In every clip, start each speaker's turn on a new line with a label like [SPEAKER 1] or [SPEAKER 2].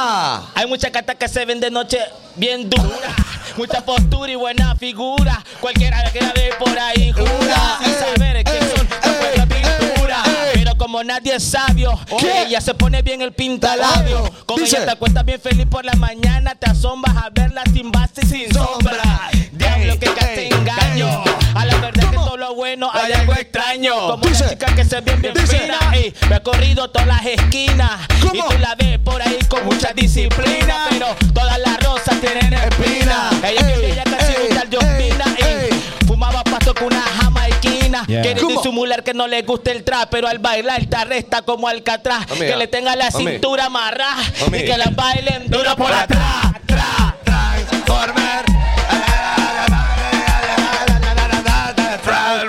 [SPEAKER 1] dura.
[SPEAKER 2] Hay muchas cartas que se ven de noche bien dura. Mucha postura y buena figura. Cualquiera que la ve por ahí jura.
[SPEAKER 1] Ey,
[SPEAKER 2] Y saber quién
[SPEAKER 1] ey,
[SPEAKER 2] son no
[SPEAKER 1] ey,
[SPEAKER 2] encuentra pintura.
[SPEAKER 1] ey, ey.
[SPEAKER 2] Pero como nadie es sabio,
[SPEAKER 1] ¿Qué?
[SPEAKER 2] ella se pone bien el pintalabio.
[SPEAKER 1] Talabio.
[SPEAKER 2] Con
[SPEAKER 1] Dice.
[SPEAKER 2] ella te acuestas bien feliz por la mañana. Te asombras a verla sin base y sin sombra. Diablo
[SPEAKER 1] Ey,
[SPEAKER 2] que casi
[SPEAKER 1] ey,
[SPEAKER 2] engaño.
[SPEAKER 1] ey.
[SPEAKER 2] A la verdad que
[SPEAKER 1] ¿Cómo?
[SPEAKER 2] todo lo bueno hay
[SPEAKER 1] Hay
[SPEAKER 2] algo
[SPEAKER 1] algo
[SPEAKER 2] extraño. Como
[SPEAKER 1] Dice.
[SPEAKER 2] una chica que se ve bien
[SPEAKER 1] Dice.
[SPEAKER 2] fina. ey, me he corrido todas las esquinas.
[SPEAKER 1] ¿Cómo?
[SPEAKER 2] Y tú la ves por ahí con mucha disciplina. Pero todas las rosas tienen espina. Ella
[SPEAKER 1] Ey,
[SPEAKER 2] que ella casi
[SPEAKER 1] ey,
[SPEAKER 2] un tal de
[SPEAKER 1] ey,
[SPEAKER 2] opina. ey. Fumaba pasto con una jamaiquina.
[SPEAKER 3] Yeah.
[SPEAKER 2] Quiere
[SPEAKER 1] ¿Cómo?
[SPEAKER 2] disimular que no le gusta el trap. Pero al bailar te arresta como alcatraz.
[SPEAKER 1] Mami,
[SPEAKER 2] que
[SPEAKER 1] ah,
[SPEAKER 2] le tenga la
[SPEAKER 1] mami.
[SPEAKER 2] cintura amarrada.
[SPEAKER 1] Mami.
[SPEAKER 2] Y que la bailen dura por atrás.
[SPEAKER 1] tra, transformer.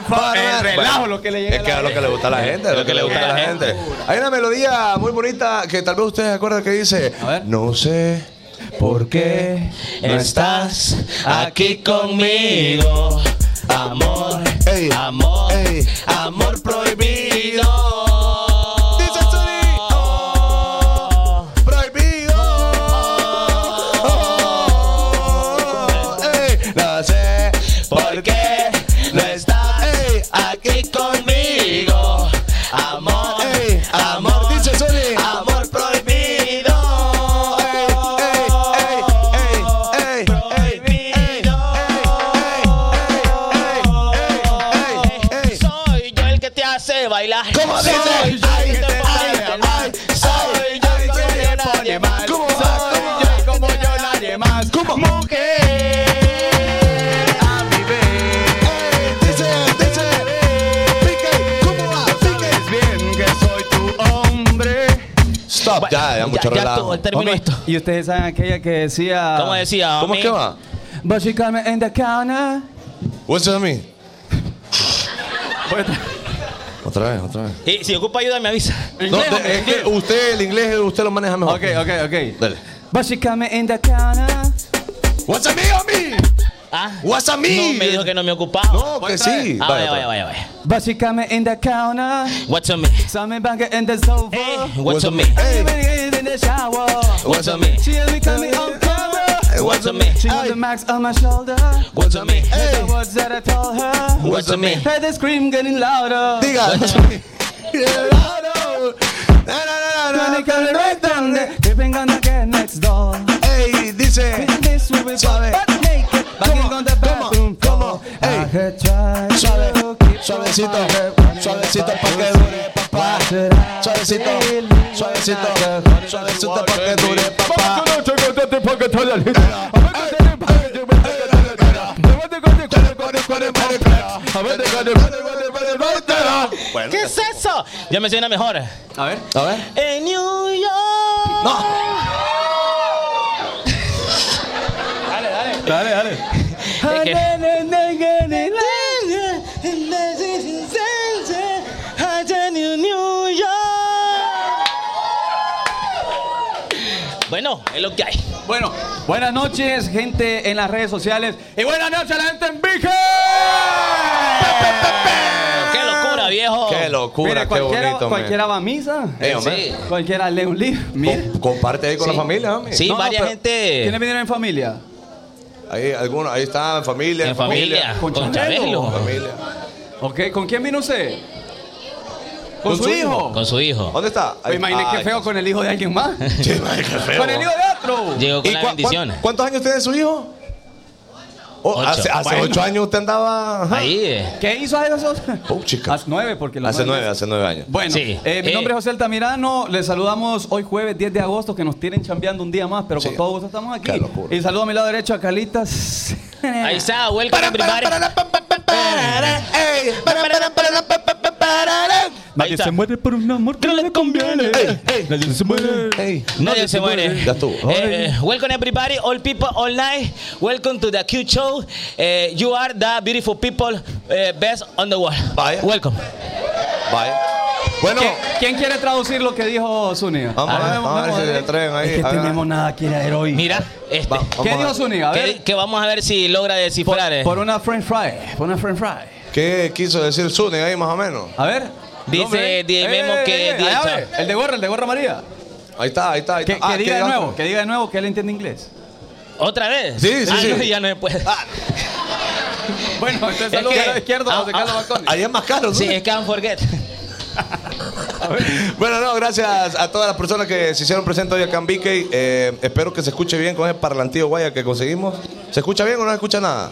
[SPEAKER 4] El relajo, lo que le llega
[SPEAKER 1] Es
[SPEAKER 4] a
[SPEAKER 1] que
[SPEAKER 4] la
[SPEAKER 1] es lo que le gusta a la gente, es lo que le gusta a la gente. Hay una melodía muy bonita que tal vez ustedes se acuerdan que dice,
[SPEAKER 4] ver.
[SPEAKER 1] no sé por qué no
[SPEAKER 2] Estás aquí conmigo, amor,
[SPEAKER 1] Ey,
[SPEAKER 2] amor,
[SPEAKER 1] ey.
[SPEAKER 2] amor prohibido.
[SPEAKER 1] Dice el sonido. Prohibido. Ey, No sé por qué no estás Ey,
[SPEAKER 2] Aquí conmigo, amor,
[SPEAKER 1] Ey, amor,
[SPEAKER 2] amor,
[SPEAKER 1] dice el sonido.
[SPEAKER 2] amor prohibido.
[SPEAKER 1] Ey, ey, ey, ey, ey, ey, ey, ey, ey, ey, ey, ey, ey.
[SPEAKER 2] Soy yo el que te hace bailar.
[SPEAKER 1] ¿Cómo
[SPEAKER 2] Soy
[SPEAKER 1] dice?
[SPEAKER 2] yo el que te
[SPEAKER 1] Ay,
[SPEAKER 2] pone
[SPEAKER 1] ay,
[SPEAKER 2] mal. Soy yo el que te pone mal.
[SPEAKER 1] ¿Cómo va? ¿Cómo va?
[SPEAKER 4] Soy yo y como yo nadie más.
[SPEAKER 1] ¿Cómo?
[SPEAKER 4] Mujer, a mi vez.
[SPEAKER 1] Ey, Eh, dice, dice, Pique, ¿cómo va? Pique.
[SPEAKER 4] Sabes bien que soy tu hombre.
[SPEAKER 1] Stop, ya, ya, mucho relajo.
[SPEAKER 2] Ya terminó
[SPEAKER 4] Homie,
[SPEAKER 2] esto.
[SPEAKER 4] Y ustedes saben aquella que decía.
[SPEAKER 2] ¿Cómo decía?
[SPEAKER 1] ¿Cómo es
[SPEAKER 2] homie?
[SPEAKER 1] que va?
[SPEAKER 4] But she caught me in the corner.
[SPEAKER 1] What's that mean?
[SPEAKER 4] Pues,
[SPEAKER 1] Otra vez, otra vez.
[SPEAKER 2] Y si ocupa ayuda, me avisa.
[SPEAKER 1] No, de- es que usted, el inglés, usted lo maneja mejor.
[SPEAKER 4] Ok, ok, ok.
[SPEAKER 1] Dale.
[SPEAKER 4] But she caught me in the corner.
[SPEAKER 1] What's a me, homie?
[SPEAKER 2] ¿Ah?
[SPEAKER 1] What's a
[SPEAKER 2] No,
[SPEAKER 1] me?
[SPEAKER 2] me dijo que no me ocupaba.
[SPEAKER 1] No, que sí. Vaya,
[SPEAKER 2] Ah,
[SPEAKER 1] pues.
[SPEAKER 2] vaya,
[SPEAKER 1] otra vez.
[SPEAKER 2] vaya, vaya, vaya.
[SPEAKER 4] But she caught me in the corner.
[SPEAKER 2] What's on me?
[SPEAKER 4] Saw me back in the
[SPEAKER 1] Eh,
[SPEAKER 4] sofa.
[SPEAKER 2] Hey, what's on me?
[SPEAKER 4] Everybody is in the shower.
[SPEAKER 2] What's on
[SPEAKER 1] eh,
[SPEAKER 2] me?
[SPEAKER 4] She has me coming on camera.
[SPEAKER 2] What's on me?
[SPEAKER 4] She got the max on my shoulder.
[SPEAKER 2] What's on me?
[SPEAKER 1] eh.
[SPEAKER 4] The words that I told her.
[SPEAKER 2] What's on me?
[SPEAKER 4] Heard the scream getting louder.
[SPEAKER 1] Diga. Na, na, na, na,
[SPEAKER 4] Turning
[SPEAKER 1] na.
[SPEAKER 4] coming right down there. Creeping on the girl next door.
[SPEAKER 1] Ey, dice.
[SPEAKER 4] In this we will
[SPEAKER 1] Suave.
[SPEAKER 4] butt naked.
[SPEAKER 1] Come
[SPEAKER 4] Banging
[SPEAKER 1] on,
[SPEAKER 4] on the
[SPEAKER 1] come on,
[SPEAKER 4] bathroom
[SPEAKER 1] come
[SPEAKER 4] floor.
[SPEAKER 1] on. Hey.
[SPEAKER 4] I heard try to
[SPEAKER 1] Suave,
[SPEAKER 4] keep on
[SPEAKER 1] suavecito,
[SPEAKER 4] fire, but you
[SPEAKER 1] suavecito
[SPEAKER 4] know
[SPEAKER 1] pa' que
[SPEAKER 4] I
[SPEAKER 1] dure,
[SPEAKER 4] don't
[SPEAKER 1] papá.
[SPEAKER 4] see what I
[SPEAKER 1] Suavecito,
[SPEAKER 4] really
[SPEAKER 1] suavecito,
[SPEAKER 4] wanna do.
[SPEAKER 1] suavecito pa' que dure, papá. Bueno,
[SPEAKER 2] ¿Qué es eso? Ya me suena mejor.
[SPEAKER 4] A ver.
[SPEAKER 1] a ver.
[SPEAKER 2] En New York.
[SPEAKER 1] No.
[SPEAKER 4] Dale, dale.
[SPEAKER 2] Es que- Bueno, es lo que hay.
[SPEAKER 4] Bueno, buenas noches, gente en las redes sociales. Y buenas noches a la gente en Vige.
[SPEAKER 2] Qué locura, viejo.
[SPEAKER 1] Ah.
[SPEAKER 2] Eh,
[SPEAKER 1] Qué
[SPEAKER 4] Mira,
[SPEAKER 1] locura, qué
[SPEAKER 4] cualquiera,
[SPEAKER 1] bonito,
[SPEAKER 4] cualquiera
[SPEAKER 1] man. Eh.
[SPEAKER 4] va a misa.
[SPEAKER 1] Ey, hombre.
[SPEAKER 2] Sí.
[SPEAKER 4] Cualquiera lee un libro. Mira.
[SPEAKER 1] Com- Comparte ahí con la familia, hombre.
[SPEAKER 2] Sí, varias
[SPEAKER 4] pero-
[SPEAKER 2] gente-
[SPEAKER 1] eh.
[SPEAKER 4] ¿Quiénes vinieron en familia?
[SPEAKER 1] Ahí, alguno, ahí está, en familia.
[SPEAKER 2] En familia, con
[SPEAKER 4] Con
[SPEAKER 2] Chabelo,
[SPEAKER 4] Chabelo.
[SPEAKER 1] familia.
[SPEAKER 4] Ok, ¿con quién vino usted? ¿Con,
[SPEAKER 1] Con
[SPEAKER 4] su,
[SPEAKER 1] su
[SPEAKER 4] hijo?
[SPEAKER 2] con su hijo.
[SPEAKER 1] ¿Dónde está?
[SPEAKER 4] Me imaginé que Pues feo con el hijo de alguien más.
[SPEAKER 1] Sí, madre, qué feo.
[SPEAKER 4] con el hijo de otro.
[SPEAKER 2] Llegó con
[SPEAKER 1] ¿Y
[SPEAKER 2] la
[SPEAKER 1] cua-
[SPEAKER 2] bendición.
[SPEAKER 1] cuán- ¿Cuántos años tiene su hijo? Oh,
[SPEAKER 2] Ocho.
[SPEAKER 1] Hace, hace
[SPEAKER 4] Bueno.
[SPEAKER 1] ocho años usted andaba. ajá.
[SPEAKER 2] Ahí. eh.
[SPEAKER 4] ¿Qué hizo a esos?
[SPEAKER 1] Puchica.
[SPEAKER 4] Hace nueve, porque los
[SPEAKER 1] Oh, Hace nueve, hace nueve años.
[SPEAKER 4] Bueno,
[SPEAKER 2] Sí.
[SPEAKER 4] eh, mi
[SPEAKER 2] Eh.
[SPEAKER 4] nombre es José Altamirano, les saludamos hoy jueves 10 de agosto, que nos tienen chambeando un día más, pero
[SPEAKER 1] Sí.
[SPEAKER 4] con todo gusto estamos aquí.
[SPEAKER 1] Qué locura.
[SPEAKER 4] Y saludo a mi lado derecho a Calitas.
[SPEAKER 1] Eh.
[SPEAKER 2] Ahí está, welcome everybody. Ahí
[SPEAKER 4] Nadie
[SPEAKER 2] está.
[SPEAKER 4] se muere por un amor que no le conviene. Nadie se muere.
[SPEAKER 1] Ey,
[SPEAKER 2] Nadie se muere.
[SPEAKER 1] Ya estuvo.
[SPEAKER 2] Eh, eh, welcome everybody, all people, all night. Welcome to the Q Show. Eh, you are the beautiful people, eh, best on the world.
[SPEAKER 1] Vaya.
[SPEAKER 2] Welcome.
[SPEAKER 1] Vaya. Bueno,
[SPEAKER 4] ¿Quién, quién quiere traducir lo que dijo Zúñiga? Ah,
[SPEAKER 1] Vamos a ver, vamos a ver si le traen ahí.
[SPEAKER 4] Es que
[SPEAKER 1] A ver.
[SPEAKER 4] tenemos nada que ir a hoy.
[SPEAKER 2] Mira, este.
[SPEAKER 1] Va- vamos
[SPEAKER 4] ¿Qué
[SPEAKER 1] a
[SPEAKER 4] dijo
[SPEAKER 1] ver.
[SPEAKER 4] Zúñiga? A
[SPEAKER 2] Que,
[SPEAKER 4] ver,
[SPEAKER 2] que vamos a ver si logra
[SPEAKER 4] por,
[SPEAKER 2] descifrar. eh.
[SPEAKER 4] por una french fry, por una french fry.
[SPEAKER 1] ¿qué quiso decir Zune ahí más o menos?
[SPEAKER 4] A ver.
[SPEAKER 2] Dice
[SPEAKER 4] nombre.
[SPEAKER 2] Diez Memo que
[SPEAKER 4] eh,
[SPEAKER 2] Diez
[SPEAKER 4] ahí abre,
[SPEAKER 2] Chao.
[SPEAKER 4] El de gorra, el de gorra María.
[SPEAKER 1] Ahí está, ahí está. Ahí
[SPEAKER 4] Que,
[SPEAKER 1] está. Ah,
[SPEAKER 4] que diga de
[SPEAKER 1] digas
[SPEAKER 4] nuevo,
[SPEAKER 1] tú.
[SPEAKER 4] que diga de nuevo que él entiende inglés.
[SPEAKER 2] ¿Otra vez?
[SPEAKER 1] Sí, sí,
[SPEAKER 2] Ah,
[SPEAKER 1] sí.
[SPEAKER 2] no, ya no se puede.
[SPEAKER 4] Bueno, entonces saludos
[SPEAKER 2] que-
[SPEAKER 4] al lado izquierdo,
[SPEAKER 2] ah,
[SPEAKER 4] José Carlos
[SPEAKER 2] ah,
[SPEAKER 4] Balcón.
[SPEAKER 1] Ahí es más caro, ¿no?
[SPEAKER 2] Sí, es can't forget.
[SPEAKER 1] Bueno, no, gracias a todas las personas que se hicieron presentes hoy acá en BK. Eh, espero que se escuche bien con el parlantillo guaya que conseguimos. ¿Se escucha bien o no se escucha nada?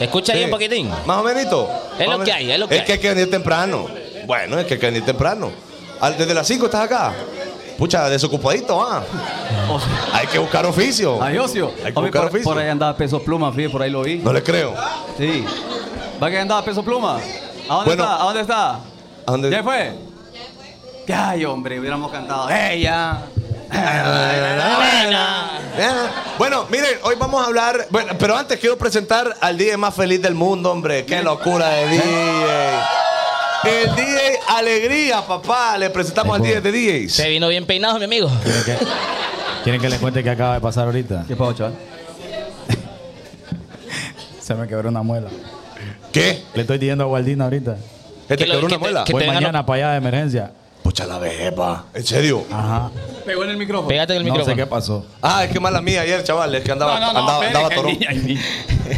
[SPEAKER 2] Escucha ahí
[SPEAKER 1] Sí.
[SPEAKER 2] un poquitín.
[SPEAKER 1] Más o menos.
[SPEAKER 2] Es lo que hay, es lo que
[SPEAKER 1] Es que
[SPEAKER 2] hay.
[SPEAKER 1] hay que venir temprano. Bueno, es que hay que venir temprano. Al- Desde las 5 estás acá. Pucha, desocupadito, ah. Hay que buscar oficio.
[SPEAKER 4] Ay, ocio.
[SPEAKER 1] Hay que
[SPEAKER 4] Hombre,
[SPEAKER 1] buscar
[SPEAKER 4] por,
[SPEAKER 1] oficio.
[SPEAKER 4] por ahí andaba peso pluma, fíjate, por ahí lo vi.
[SPEAKER 1] No le creo.
[SPEAKER 4] Sí. ¿Va que andaba peso pluma? ¿A dónde
[SPEAKER 1] Bueno.
[SPEAKER 4] está? ¿A dónde está?
[SPEAKER 1] ¿A dónde-
[SPEAKER 4] ¿Ya fue? Ay, hombre, hubiéramos cantado. ¡Ella!
[SPEAKER 1] Bueno, miren, hoy vamos a hablar. Bueno, pero antes quiero presentar al DJ más feliz del mundo, hombre. ¡Qué locura de DJ! El DJ Alegría, papá. Le presentamos al DJ de
[SPEAKER 2] Se
[SPEAKER 1] DJs.
[SPEAKER 2] vino bien peinado, mi amigo.
[SPEAKER 3] ¿Quieren que, quieren que les cuente qué acaba de pasar ahorita?
[SPEAKER 4] ¿Qué pasó, chaval?
[SPEAKER 3] Se me quebró una muela.
[SPEAKER 1] ¿Qué?
[SPEAKER 3] Le estoy pidiendo a Waldina ahorita.
[SPEAKER 1] ¿Que te
[SPEAKER 2] Que lo-
[SPEAKER 1] quebró una
[SPEAKER 2] que te-
[SPEAKER 1] muela?
[SPEAKER 2] que-
[SPEAKER 3] Voy
[SPEAKER 2] tengan-
[SPEAKER 3] mañana para allá de emergencia.
[SPEAKER 1] Pucha la vepa. ¿En serio?
[SPEAKER 3] Ajá.
[SPEAKER 4] Pegó en el micrófono.
[SPEAKER 2] Pégate en el
[SPEAKER 3] No sé
[SPEAKER 2] micrófono.
[SPEAKER 3] qué pasó.
[SPEAKER 1] Ah, es que mala mía ayer, chaval. Es que andaba, andaba,
[SPEAKER 4] espere,
[SPEAKER 1] andaba
[SPEAKER 4] que
[SPEAKER 1] torón.
[SPEAKER 4] ni- ay, ni-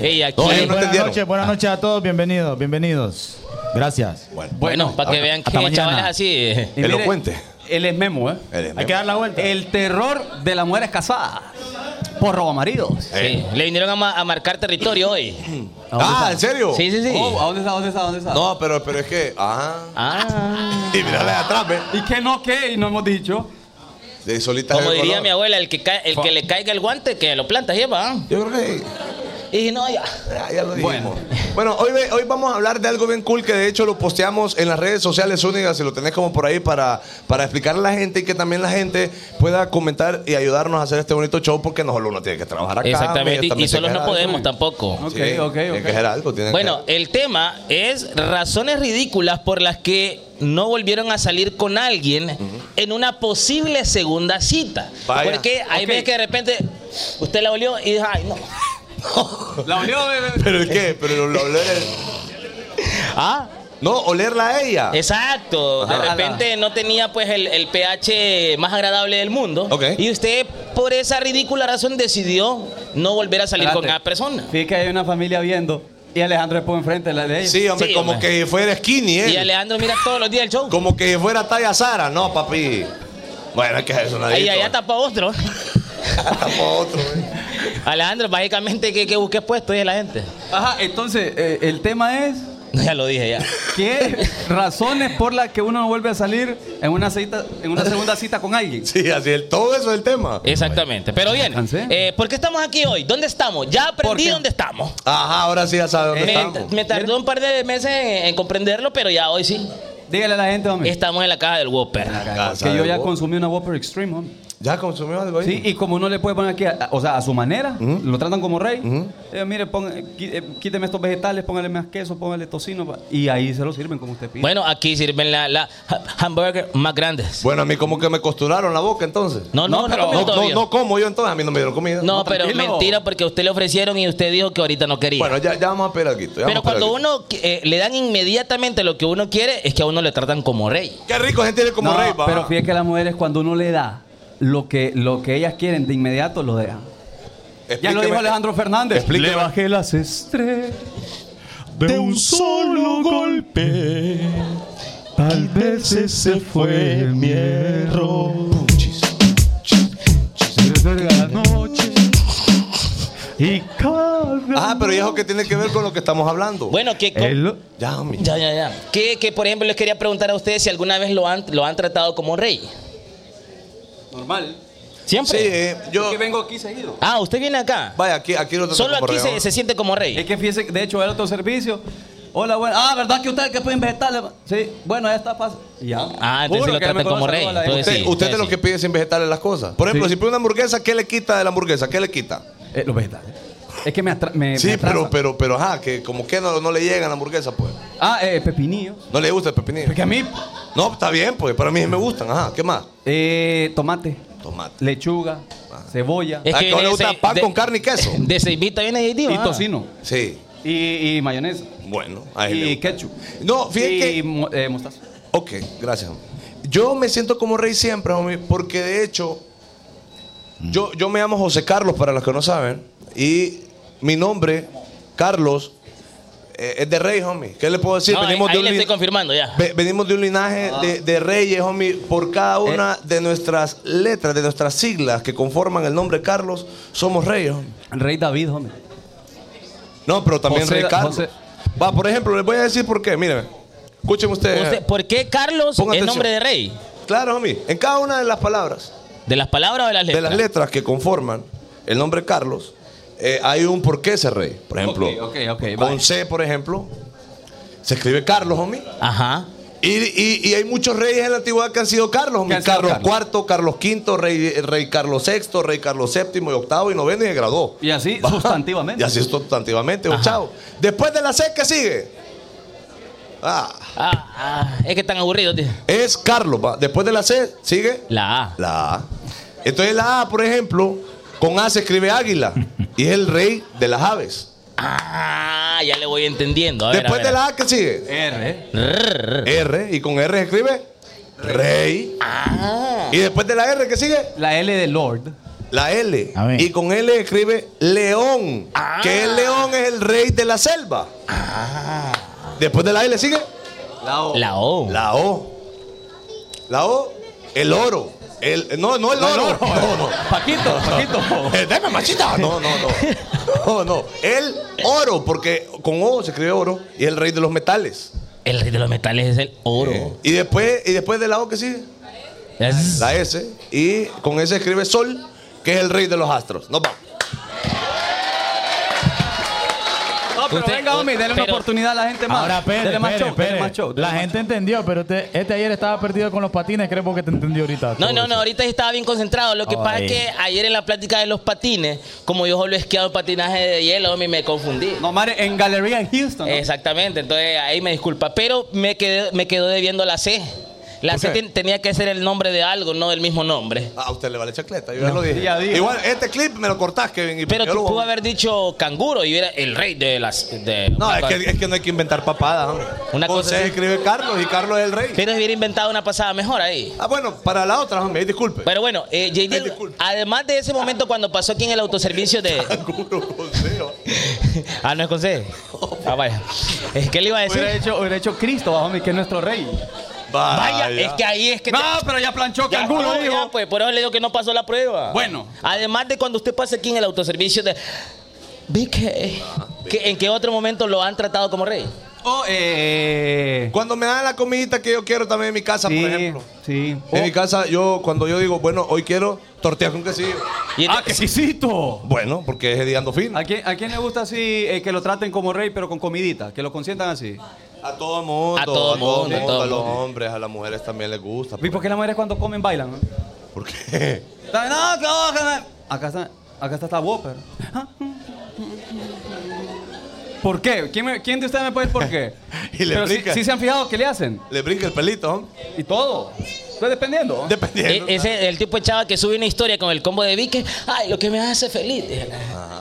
[SPEAKER 2] Ey, aquí.
[SPEAKER 1] No, ellos no
[SPEAKER 3] Buenas
[SPEAKER 1] entendieron.
[SPEAKER 3] noches,
[SPEAKER 2] Ah.
[SPEAKER 3] buenas noches a todos. Bienvenidos, bienvenidos. Gracias.
[SPEAKER 1] Bueno,
[SPEAKER 2] bueno, para que vean que
[SPEAKER 3] hasta mañana.
[SPEAKER 2] chavales así. eh,
[SPEAKER 4] Y mire,
[SPEAKER 1] Elocuente.
[SPEAKER 4] Él es memo, ¿eh?
[SPEAKER 1] eres-
[SPEAKER 3] Hay que dar la vuelta.
[SPEAKER 4] El terror de las mujeres casadas por robamaridos.
[SPEAKER 2] Sí, le vinieron a, ma- a marcar territorio hoy.
[SPEAKER 1] Ah, ¿en serio?
[SPEAKER 2] pues, Sí, sí, sí.
[SPEAKER 4] Oh, ¿A dónde está? ¿A dónde está? ¿A dónde está?
[SPEAKER 1] No, pero, pero es que. Ajá.
[SPEAKER 2] Ah.
[SPEAKER 1] Y mírale atrás, ve.
[SPEAKER 4] ¿Y qué no qué? Y no hemos dicho.
[SPEAKER 1] De solita
[SPEAKER 2] Como
[SPEAKER 1] de
[SPEAKER 2] diría
[SPEAKER 1] color.
[SPEAKER 2] mi abuela, el que, cae- el que le caiga el guante, que lo planta, lleva. ¿ah?
[SPEAKER 1] Yo creo que.
[SPEAKER 2] Y dije, no, ya.
[SPEAKER 1] Ah, Ya, ya lo
[SPEAKER 4] Bueno.
[SPEAKER 1] dijimos. Bueno, hoy, ve- hoy vamos a hablar de algo bien cool que de hecho lo posteamos en las redes sociales únicas, si lo tenés como por ahí para, para explicarle a la gente y que también la gente pueda comentar y ayudarnos a hacer este bonito show porque no solo uno tiene que trabajar acá.
[SPEAKER 2] Exactamente.
[SPEAKER 1] ellos
[SPEAKER 2] y- Y,
[SPEAKER 1] también
[SPEAKER 2] solos
[SPEAKER 1] tienen
[SPEAKER 2] no
[SPEAKER 1] que hacer
[SPEAKER 2] podemos tampoco.
[SPEAKER 1] algo.
[SPEAKER 4] Ok,
[SPEAKER 1] Sí,
[SPEAKER 4] ok,
[SPEAKER 1] tienen
[SPEAKER 4] ok.
[SPEAKER 1] que hacer algo, tienen
[SPEAKER 2] Bueno,
[SPEAKER 1] que-
[SPEAKER 2] el tema es razones ridículas por las que no volvieron a salir con alguien en una posible segunda cita.
[SPEAKER 1] Vaya.
[SPEAKER 2] Porque hay
[SPEAKER 4] Ok.
[SPEAKER 2] veces que de repente usted la olió y dijo, ay, no.
[SPEAKER 4] La olió, bebé.
[SPEAKER 1] ¿Pero el qué? Pero lo- lo oler
[SPEAKER 2] Ah,
[SPEAKER 1] No, olerla a ella.
[SPEAKER 2] exacto. De
[SPEAKER 4] Ajá.
[SPEAKER 2] repente no tenía pues el, el pH más agradable del mundo.
[SPEAKER 1] Ok.
[SPEAKER 2] Y usted por esa ridícula razón decidió no volver a salir con
[SPEAKER 4] Espérate.
[SPEAKER 2] esa persona.
[SPEAKER 4] Fíjate que hay una familia viendo y Alejandro es por enfrente de la de ella.
[SPEAKER 1] Sí, hombre,
[SPEAKER 2] Sí,
[SPEAKER 1] como
[SPEAKER 2] hombre.
[SPEAKER 1] que fuera skinny, ¿eh?
[SPEAKER 2] Y Alejandro mira todos los días el show.
[SPEAKER 1] Como que fuera talla Sara. No, papi. Bueno, es que eso nadie.
[SPEAKER 2] Ahí allá tapa otro.
[SPEAKER 1] otro, ¿eh?
[SPEAKER 2] Alejandro, básicamente, ¿qué, qué busques puesto? Dice la gente.
[SPEAKER 4] Ajá, entonces, eh, el tema es
[SPEAKER 2] No, ya lo dije, ya.
[SPEAKER 4] ¿qué razones por las que uno no vuelve a salir en una cita, en una segunda cita con alguien?
[SPEAKER 1] Sí, así el, todo eso es el tema.
[SPEAKER 2] Exactamente. Pero bien,
[SPEAKER 4] Alcancé.
[SPEAKER 2] eh, ¿por qué estamos aquí hoy? ¿Dónde estamos? Ya aprendí
[SPEAKER 4] qué?
[SPEAKER 2] dónde estamos.
[SPEAKER 1] Ajá, ahora sí ya sabe dónde
[SPEAKER 2] Me,
[SPEAKER 1] estamos.
[SPEAKER 2] Eh, me tardó un par de meses en, en comprenderlo, pero ya hoy sí.
[SPEAKER 4] Dígale a la gente, hombre.
[SPEAKER 2] Estamos en la caja del Whopper.
[SPEAKER 1] Casa
[SPEAKER 4] Que yo
[SPEAKER 1] de
[SPEAKER 4] ya
[SPEAKER 1] vos.
[SPEAKER 4] consumí una Whopper Extreme, hombre.
[SPEAKER 1] ¿Ya consumió algo ahí?
[SPEAKER 4] Sí, y como no le puede poner aquí, a- o sea, a su manera, lo tratan como rey.
[SPEAKER 1] Ujú.
[SPEAKER 4] eh, mire, ponga- qui- eh, quíteme estos vegetales, póngale más queso, póngale tocino. pa- Y ahí se lo sirven como usted pide.
[SPEAKER 2] Bueno, aquí sirven la, la ha- hamburger más grandes.
[SPEAKER 1] Bueno, a mí como que me costuraron la boca entonces.
[SPEAKER 2] No, no, no,
[SPEAKER 4] No, pero-
[SPEAKER 2] no,
[SPEAKER 1] no, no,
[SPEAKER 2] todavía.
[SPEAKER 1] no como yo entonces, a mí no me dieron comida.
[SPEAKER 2] No,
[SPEAKER 4] no,
[SPEAKER 2] pero
[SPEAKER 4] tranquilo.
[SPEAKER 2] mentira, porque a usted le ofrecieron y usted dijo que ahorita no quería.
[SPEAKER 1] Bueno, ya, ya vamos a esperar aquí.
[SPEAKER 2] pero cuando uno eh, le dan inmediatamente lo que uno quiere, es que a uno le tratan como rey.
[SPEAKER 1] Qué rico, gente, eres como
[SPEAKER 4] No,
[SPEAKER 1] rey, va.
[SPEAKER 4] Pero fíjate que las mujeres, cuando uno le da lo que, lo que ellas quieren, de inmediato lo dejan. Ya lo
[SPEAKER 1] Explíqueme.
[SPEAKER 4] dijo Alejandro Fernández.
[SPEAKER 1] Explíqueme.
[SPEAKER 4] Le bajé las estrellas.
[SPEAKER 5] de un solo golpe. Tal vez ese fue mi error. Desde la noche y cada
[SPEAKER 1] Ah, pero ¿y eso qué tiene que ver con lo que estamos hablando?
[SPEAKER 2] Bueno, que... co-
[SPEAKER 5] el
[SPEAKER 1] Ya, mi.
[SPEAKER 2] Ya, ya, ya. Que, que, por ejemplo, les quería preguntar a ustedes si alguna vez lo han, lo han tratado como rey.
[SPEAKER 4] Normal.
[SPEAKER 1] Sí,
[SPEAKER 2] Siempre.
[SPEAKER 1] eh, yo...
[SPEAKER 4] Es que vengo aquí seguido.
[SPEAKER 2] Ah, usted viene acá.
[SPEAKER 1] Vaya, aquí, aquí lo tengo
[SPEAKER 2] Solo
[SPEAKER 1] como
[SPEAKER 2] aquí
[SPEAKER 1] rey,
[SPEAKER 2] se,
[SPEAKER 1] ¿no?
[SPEAKER 2] se siente como
[SPEAKER 4] Es
[SPEAKER 2] rey.
[SPEAKER 4] que fíjese, de hecho, era otro servicio. Hola, bueno. Ah, ¿verdad que ustedes que pueden vegetales? Sí, bueno, ya está fácil. Ya.
[SPEAKER 2] Ah, entonces
[SPEAKER 4] Juro
[SPEAKER 2] lo
[SPEAKER 4] que ya me
[SPEAKER 2] tratan como
[SPEAKER 4] conocen
[SPEAKER 2] rey,
[SPEAKER 4] toda la
[SPEAKER 2] entonces
[SPEAKER 1] Usted,
[SPEAKER 4] gente.
[SPEAKER 2] sí.
[SPEAKER 1] usted es de los que pide sin vegetales las cosas. Por ejemplo,
[SPEAKER 4] Sí.
[SPEAKER 1] si pide una hamburguesa, ¿qué le quita de la hamburguesa? ¿Qué le quita?
[SPEAKER 4] Eh, los vegetales. Es que me, atra me Eh, me
[SPEAKER 1] Sí, pero,
[SPEAKER 4] atrasan.
[SPEAKER 1] pero, pero, ajá, que como que no, no le llega la hamburguesa, pues.
[SPEAKER 4] Ah, eh, pepinillos.
[SPEAKER 1] No le gusta el pepinillo.
[SPEAKER 4] Porque a mí,
[SPEAKER 1] No, está bien, pues, para mí sí me gustan, ajá, ¿qué más?
[SPEAKER 4] eh, tomate,
[SPEAKER 1] Tomate.
[SPEAKER 4] lechuga,
[SPEAKER 1] Ah.
[SPEAKER 4] cebolla
[SPEAKER 2] Es
[SPEAKER 1] ¿A
[SPEAKER 2] que
[SPEAKER 1] que no le
[SPEAKER 2] de
[SPEAKER 1] gusta
[SPEAKER 2] ese-
[SPEAKER 1] pan
[SPEAKER 2] de-
[SPEAKER 1] con carne y queso?
[SPEAKER 2] De Seibita viene ahí, tío.
[SPEAKER 4] y
[SPEAKER 2] ah.
[SPEAKER 4] tocino
[SPEAKER 1] Sí,
[SPEAKER 4] y, y mayonesa
[SPEAKER 1] bueno, a él le
[SPEAKER 4] y
[SPEAKER 1] gusta.
[SPEAKER 4] ketchup
[SPEAKER 1] No, fíjate
[SPEAKER 4] y
[SPEAKER 1] que.
[SPEAKER 4] mo- eh, mostaza.
[SPEAKER 1] Ok, gracias. Yo me siento como rey siempre, homie, porque de hecho, yo, yo me llamo José Carlos, para los que no saben, y mi nombre, Carlos, eh, es de rey, homie. ¿Qué le puedo decir?
[SPEAKER 2] No, ahí, ahí
[SPEAKER 1] de un
[SPEAKER 2] le
[SPEAKER 1] lin-
[SPEAKER 2] estoy Ah. confirmando ya.
[SPEAKER 1] Ve- Venimos de un linaje de, de reyes, homie. Por cada
[SPEAKER 2] Eh.
[SPEAKER 1] una de nuestras letras, de nuestras siglas que conforman el nombre Carlos, somos reyes, homie.
[SPEAKER 4] Rey David, hombre.
[SPEAKER 1] No, pero también
[SPEAKER 4] José-
[SPEAKER 1] rey Carlos.
[SPEAKER 4] José-
[SPEAKER 1] Va, por ejemplo, les voy a decir por qué. Miren, escuchen ustedes.
[SPEAKER 2] Usted- ¿Por qué Carlos
[SPEAKER 1] Ponga
[SPEAKER 2] es
[SPEAKER 1] atención.
[SPEAKER 2] nombre de rey?
[SPEAKER 1] Claro, homie. En cada una de las palabras,
[SPEAKER 2] ¿De las palabras o de las
[SPEAKER 1] de
[SPEAKER 2] letras?
[SPEAKER 1] las letras que conforman el nombre Carlos, eh, hay un por qué ser rey. Por ejemplo,
[SPEAKER 4] Ok, ok, ok,
[SPEAKER 1] con
[SPEAKER 4] bye.
[SPEAKER 1] C, por ejemplo, se escribe Carlos, homie.
[SPEAKER 2] Ajá.
[SPEAKER 1] Y, y- y hay muchos reyes en la antigüedad que han sido Carlos. homie.
[SPEAKER 4] han sido
[SPEAKER 1] Carlos,
[SPEAKER 4] Carlos.
[SPEAKER 1] IV, Carlos V, rey, rey Carlos VI, rey Carlos VII, y octavo y noveno y se graduó.
[SPEAKER 4] Y así sustantivamente.
[SPEAKER 1] Y así sustantivamente, octavo. Después de la C, ¿qué sigue? Ah,
[SPEAKER 2] Ah, ah, es que están aburridos, tío.
[SPEAKER 1] es Carlos. va. Después de la C, sigue
[SPEAKER 2] La A.
[SPEAKER 1] la A. Entonces la A, por ejemplo, con A se escribe águila y es el rey de las aves.
[SPEAKER 2] Ah, ya le voy entendiendo. A ver,
[SPEAKER 1] Después
[SPEAKER 2] a ver.
[SPEAKER 1] de la A, ¿qué sigue?
[SPEAKER 4] R. eh.
[SPEAKER 2] Rrr.
[SPEAKER 1] R y con R se escribe rey. Y después de la R, ¿qué sigue?
[SPEAKER 4] La L de Lord.
[SPEAKER 1] La L.
[SPEAKER 3] Amén.
[SPEAKER 1] Y con L escribe León.
[SPEAKER 2] Ah.
[SPEAKER 1] Que el león es el rey de la selva. Ah. Después de la L sigue
[SPEAKER 4] La O.
[SPEAKER 2] La O.
[SPEAKER 1] la O. La O, el oro. El, no, no el oro. No, no.
[SPEAKER 4] Paquito, Paquito.
[SPEAKER 1] Eh, deme machita. No, no, no. No, no. El oro, porque con O se escribe oro y es el rey de los metales.
[SPEAKER 2] El rey de los metales es el oro.
[SPEAKER 1] Y después, y después de la O, ¿qué sigue?
[SPEAKER 2] Es-
[SPEAKER 1] La S. Y con S escribe Sol, que es el rey de los astros. No va.
[SPEAKER 4] No, pero
[SPEAKER 2] Usted-
[SPEAKER 4] venga, homie, denle una
[SPEAKER 2] pero-
[SPEAKER 4] oportunidad a la gente más.
[SPEAKER 3] Ahora,
[SPEAKER 4] espere,
[SPEAKER 3] espere,
[SPEAKER 4] dele más
[SPEAKER 3] espere,
[SPEAKER 4] show, dele
[SPEAKER 3] espere.
[SPEAKER 4] más show, dele
[SPEAKER 3] La
[SPEAKER 4] más
[SPEAKER 3] gente entendió, pero usted- este ayer estaba perdido con los patines, creo que te entendió ahorita.
[SPEAKER 2] No,
[SPEAKER 3] todo
[SPEAKER 2] no,
[SPEAKER 3] eso.
[SPEAKER 2] no, ahorita estaba bien concentrado.
[SPEAKER 1] Oh,
[SPEAKER 2] Lo que pasa
[SPEAKER 3] Ay.
[SPEAKER 2] es que ayer en la plática de los patines, como yo solo he esquiado patinaje de hielo, homie, me confundí.
[SPEAKER 4] show. No, madre, en Galería en Houston.
[SPEAKER 2] Eh,
[SPEAKER 4] ¿no?
[SPEAKER 2] Exactamente, entonces ahí me disculpa. Pero me quedé, me quedó debiendo la C. La
[SPEAKER 1] ¿Por
[SPEAKER 2] C
[SPEAKER 1] qué?
[SPEAKER 2] ten- tenía que ser el nombre de algo, no del mismo nombre.
[SPEAKER 1] Ah, a usted le vale chacleta, yo ya lo dije.
[SPEAKER 4] Día a día.
[SPEAKER 1] Igual, este clip me lo cortás, Kevin. y
[SPEAKER 2] Pero
[SPEAKER 1] yo
[SPEAKER 2] tú
[SPEAKER 1] lo-
[SPEAKER 2] pudo haber dicho canguro y yo era el rey de las. de-
[SPEAKER 1] No, es que, es que no hay que inventar papadas, hombre.
[SPEAKER 2] Una
[SPEAKER 1] Con
[SPEAKER 2] cosa
[SPEAKER 1] C
[SPEAKER 2] así.
[SPEAKER 1] escribe Carlos y Carlos es el rey.
[SPEAKER 2] Pero hubiera inventado una pasada mejor ahí.
[SPEAKER 1] Ah, bueno, para la otra, hombre, ahí disculpe.
[SPEAKER 2] Pero bueno, eh, JD,
[SPEAKER 1] Ay, disculpe.
[SPEAKER 2] además de ese momento cuando pasó aquí en el autoservicio de.
[SPEAKER 1] Canguro, con C, hombre.
[SPEAKER 2] Ah, no es con C. Ah, vaya. Eh, ¿Qué le iba a
[SPEAKER 4] Hubiera,
[SPEAKER 2] decir?
[SPEAKER 4] hecho, hubiera hecho Cristo, homie, que es nuestro rey.
[SPEAKER 2] Vaya, es que ahí es que. te-
[SPEAKER 4] Ah, No, pero ya planchó
[SPEAKER 2] Ya,
[SPEAKER 4] Canguro,
[SPEAKER 2] no,
[SPEAKER 4] dijo.
[SPEAKER 2] ya, pues, por eso le digo que no pasó la prueba.
[SPEAKER 4] Bueno.
[SPEAKER 2] Además de cuando usted pasa aquí en el autoservicio de. Vi que. que- ¿En qué otro momento lo han tratado como rey?
[SPEAKER 4] O, eh...
[SPEAKER 1] Cuando me dan la comidita que yo quiero también en mi casa,
[SPEAKER 4] sí,
[SPEAKER 1] por ejemplo.
[SPEAKER 4] Sí.
[SPEAKER 1] En mi casa, yo, cuando yo digo, bueno, hoy quiero tortillas con quesillo.
[SPEAKER 2] Y este
[SPEAKER 4] ¡Ah,
[SPEAKER 2] entonces-
[SPEAKER 4] qué exquisito!
[SPEAKER 1] Bueno, porque es de ando fino.
[SPEAKER 4] ¿A quién, ¿A quién le gusta así eh, que lo traten como rey, pero con comidita? Que lo consientan así.
[SPEAKER 1] A todo mundo.
[SPEAKER 2] A todo mundo, a todo
[SPEAKER 1] A los
[SPEAKER 2] mundo.
[SPEAKER 1] hombres, a las mujeres también les gusta.
[SPEAKER 4] ¿Y por qué las mujeres cuando comen bailan? no?
[SPEAKER 1] ¿Por qué?
[SPEAKER 4] Está- No, no, no, no. Acá está, acá está esta Whopper. Ah. ¿Por qué? ¿Quién, me- quién de ustedes me puede decir por qué?
[SPEAKER 1] Y le
[SPEAKER 4] Pero sí,
[SPEAKER 1] explica.
[SPEAKER 4] sí se han fijado qué le hacen.
[SPEAKER 1] Le brinca el pelito, hombre.
[SPEAKER 4] Y todo. Estoy dependiendo.
[SPEAKER 1] Dependiendo.
[SPEAKER 4] Eh,
[SPEAKER 2] e- ese es el tipo de chava que sube una historia con el combo de Vique. Ay, lo que me hace feliz.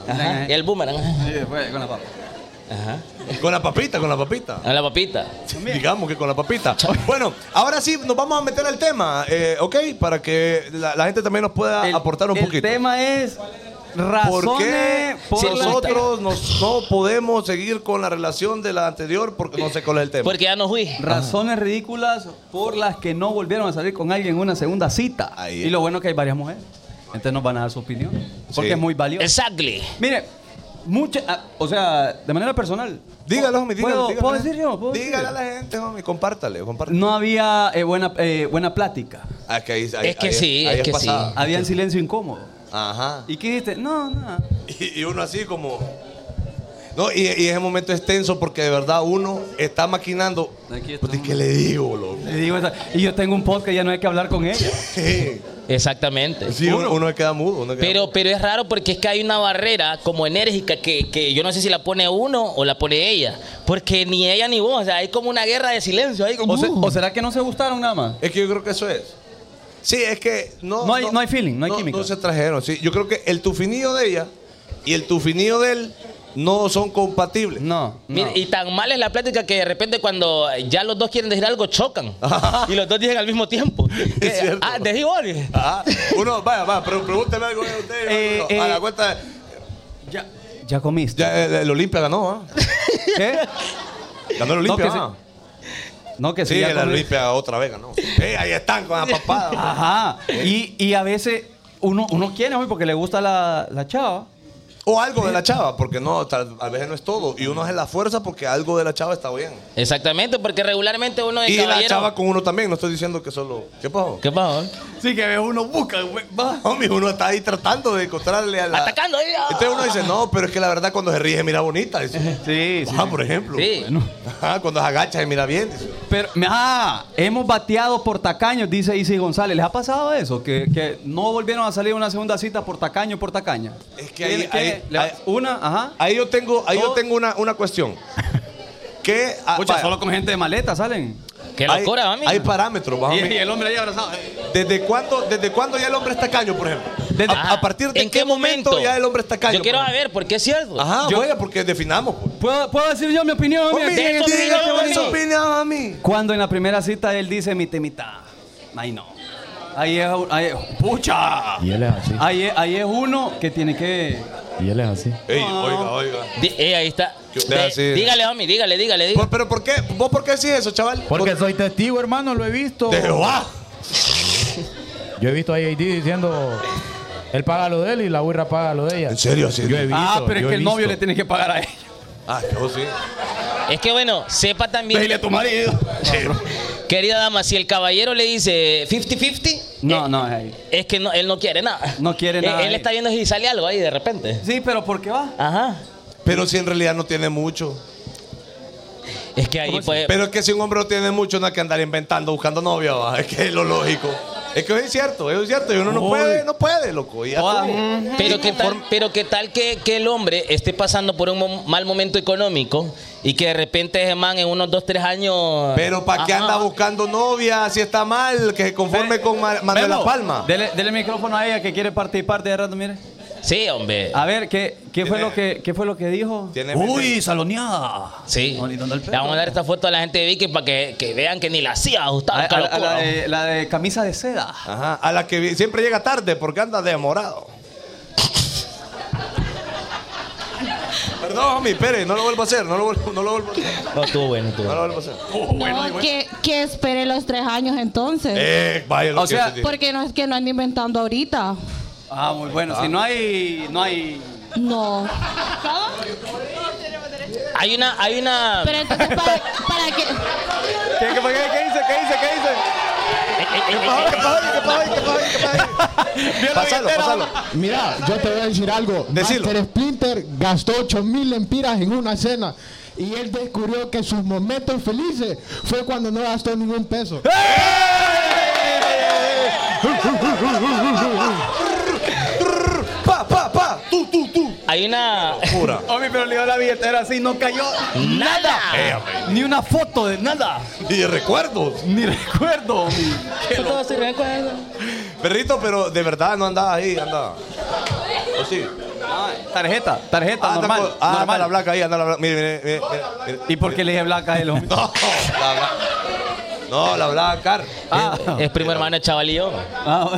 [SPEAKER 2] Ajá. Y el boomerang. ajá.
[SPEAKER 4] Sí, fue con la papa.
[SPEAKER 2] Ajá.
[SPEAKER 4] eh.
[SPEAKER 1] Con la papita, con la papita.
[SPEAKER 2] A la papita.
[SPEAKER 1] Digamos que con la papita. Bueno, ahora sí nos vamos a meter al tema, eh, ¿ok? Para que la, la gente también nos pueda
[SPEAKER 4] El-
[SPEAKER 1] aportar un poquito.
[SPEAKER 4] El tema es
[SPEAKER 1] ¿Por qué
[SPEAKER 4] razones por,
[SPEAKER 2] Sí,
[SPEAKER 4] las-
[SPEAKER 1] nosotros nos- no podemos seguir con la relación de la anterior? Porque no sé cuál es el
[SPEAKER 4] Em.
[SPEAKER 1] tema.
[SPEAKER 2] Porque ya no fui.
[SPEAKER 4] razones ridículas por las que no volvieron a salir con alguien en una segunda cita.
[SPEAKER 1] Ahí
[SPEAKER 4] y
[SPEAKER 1] es.
[SPEAKER 4] lo bueno es que hay varias mujeres. Entonces nos van a dar su opinión. Porque
[SPEAKER 1] Sí.
[SPEAKER 4] es muy valioso.
[SPEAKER 2] Exactly.
[SPEAKER 4] Mire, mucha, ah, o sea, de manera personal.
[SPEAKER 1] Dígalo, homie, dígalo.
[SPEAKER 4] ¿Puedo-
[SPEAKER 1] dígalo
[SPEAKER 4] puedo
[SPEAKER 1] a la gente.
[SPEAKER 4] decir yo? ¿Puedo decir
[SPEAKER 1] dígalo
[SPEAKER 4] yo?
[SPEAKER 1] a la gente, homie, compártale, compártale.
[SPEAKER 4] No había eh, buena, eh, buena plática.
[SPEAKER 1] Ah, es que, ahí- ahí-
[SPEAKER 2] Es que
[SPEAKER 1] ahí
[SPEAKER 2] sí,
[SPEAKER 1] ahí
[SPEAKER 2] es que sí.
[SPEAKER 1] pasada.
[SPEAKER 4] Había un silencio incómodo.
[SPEAKER 1] Ajá.
[SPEAKER 4] ¿Y qué dijiste? No, no.
[SPEAKER 1] Y, y uno así como... No, y, y ese momento es tenso porque de verdad uno está maquinando.
[SPEAKER 4] Aquí
[SPEAKER 1] Pues, ¿y
[SPEAKER 4] estamos.
[SPEAKER 1] ¿Qué le digo, loco?
[SPEAKER 4] Le digo esa- Y yo tengo un podcast, ya no hay que hablar con ella.
[SPEAKER 2] Exactamente.
[SPEAKER 1] Sí, uno, uno se queda mudo. uno se queda
[SPEAKER 2] Pero, pero es raro porque es que hay una barrera como enérgica que, que yo no sé si la pone uno o la pone ella. Porque ni ella ni vos, o sea, hay como una guerra de silencio ahí. como- uh.
[SPEAKER 4] O, se- o será que no se gustaron nada más?
[SPEAKER 1] Es que yo creo que eso es. Sí, es que no.
[SPEAKER 4] No hay- no hay feeling, no hay química.
[SPEAKER 1] No se trajeron, sí. Yo creo que el tufinío de ella y el tufinío de él no son compatibles.
[SPEAKER 4] No.
[SPEAKER 2] Mire,
[SPEAKER 4] no.
[SPEAKER 2] y tan mal es la plática que de repente cuando ya los dos quieren decir algo chocan. y los dos dicen al mismo tiempo. Que,
[SPEAKER 1] cierto.
[SPEAKER 2] ah, decí vos.
[SPEAKER 1] Ajá. Uno, vaya, vaya, pre- pregúnteme algo de usted.
[SPEAKER 4] Eh,
[SPEAKER 1] amigo. a
[SPEAKER 4] eh.
[SPEAKER 1] la cuenta,
[SPEAKER 4] Ya, ya comiste.
[SPEAKER 1] ya el, el Olimpia ganó, ¿ah?
[SPEAKER 4] ¿Qué?
[SPEAKER 1] Ganó el Olimpia,
[SPEAKER 4] No, que
[SPEAKER 1] ¿ah?
[SPEAKER 4] No, que
[SPEAKER 1] Sí,
[SPEAKER 4] sí. ya
[SPEAKER 1] el
[SPEAKER 4] comiste.
[SPEAKER 1] Olimpia otra vez ganó. Eh, ahí están con la papada.
[SPEAKER 4] Ajá. Y, y a veces uno, uno quiere, güey, porque le gusta la, la chava.
[SPEAKER 1] O algo de la chava, porque no, tal, a veces no es todo. Y uno hace la fuerza porque algo de la chava está bien.
[SPEAKER 2] Exactamente, porque regularmente uno de
[SPEAKER 1] Y la
[SPEAKER 2] caballero-
[SPEAKER 1] chava con uno también, no estoy diciendo que solo. ¿Qué pasó?
[SPEAKER 2] ¿Qué pasó?
[SPEAKER 4] Sí, que uno busca, güey. Va.
[SPEAKER 1] Homie, uno está ahí tratando de encontrarle a la.
[SPEAKER 2] Atacando ahí. ah.
[SPEAKER 1] Entonces uno dice, no, pero es que la verdad cuando se ríe mira bonita. Dice,
[SPEAKER 4] Sí, sí.
[SPEAKER 1] ah, por ejemplo.
[SPEAKER 2] Sí.
[SPEAKER 1] Ajá, cuando se agacha se mira bien. dice.
[SPEAKER 4] Pero, ah, hemos bateado por tacaños, dice Isi González. ¿Les ha pasado eso? Que, que no volvieron a salir una segunda cita por tacaño, por tacaña.
[SPEAKER 1] Es que ahí-
[SPEAKER 4] ¿Quién- quién
[SPEAKER 1] ahí-
[SPEAKER 4] le-
[SPEAKER 1] ahí-
[SPEAKER 4] una, ajá.
[SPEAKER 1] Ahí yo tengo, ahí yo
[SPEAKER 4] Todo-
[SPEAKER 1] tengo una, una cuestión. Que ah,
[SPEAKER 4] Pucha,
[SPEAKER 1] vaya,
[SPEAKER 4] solo con gente de maleta salen.
[SPEAKER 2] Qué
[SPEAKER 1] hay-
[SPEAKER 2] locura, mami.
[SPEAKER 1] Hay parámetros, vamos.
[SPEAKER 4] Y, y el Ah, hombre ahí abrazado. eh.
[SPEAKER 1] ¿Desde cuándo, ¿Desde cuándo ya el hombre está caño, por ejemplo?
[SPEAKER 4] Desde-
[SPEAKER 1] a, a partir de
[SPEAKER 2] Ah. ¿En qué momento?
[SPEAKER 1] ya el hombre está pues? caño?
[SPEAKER 2] Yo quiero
[SPEAKER 1] por ejemplo?
[SPEAKER 2] saber, porque es cierto.
[SPEAKER 1] Ajá,
[SPEAKER 4] Yo-
[SPEAKER 1] vaya, porque definamos. pues.
[SPEAKER 4] ¿Puedo, puedo decir yo mi opinión?
[SPEAKER 1] Homie,
[SPEAKER 4] Mira, qué
[SPEAKER 1] diga-
[SPEAKER 2] eso
[SPEAKER 4] bonito,
[SPEAKER 2] diga
[SPEAKER 4] qué
[SPEAKER 2] yo,
[SPEAKER 4] bonito.
[SPEAKER 1] eso opina a mí.
[SPEAKER 4] Cuando en la primera cita él dice mi temita. Ay, no. Ahí es. Ahí es ¡Pucha!
[SPEAKER 5] Y él es así.
[SPEAKER 4] Ahí es, ahí es uno que tiene que.
[SPEAKER 5] Y él es así.
[SPEAKER 1] Ey, oiga, oiga.
[SPEAKER 2] Di- eh, ahí está.
[SPEAKER 1] Que usted
[SPEAKER 2] Di-
[SPEAKER 1] así-
[SPEAKER 2] dígale, homie, dígale, dígale, dígale.
[SPEAKER 1] Por- ¿Pero por qué? ¿Vos por qué decís eso, chaval?
[SPEAKER 3] Porque soy testigo, hermano, lo he visto.
[SPEAKER 1] De Jehová.
[SPEAKER 3] Yo he visto a JD diciendo, él paga lo de él y la burra paga lo de ella.
[SPEAKER 1] ¿En serio? Así.
[SPEAKER 3] Yo he visto.
[SPEAKER 4] ah, pero es
[SPEAKER 3] yo
[SPEAKER 4] que
[SPEAKER 3] he
[SPEAKER 4] el novio
[SPEAKER 3] visto.
[SPEAKER 4] le tiene que pagar a ella.
[SPEAKER 1] Ah, yo sí.
[SPEAKER 2] Es que bueno, sepa también,
[SPEAKER 4] a tu marido.
[SPEAKER 2] querida dama, si el caballero le dice 50-50,
[SPEAKER 4] No, no, es ahí.
[SPEAKER 2] es que no, él no quiere nada.
[SPEAKER 4] No quiere
[SPEAKER 2] Él-
[SPEAKER 4] nada,
[SPEAKER 2] Él,
[SPEAKER 4] eh.
[SPEAKER 2] está viendo si sale algo ahí de repente.
[SPEAKER 4] Sí, pero ¿por qué va?
[SPEAKER 2] Ajá.
[SPEAKER 1] Pero si en realidad no tiene mucho.
[SPEAKER 2] Es que ahí pues.
[SPEAKER 1] Pero es que si un hombre no tiene mucho, no hay que andar inventando, buscando novia, va. es que es lo lógico. Es que es cierto, es cierto, y uno no
[SPEAKER 4] Uy.
[SPEAKER 1] puede, no puede, loco. y ya
[SPEAKER 4] Toda-
[SPEAKER 1] estuvo.
[SPEAKER 2] Pero qué tal, pero qué tal que, que el hombre esté pasando por un mo- mal momento económico y que de repente ese man en unos dos, tres años.
[SPEAKER 1] Pero ¿para qué
[SPEAKER 2] Ajá.
[SPEAKER 1] anda buscando novia si está mal? Que se conforme con Mar- Manuela
[SPEAKER 4] Memo,
[SPEAKER 1] Palma.
[SPEAKER 4] Dele, dele el micrófono a ella que quiere participar de rato, mire.
[SPEAKER 2] Sí, hombre.
[SPEAKER 4] A ver, ¿qué, qué, fue,
[SPEAKER 1] Tiene-
[SPEAKER 4] lo que, qué fue lo que dijo?
[SPEAKER 1] Tiene-
[SPEAKER 4] Uy, saloneada.
[SPEAKER 2] Sí.
[SPEAKER 4] No, ni dando el
[SPEAKER 2] Le
[SPEAKER 4] pelo.
[SPEAKER 2] vamos a dar esta foto a la gente de Vicky para que, que vean que ni la hacía
[SPEAKER 4] A-
[SPEAKER 2] ajustada.
[SPEAKER 4] a- a la, de, la de camisa de seda.
[SPEAKER 1] Ajá, a la que vi- siempre llega tarde porque anda demorado. Perdón, mi Pérez, no lo vuelvo a hacer, no lo vuelvo, no lo vuelvo a hacer.
[SPEAKER 2] No, estuvo bueno, estuvo
[SPEAKER 1] No lo
[SPEAKER 2] bueno.
[SPEAKER 1] vuelvo a hacer.
[SPEAKER 6] No, que, que espere los tres años entonces.
[SPEAKER 1] Eh, vaya lo
[SPEAKER 4] O
[SPEAKER 1] que
[SPEAKER 4] sea,
[SPEAKER 1] yo te digo.
[SPEAKER 6] Porque no es que no ande inventando ahorita.
[SPEAKER 4] Ah, muy bueno. Si no hay. No hay.
[SPEAKER 6] No.
[SPEAKER 2] Hay una, hay una.
[SPEAKER 6] Pero entonces, ¿para, para qué?
[SPEAKER 4] ¿Qué, qué, qué, qué dice? ¿Qué dice? ¿Qué dice?
[SPEAKER 2] Eh, eh, eh,
[SPEAKER 1] Ay,
[SPEAKER 2] eh,
[SPEAKER 1] qué padre, qué padre, qué padre, qué padre. Pásalo, pásalo.
[SPEAKER 7] Mira, yo te voy a decir algo.
[SPEAKER 1] Decilo.
[SPEAKER 7] Master Splinter gastó 8 mil lempiras en una cena. Y él descubrió que sus momentos felices fue cuando no gastó ningún peso.
[SPEAKER 1] Pa, pa, pa, tú, tú, tú.
[SPEAKER 2] eh, hay una.
[SPEAKER 1] Pura.
[SPEAKER 4] Hombre, pero le dio la billetera así, no cayó
[SPEAKER 2] Nada.
[SPEAKER 1] Eh, hombre,
[SPEAKER 4] ni una foto de nada,
[SPEAKER 1] Y de recuerdos.
[SPEAKER 4] ni recuerdo.
[SPEAKER 2] Yo todo estoy recuerdo.
[SPEAKER 1] Perrito, pero de verdad no andaba ahí, andaba. ¿O sí?
[SPEAKER 4] Ah, tarjeta, tarjeta,
[SPEAKER 1] anda
[SPEAKER 4] normal.
[SPEAKER 1] con- ah, anda
[SPEAKER 4] normal.
[SPEAKER 1] la blanca ahí, anda la blanca. Mire, mire, mire. mire, mire.
[SPEAKER 4] ¿Y por qué le dije blanca a él, hombre?
[SPEAKER 1] No, la blanca. No, la blanca.
[SPEAKER 4] Ah,
[SPEAKER 2] Es primo hermano de chavalillo.
[SPEAKER 4] ah,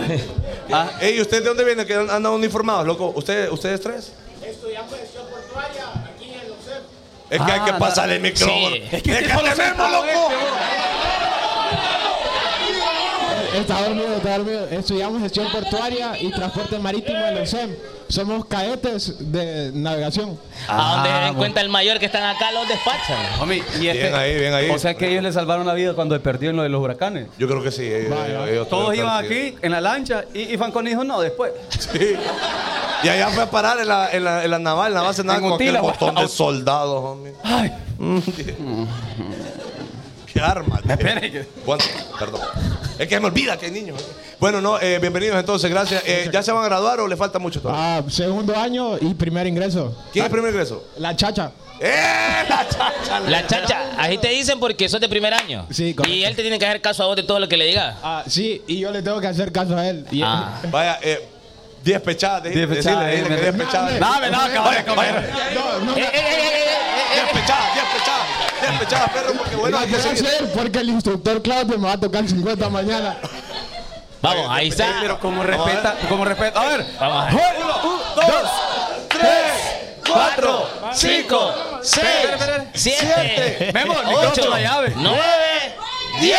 [SPEAKER 4] ah,
[SPEAKER 1] Ey, ¿usted de dónde viene? Que andan uniformados, loco. ¿Usted, ¿Ustedes tres? Estudiamos gestión portuaria aquí en el OCEP. Es que hay
[SPEAKER 4] Ah,
[SPEAKER 1] que pasar el micrófono.
[SPEAKER 2] Sí.
[SPEAKER 1] Es que, tenemos, loco.
[SPEAKER 7] Está dormido, está dormido. Estudiamos gestión portuaria y transporte marítimo en el SEM. Somos cadetes de navegación.
[SPEAKER 2] A donde se
[SPEAKER 4] Ah,
[SPEAKER 2] den
[SPEAKER 4] bueno.
[SPEAKER 2] cuenta el mayor que están acá los despachan.
[SPEAKER 4] homie, y este-
[SPEAKER 1] Bien ahí, bien ahí.
[SPEAKER 4] O sea que ellos le salvaron la vida cuando perdieron lo de los huracanes.
[SPEAKER 1] Yo creo que sí. ellos-
[SPEAKER 7] Vaya.
[SPEAKER 1] ellos-
[SPEAKER 4] Todos
[SPEAKER 1] ellos- sí.
[SPEAKER 4] iban aquí en la lancha y, y Fanconi dijo no después.
[SPEAKER 1] Sí. Y allá fue a parar en la, en la, en la naval, en la base naval,
[SPEAKER 4] En
[SPEAKER 1] con aquel
[SPEAKER 4] Utila,
[SPEAKER 1] montón de
[SPEAKER 4] guau.
[SPEAKER 1] soldados, homie.
[SPEAKER 4] Ay,
[SPEAKER 1] Qué arma. tío.
[SPEAKER 4] Espere que-
[SPEAKER 1] ¿Cuánto? Perdón. Es que me olvida que hay niños. Bueno, no, eh, bienvenidos entonces, gracias. Eh, ¿Ya se van a graduar o le falta mucho todavía?
[SPEAKER 7] Ah, segundo año y primer ingreso.
[SPEAKER 1] ¿Quién es el primer ingreso?
[SPEAKER 7] La chacha.
[SPEAKER 1] ¡Eh! La chacha.
[SPEAKER 2] La chacha, ahí te dicen porque sos de primer año.
[SPEAKER 7] Sí, correcto.
[SPEAKER 2] Y él te tiene que hacer caso a vos de todo lo que le digas.
[SPEAKER 7] Ah, sí, y yo le tengo que hacer caso a él. Y-
[SPEAKER 2] Ah.
[SPEAKER 1] Vaya, eh, 10 pechadas. de-
[SPEAKER 4] Diez pechadas,
[SPEAKER 1] decirle, decirle que
[SPEAKER 4] dime.
[SPEAKER 1] 10 pechadas.
[SPEAKER 4] Dame, no, caballero, caballero.
[SPEAKER 7] No, no,
[SPEAKER 2] Eh, eh, eh, eh, eh, eh.
[SPEAKER 1] 10 pechadas, 10 pechadas. 10 pechadas, perro, porque bueno, hay que
[SPEAKER 7] voy a
[SPEAKER 1] seguir.
[SPEAKER 7] hacer porque el instructor Claudio me va a tocar 50 mañana.
[SPEAKER 2] Vamos, ahí está.
[SPEAKER 4] Pero como respeta, como respeta. A ver.
[SPEAKER 2] Vamos a ver.
[SPEAKER 4] Uno, dos,
[SPEAKER 1] 3, 4, 5, 6,
[SPEAKER 2] Siete.
[SPEAKER 4] Memo, el micrófono, la llave.
[SPEAKER 2] Nueve. Diez.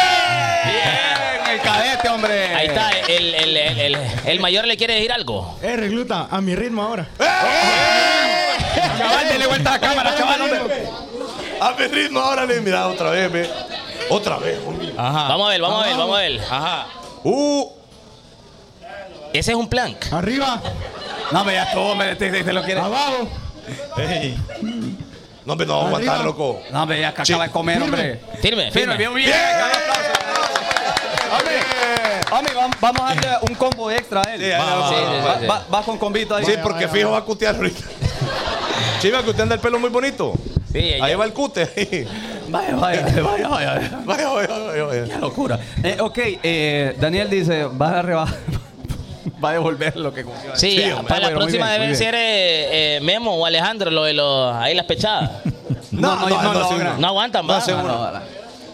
[SPEAKER 4] Bien, el cadete, hombre.
[SPEAKER 2] Ahí está, el, el, el, el, el mayor le quiere decir algo.
[SPEAKER 5] Eh, recluta, a mi ritmo ahora.
[SPEAKER 1] ¡Eh!
[SPEAKER 4] Chaval, dele vuelta a la cámara, chaval, hombre.
[SPEAKER 1] A mi ritmo, ahora le mira otra vez, ve. Otra vez, hombre.
[SPEAKER 4] Ajá.
[SPEAKER 2] Vamos a ver, vamos a ver, vamos a ver.
[SPEAKER 4] Ajá.
[SPEAKER 1] Uh,
[SPEAKER 2] Ese es un plank.
[SPEAKER 7] Arriba,
[SPEAKER 4] No, me ya estuvo, hombre, te, te- te lo quiere.
[SPEAKER 7] abajo,
[SPEAKER 1] no, hombre, no vamos a aguantar,
[SPEAKER 7] Arriba.
[SPEAKER 1] loco.
[SPEAKER 4] No, hombre, ya que acaba de comer, hombre.
[SPEAKER 2] Firme,
[SPEAKER 4] Firme,
[SPEAKER 2] firme.
[SPEAKER 4] bien, bien. Dale un aplauso. Hombre, hombre, vam- vamos a darle un combo extra a él.
[SPEAKER 1] Sí, ahí va,
[SPEAKER 4] va,
[SPEAKER 1] sí,
[SPEAKER 4] va,
[SPEAKER 2] sí,
[SPEAKER 4] va,
[SPEAKER 2] sí.
[SPEAKER 4] va- va con combito ahí.
[SPEAKER 1] Sí, porque
[SPEAKER 7] vaya,
[SPEAKER 1] fijo va a cutear ahorita. Sí, va a cutear anda el pelo muy bonito.
[SPEAKER 2] Sí, ahí-
[SPEAKER 1] Ahí va el cute.
[SPEAKER 4] Vaya, vaya, vaya, vaya.
[SPEAKER 1] Vaya, vaya, vaya, vaya.
[SPEAKER 4] Qué locura. Eh, ok, eh, Daniel dice, vas a rebajar. Va a devolver lo que comió.
[SPEAKER 2] Sí,
[SPEAKER 1] Sí, hombre,
[SPEAKER 2] para la
[SPEAKER 4] bueno, muy
[SPEAKER 2] próxima
[SPEAKER 4] bien,
[SPEAKER 2] deben
[SPEAKER 4] muy bien.
[SPEAKER 2] ser eh, eh, Memo o Alejandro, lo de los, ahí las pechadas.
[SPEAKER 1] No, no, no, no,
[SPEAKER 4] logra.
[SPEAKER 1] sí,
[SPEAKER 2] Ah, No aguantan,
[SPEAKER 1] No,
[SPEAKER 2] va.
[SPEAKER 1] seguro.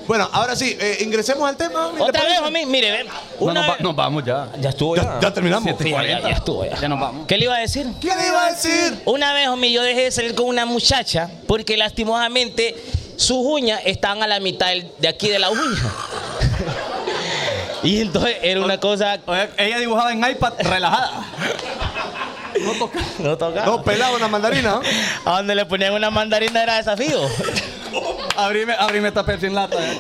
[SPEAKER 1] Bueno, ahora sí, eh, ingresemos al tema. hombre, ¿te
[SPEAKER 2] Otra
[SPEAKER 1] parece?
[SPEAKER 2] vez, mí, mire, ven.
[SPEAKER 4] No,
[SPEAKER 2] Una
[SPEAKER 4] nos, va-
[SPEAKER 2] vez-
[SPEAKER 4] nos vamos ya.
[SPEAKER 2] Ya estuvo
[SPEAKER 1] Ya, ya terminamos.
[SPEAKER 2] Sí, ya, ya estuvo ya.
[SPEAKER 4] Ya nos vamos.
[SPEAKER 2] ¿Qué le iba a decir?
[SPEAKER 1] ¿Qué le iba a decir?
[SPEAKER 2] Una vez, homie, yo dejé de salir con una muchacha porque lastimosamente sus uñas estaban a la mitad del- de aquí de la uña. y entonces era una cosa...
[SPEAKER 4] Oye, Ella dibujaba en iPad relajada.
[SPEAKER 2] No tocaba.
[SPEAKER 1] No, pelado una mandarina. ¿eh?
[SPEAKER 2] A donde le ponían una mandarina era desafío.
[SPEAKER 4] abrime, abrime esta Pepsi en lata. eh.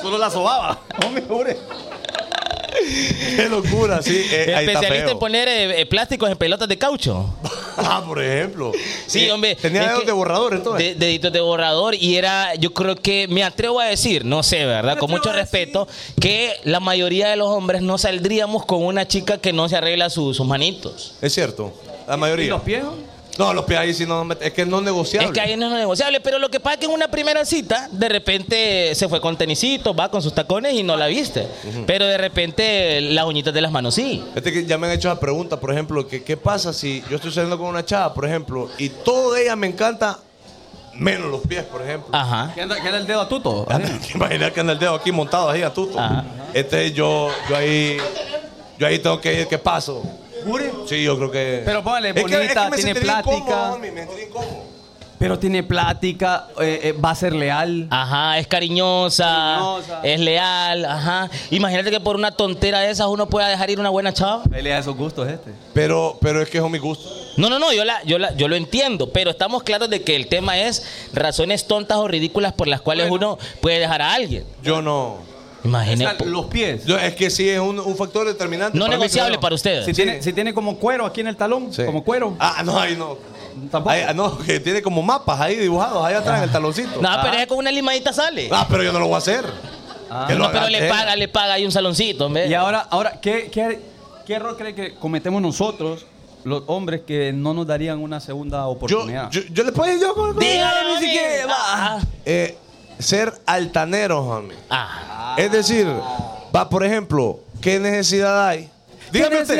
[SPEAKER 4] Solo la sobaba. No me jure.
[SPEAKER 1] Qué locura, sí. eh, ahí está
[SPEAKER 2] Especialista en
[SPEAKER 1] feo.
[SPEAKER 2] poner eh, eh, plásticos en pelotas de caucho.
[SPEAKER 1] Ah, por ejemplo.
[SPEAKER 2] Sí,
[SPEAKER 1] Eh,
[SPEAKER 2] hombre.
[SPEAKER 1] Tenía
[SPEAKER 2] es
[SPEAKER 1] dedos
[SPEAKER 2] que-
[SPEAKER 1] de borrador entonces.
[SPEAKER 2] de- deditos de borrador y era, yo creo que, me atrevo a decir, no sé, ¿verdad?
[SPEAKER 4] Me
[SPEAKER 2] Con mucho
[SPEAKER 4] atrevo a
[SPEAKER 2] respeto, que la mayoría de los hombres no saldríamos con una chica que no se arregla su- sus manitos.
[SPEAKER 1] Es cierto. La
[SPEAKER 4] ¿Y
[SPEAKER 1] mayoría.
[SPEAKER 4] los pies? hombre?
[SPEAKER 1] No, los pies ahí sí no. Es que no es negociable.
[SPEAKER 2] Es que ahí no es negociable, pero lo que pasa es que en una primera cita, de repente se fue con tenisitos, va con sus tacones y no la viste. Pero de repente las uñitas de las manos sí.
[SPEAKER 1] Este que ya me han hecho esa pregunta, por ejemplo, que qué pasa si yo estoy saliendo con una chava, por ejemplo, y todo de ella me encanta, menos los pies, por ejemplo.
[SPEAKER 2] Ajá.
[SPEAKER 4] ¿Qué anda, qué anda el dedo a tu todo?
[SPEAKER 1] Imagina que anda el dedo aquí montado ahí a tuto.
[SPEAKER 2] Ajá.
[SPEAKER 1] Este yo, yo ahí, yo ahí tengo que ir, ¿qué paso?
[SPEAKER 4] ¿Jure?
[SPEAKER 1] Sí, yo creo que.
[SPEAKER 4] Pero póngale, bonita,
[SPEAKER 1] me
[SPEAKER 4] tiene
[SPEAKER 1] sentiría
[SPEAKER 4] plática.
[SPEAKER 1] incómodo, homie, me sentiría incómodo.
[SPEAKER 4] Pero tiene plática, eh, eh, va a ser leal.
[SPEAKER 2] Ajá, es cariñosa,
[SPEAKER 4] Cariñosa.
[SPEAKER 2] es leal, ajá. Imagínate que por una tontera de esas uno pueda dejar ir una buena chava.
[SPEAKER 4] Él le da esos gustos este.
[SPEAKER 1] Pero, pero es que es mi gusto.
[SPEAKER 2] No, no, no, yo, la, yo, la, yo lo entiendo, pero estamos claros de que el tema es razones tontas o ridículas por las cuales uno puede dejar a alguien.
[SPEAKER 1] Yo no.
[SPEAKER 4] O sea,
[SPEAKER 2] Imagínate.
[SPEAKER 4] los pies.
[SPEAKER 1] yo- es que sí es un, un factor determinante.
[SPEAKER 2] No
[SPEAKER 1] para mí,
[SPEAKER 2] negociable
[SPEAKER 1] claro.
[SPEAKER 2] para ustedes.
[SPEAKER 4] Si, tiene, si tiene como cuero aquí en el talón,
[SPEAKER 1] Sí.
[SPEAKER 4] como cuero.
[SPEAKER 1] Ah, no, ahí no.
[SPEAKER 4] Tampoco.
[SPEAKER 1] Ahí- ah, no, que tiene como mapas ahí dibujados, ahí atrás en el taloncito.
[SPEAKER 2] No, pero es con una limadita sale.
[SPEAKER 1] Ah, pero yo no lo voy a hacer.
[SPEAKER 4] Ah.
[SPEAKER 1] Que lo
[SPEAKER 2] No, pero
[SPEAKER 1] haga eh,
[SPEAKER 2] le
[SPEAKER 1] él.
[SPEAKER 2] paga, le paga ahí un saloncito, hombre.
[SPEAKER 4] Y ahora, ahora ¿qué, qué, qué error cree que cometemos nosotros, los hombres, que no nos darían una segunda
[SPEAKER 1] Yo,
[SPEAKER 4] oportunidad?
[SPEAKER 1] yo, yo le puedo decir yo. ¿cómo?
[SPEAKER 2] Dígale,
[SPEAKER 4] ni
[SPEAKER 2] homie.
[SPEAKER 4] siquiera.
[SPEAKER 2] Ah,
[SPEAKER 1] Eh, ser altanero, homie.
[SPEAKER 2] ah.
[SPEAKER 1] Es decir, va, por ejemplo, ¿qué necesidad hay? Dígame usted,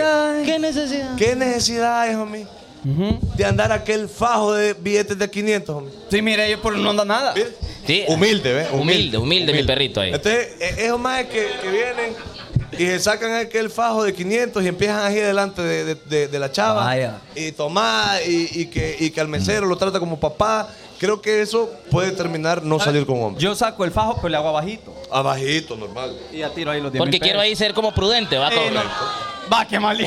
[SPEAKER 2] ¿Qué necesidad?
[SPEAKER 1] ¿qué necesidad hay, homie? De andar aquel fajo de billetes de 500, homie.
[SPEAKER 4] Sí, mire, yo por no anda nada.
[SPEAKER 1] Mire.
[SPEAKER 2] Sí.
[SPEAKER 1] Humilde, ¿ves?
[SPEAKER 2] Humilde, humilde, mi perrito ahí.
[SPEAKER 1] Entonces, e- esos más que, que vienen y se sacan aquel fajo de 500 y empiezan ahí delante de, de- de- de la chava.
[SPEAKER 2] Ah,
[SPEAKER 4] Vaya.
[SPEAKER 1] Y tomar y, y que, y que al mesero lo trata como papá. Creo que eso puede terminar no salir con hombre.
[SPEAKER 4] Yo saco el fajo, pero le hago abajito.
[SPEAKER 1] Ah, Abajito, normal.
[SPEAKER 4] Y ya tiro ahí los 10
[SPEAKER 2] Porque quiero ahí ser como prudente, va todo.
[SPEAKER 4] Va, qué mal.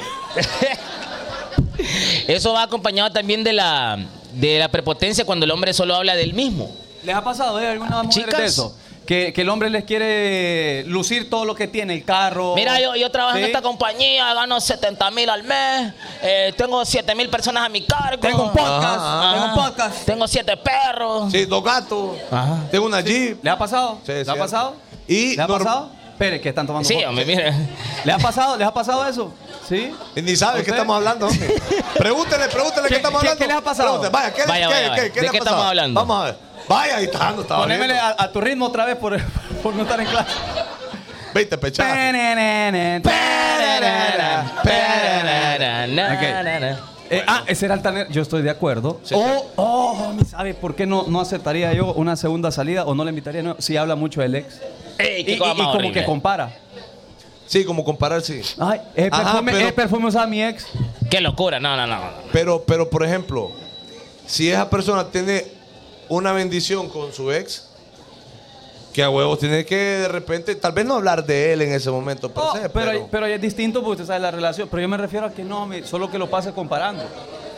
[SPEAKER 2] Eso va acompañado también de la, de la prepotencia cuando el hombre solo habla del mismo.
[SPEAKER 4] ¿Les ha pasado eh, alguna mujer
[SPEAKER 2] Chicas.
[SPEAKER 4] de eso? Que, que el hombre les quiere lucir todo lo que tiene, el carro.
[SPEAKER 2] Mira, yo, yo trabajo en
[SPEAKER 4] Sí.
[SPEAKER 2] esta compañía, gano 70 mil al mes, eh, tengo 7 mil personas a mi cargo.
[SPEAKER 4] Tengo un podcast,
[SPEAKER 1] Ajá,
[SPEAKER 2] Ajá.
[SPEAKER 4] tengo un podcast.
[SPEAKER 2] Tengo 7 perros.
[SPEAKER 1] Sí, dos gatos.
[SPEAKER 2] Ajá.
[SPEAKER 1] Tengo una Jeep.
[SPEAKER 4] ¿Le ha pasado?
[SPEAKER 1] Sí,
[SPEAKER 4] ¿Le
[SPEAKER 1] es
[SPEAKER 4] ha
[SPEAKER 1] cierto.
[SPEAKER 4] pasado?
[SPEAKER 1] Y
[SPEAKER 4] ¿Le ha
[SPEAKER 1] norm-
[SPEAKER 4] pasado? Espere, que están tomando
[SPEAKER 2] Sí,
[SPEAKER 4] fotos.
[SPEAKER 2] hombre, mire.
[SPEAKER 4] ¿Les ha pasado? ¿Les ha pasado eso? ¿Sí?
[SPEAKER 1] Y Ni sabe qué
[SPEAKER 4] ¿Usted?
[SPEAKER 1] estamos hablando, hombre. Pregúntele, pregúntele qué,
[SPEAKER 4] ¿Qué-
[SPEAKER 1] estamos
[SPEAKER 4] qué-
[SPEAKER 1] hablando.
[SPEAKER 4] qué les ha pasado?
[SPEAKER 1] Pregúntele, Vaya, ¿qué,
[SPEAKER 2] Vaya,
[SPEAKER 1] qué-
[SPEAKER 2] vaya, vaya.
[SPEAKER 1] qué- qué
[SPEAKER 2] ¿De
[SPEAKER 1] le ha
[SPEAKER 2] qué estamos
[SPEAKER 1] pasado?
[SPEAKER 2] hablando?
[SPEAKER 1] Vamos a ver. Vaya, ahí está, no estaba
[SPEAKER 4] Ponémele
[SPEAKER 1] viendo.
[SPEAKER 4] a, a tu ritmo otra vez por, por no estar en clase.
[SPEAKER 1] Viste, pechada.
[SPEAKER 4] Ok. Eh, ah, ese era altanero. Yo estoy de acuerdo.
[SPEAKER 1] Sí,
[SPEAKER 4] o,
[SPEAKER 1] claro.
[SPEAKER 4] oh, ¿sabe por qué no, no aceptaría yo una segunda salida o no la invitaría? No, si habla mucho del ex.
[SPEAKER 2] Ey, qué
[SPEAKER 4] y, y-
[SPEAKER 2] cosa
[SPEAKER 4] y
[SPEAKER 2] más
[SPEAKER 4] como
[SPEAKER 2] horrible.
[SPEAKER 4] que compara.
[SPEAKER 1] Sí, como comparar, sí.
[SPEAKER 4] Ay, el
[SPEAKER 1] Ajá,
[SPEAKER 4] perfume,
[SPEAKER 1] pero-
[SPEAKER 4] el perfume usaba mi ex.
[SPEAKER 2] Qué locura, no, no, no.
[SPEAKER 1] Pero, pero, por ejemplo, si esa persona tiene una bendición con su ex, que a huevos tiene que de repente, tal vez no hablar de él en ese momento, per
[SPEAKER 4] Oh,
[SPEAKER 1] se,
[SPEAKER 4] pero,
[SPEAKER 1] pero,
[SPEAKER 4] pero es distinto porque usted sabe la relación. Pero yo me refiero a que no, mi- solo que lo pase comparando.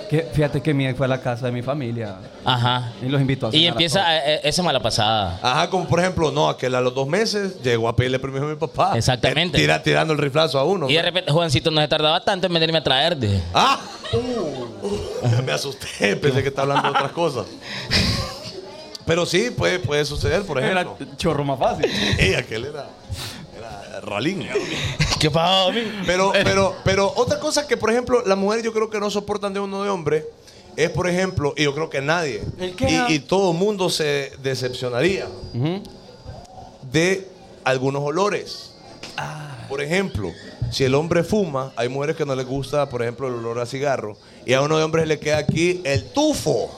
[SPEAKER 4] Que, fíjate que mi ex fue a la casa de mi familia
[SPEAKER 2] Ajá.
[SPEAKER 4] y los invitó a cenar
[SPEAKER 2] Y
[SPEAKER 4] a
[SPEAKER 2] empieza
[SPEAKER 4] todos.
[SPEAKER 2] eh, eh, esa mala pasada.
[SPEAKER 1] Ajá, como por ejemplo, no, aquel a los dos meses llegó a pedirle permiso a mi papá.
[SPEAKER 2] Exactamente.
[SPEAKER 1] Eh, Tira, tirando el riflazo a uno.
[SPEAKER 2] Y de
[SPEAKER 1] ¿no?
[SPEAKER 2] repente, Juancito, no se tardaba tanto en venirme a traer. dije.
[SPEAKER 1] ¡Ah! Me asusté, pensé que estaba hablando de otras cosas. Pero sí, puede, puede suceder, por ejemplo.
[SPEAKER 4] Era chorro más fácil.
[SPEAKER 1] Ey, aquel era, era ralín.
[SPEAKER 2] ¿Qué pasó, mí?
[SPEAKER 1] Pero, pero, pero otra cosa que, por ejemplo, las mujeres yo creo que no soportan de uno de hombre es, por ejemplo, y yo creo que nadie,
[SPEAKER 4] ¿El qué?
[SPEAKER 1] y, y todo mundo se decepcionaría de algunos olores. Por ejemplo, si el hombre fuma, hay mujeres que no les gusta, por ejemplo, el olor a cigarro, y a uno de hombres le queda aquí el tufo,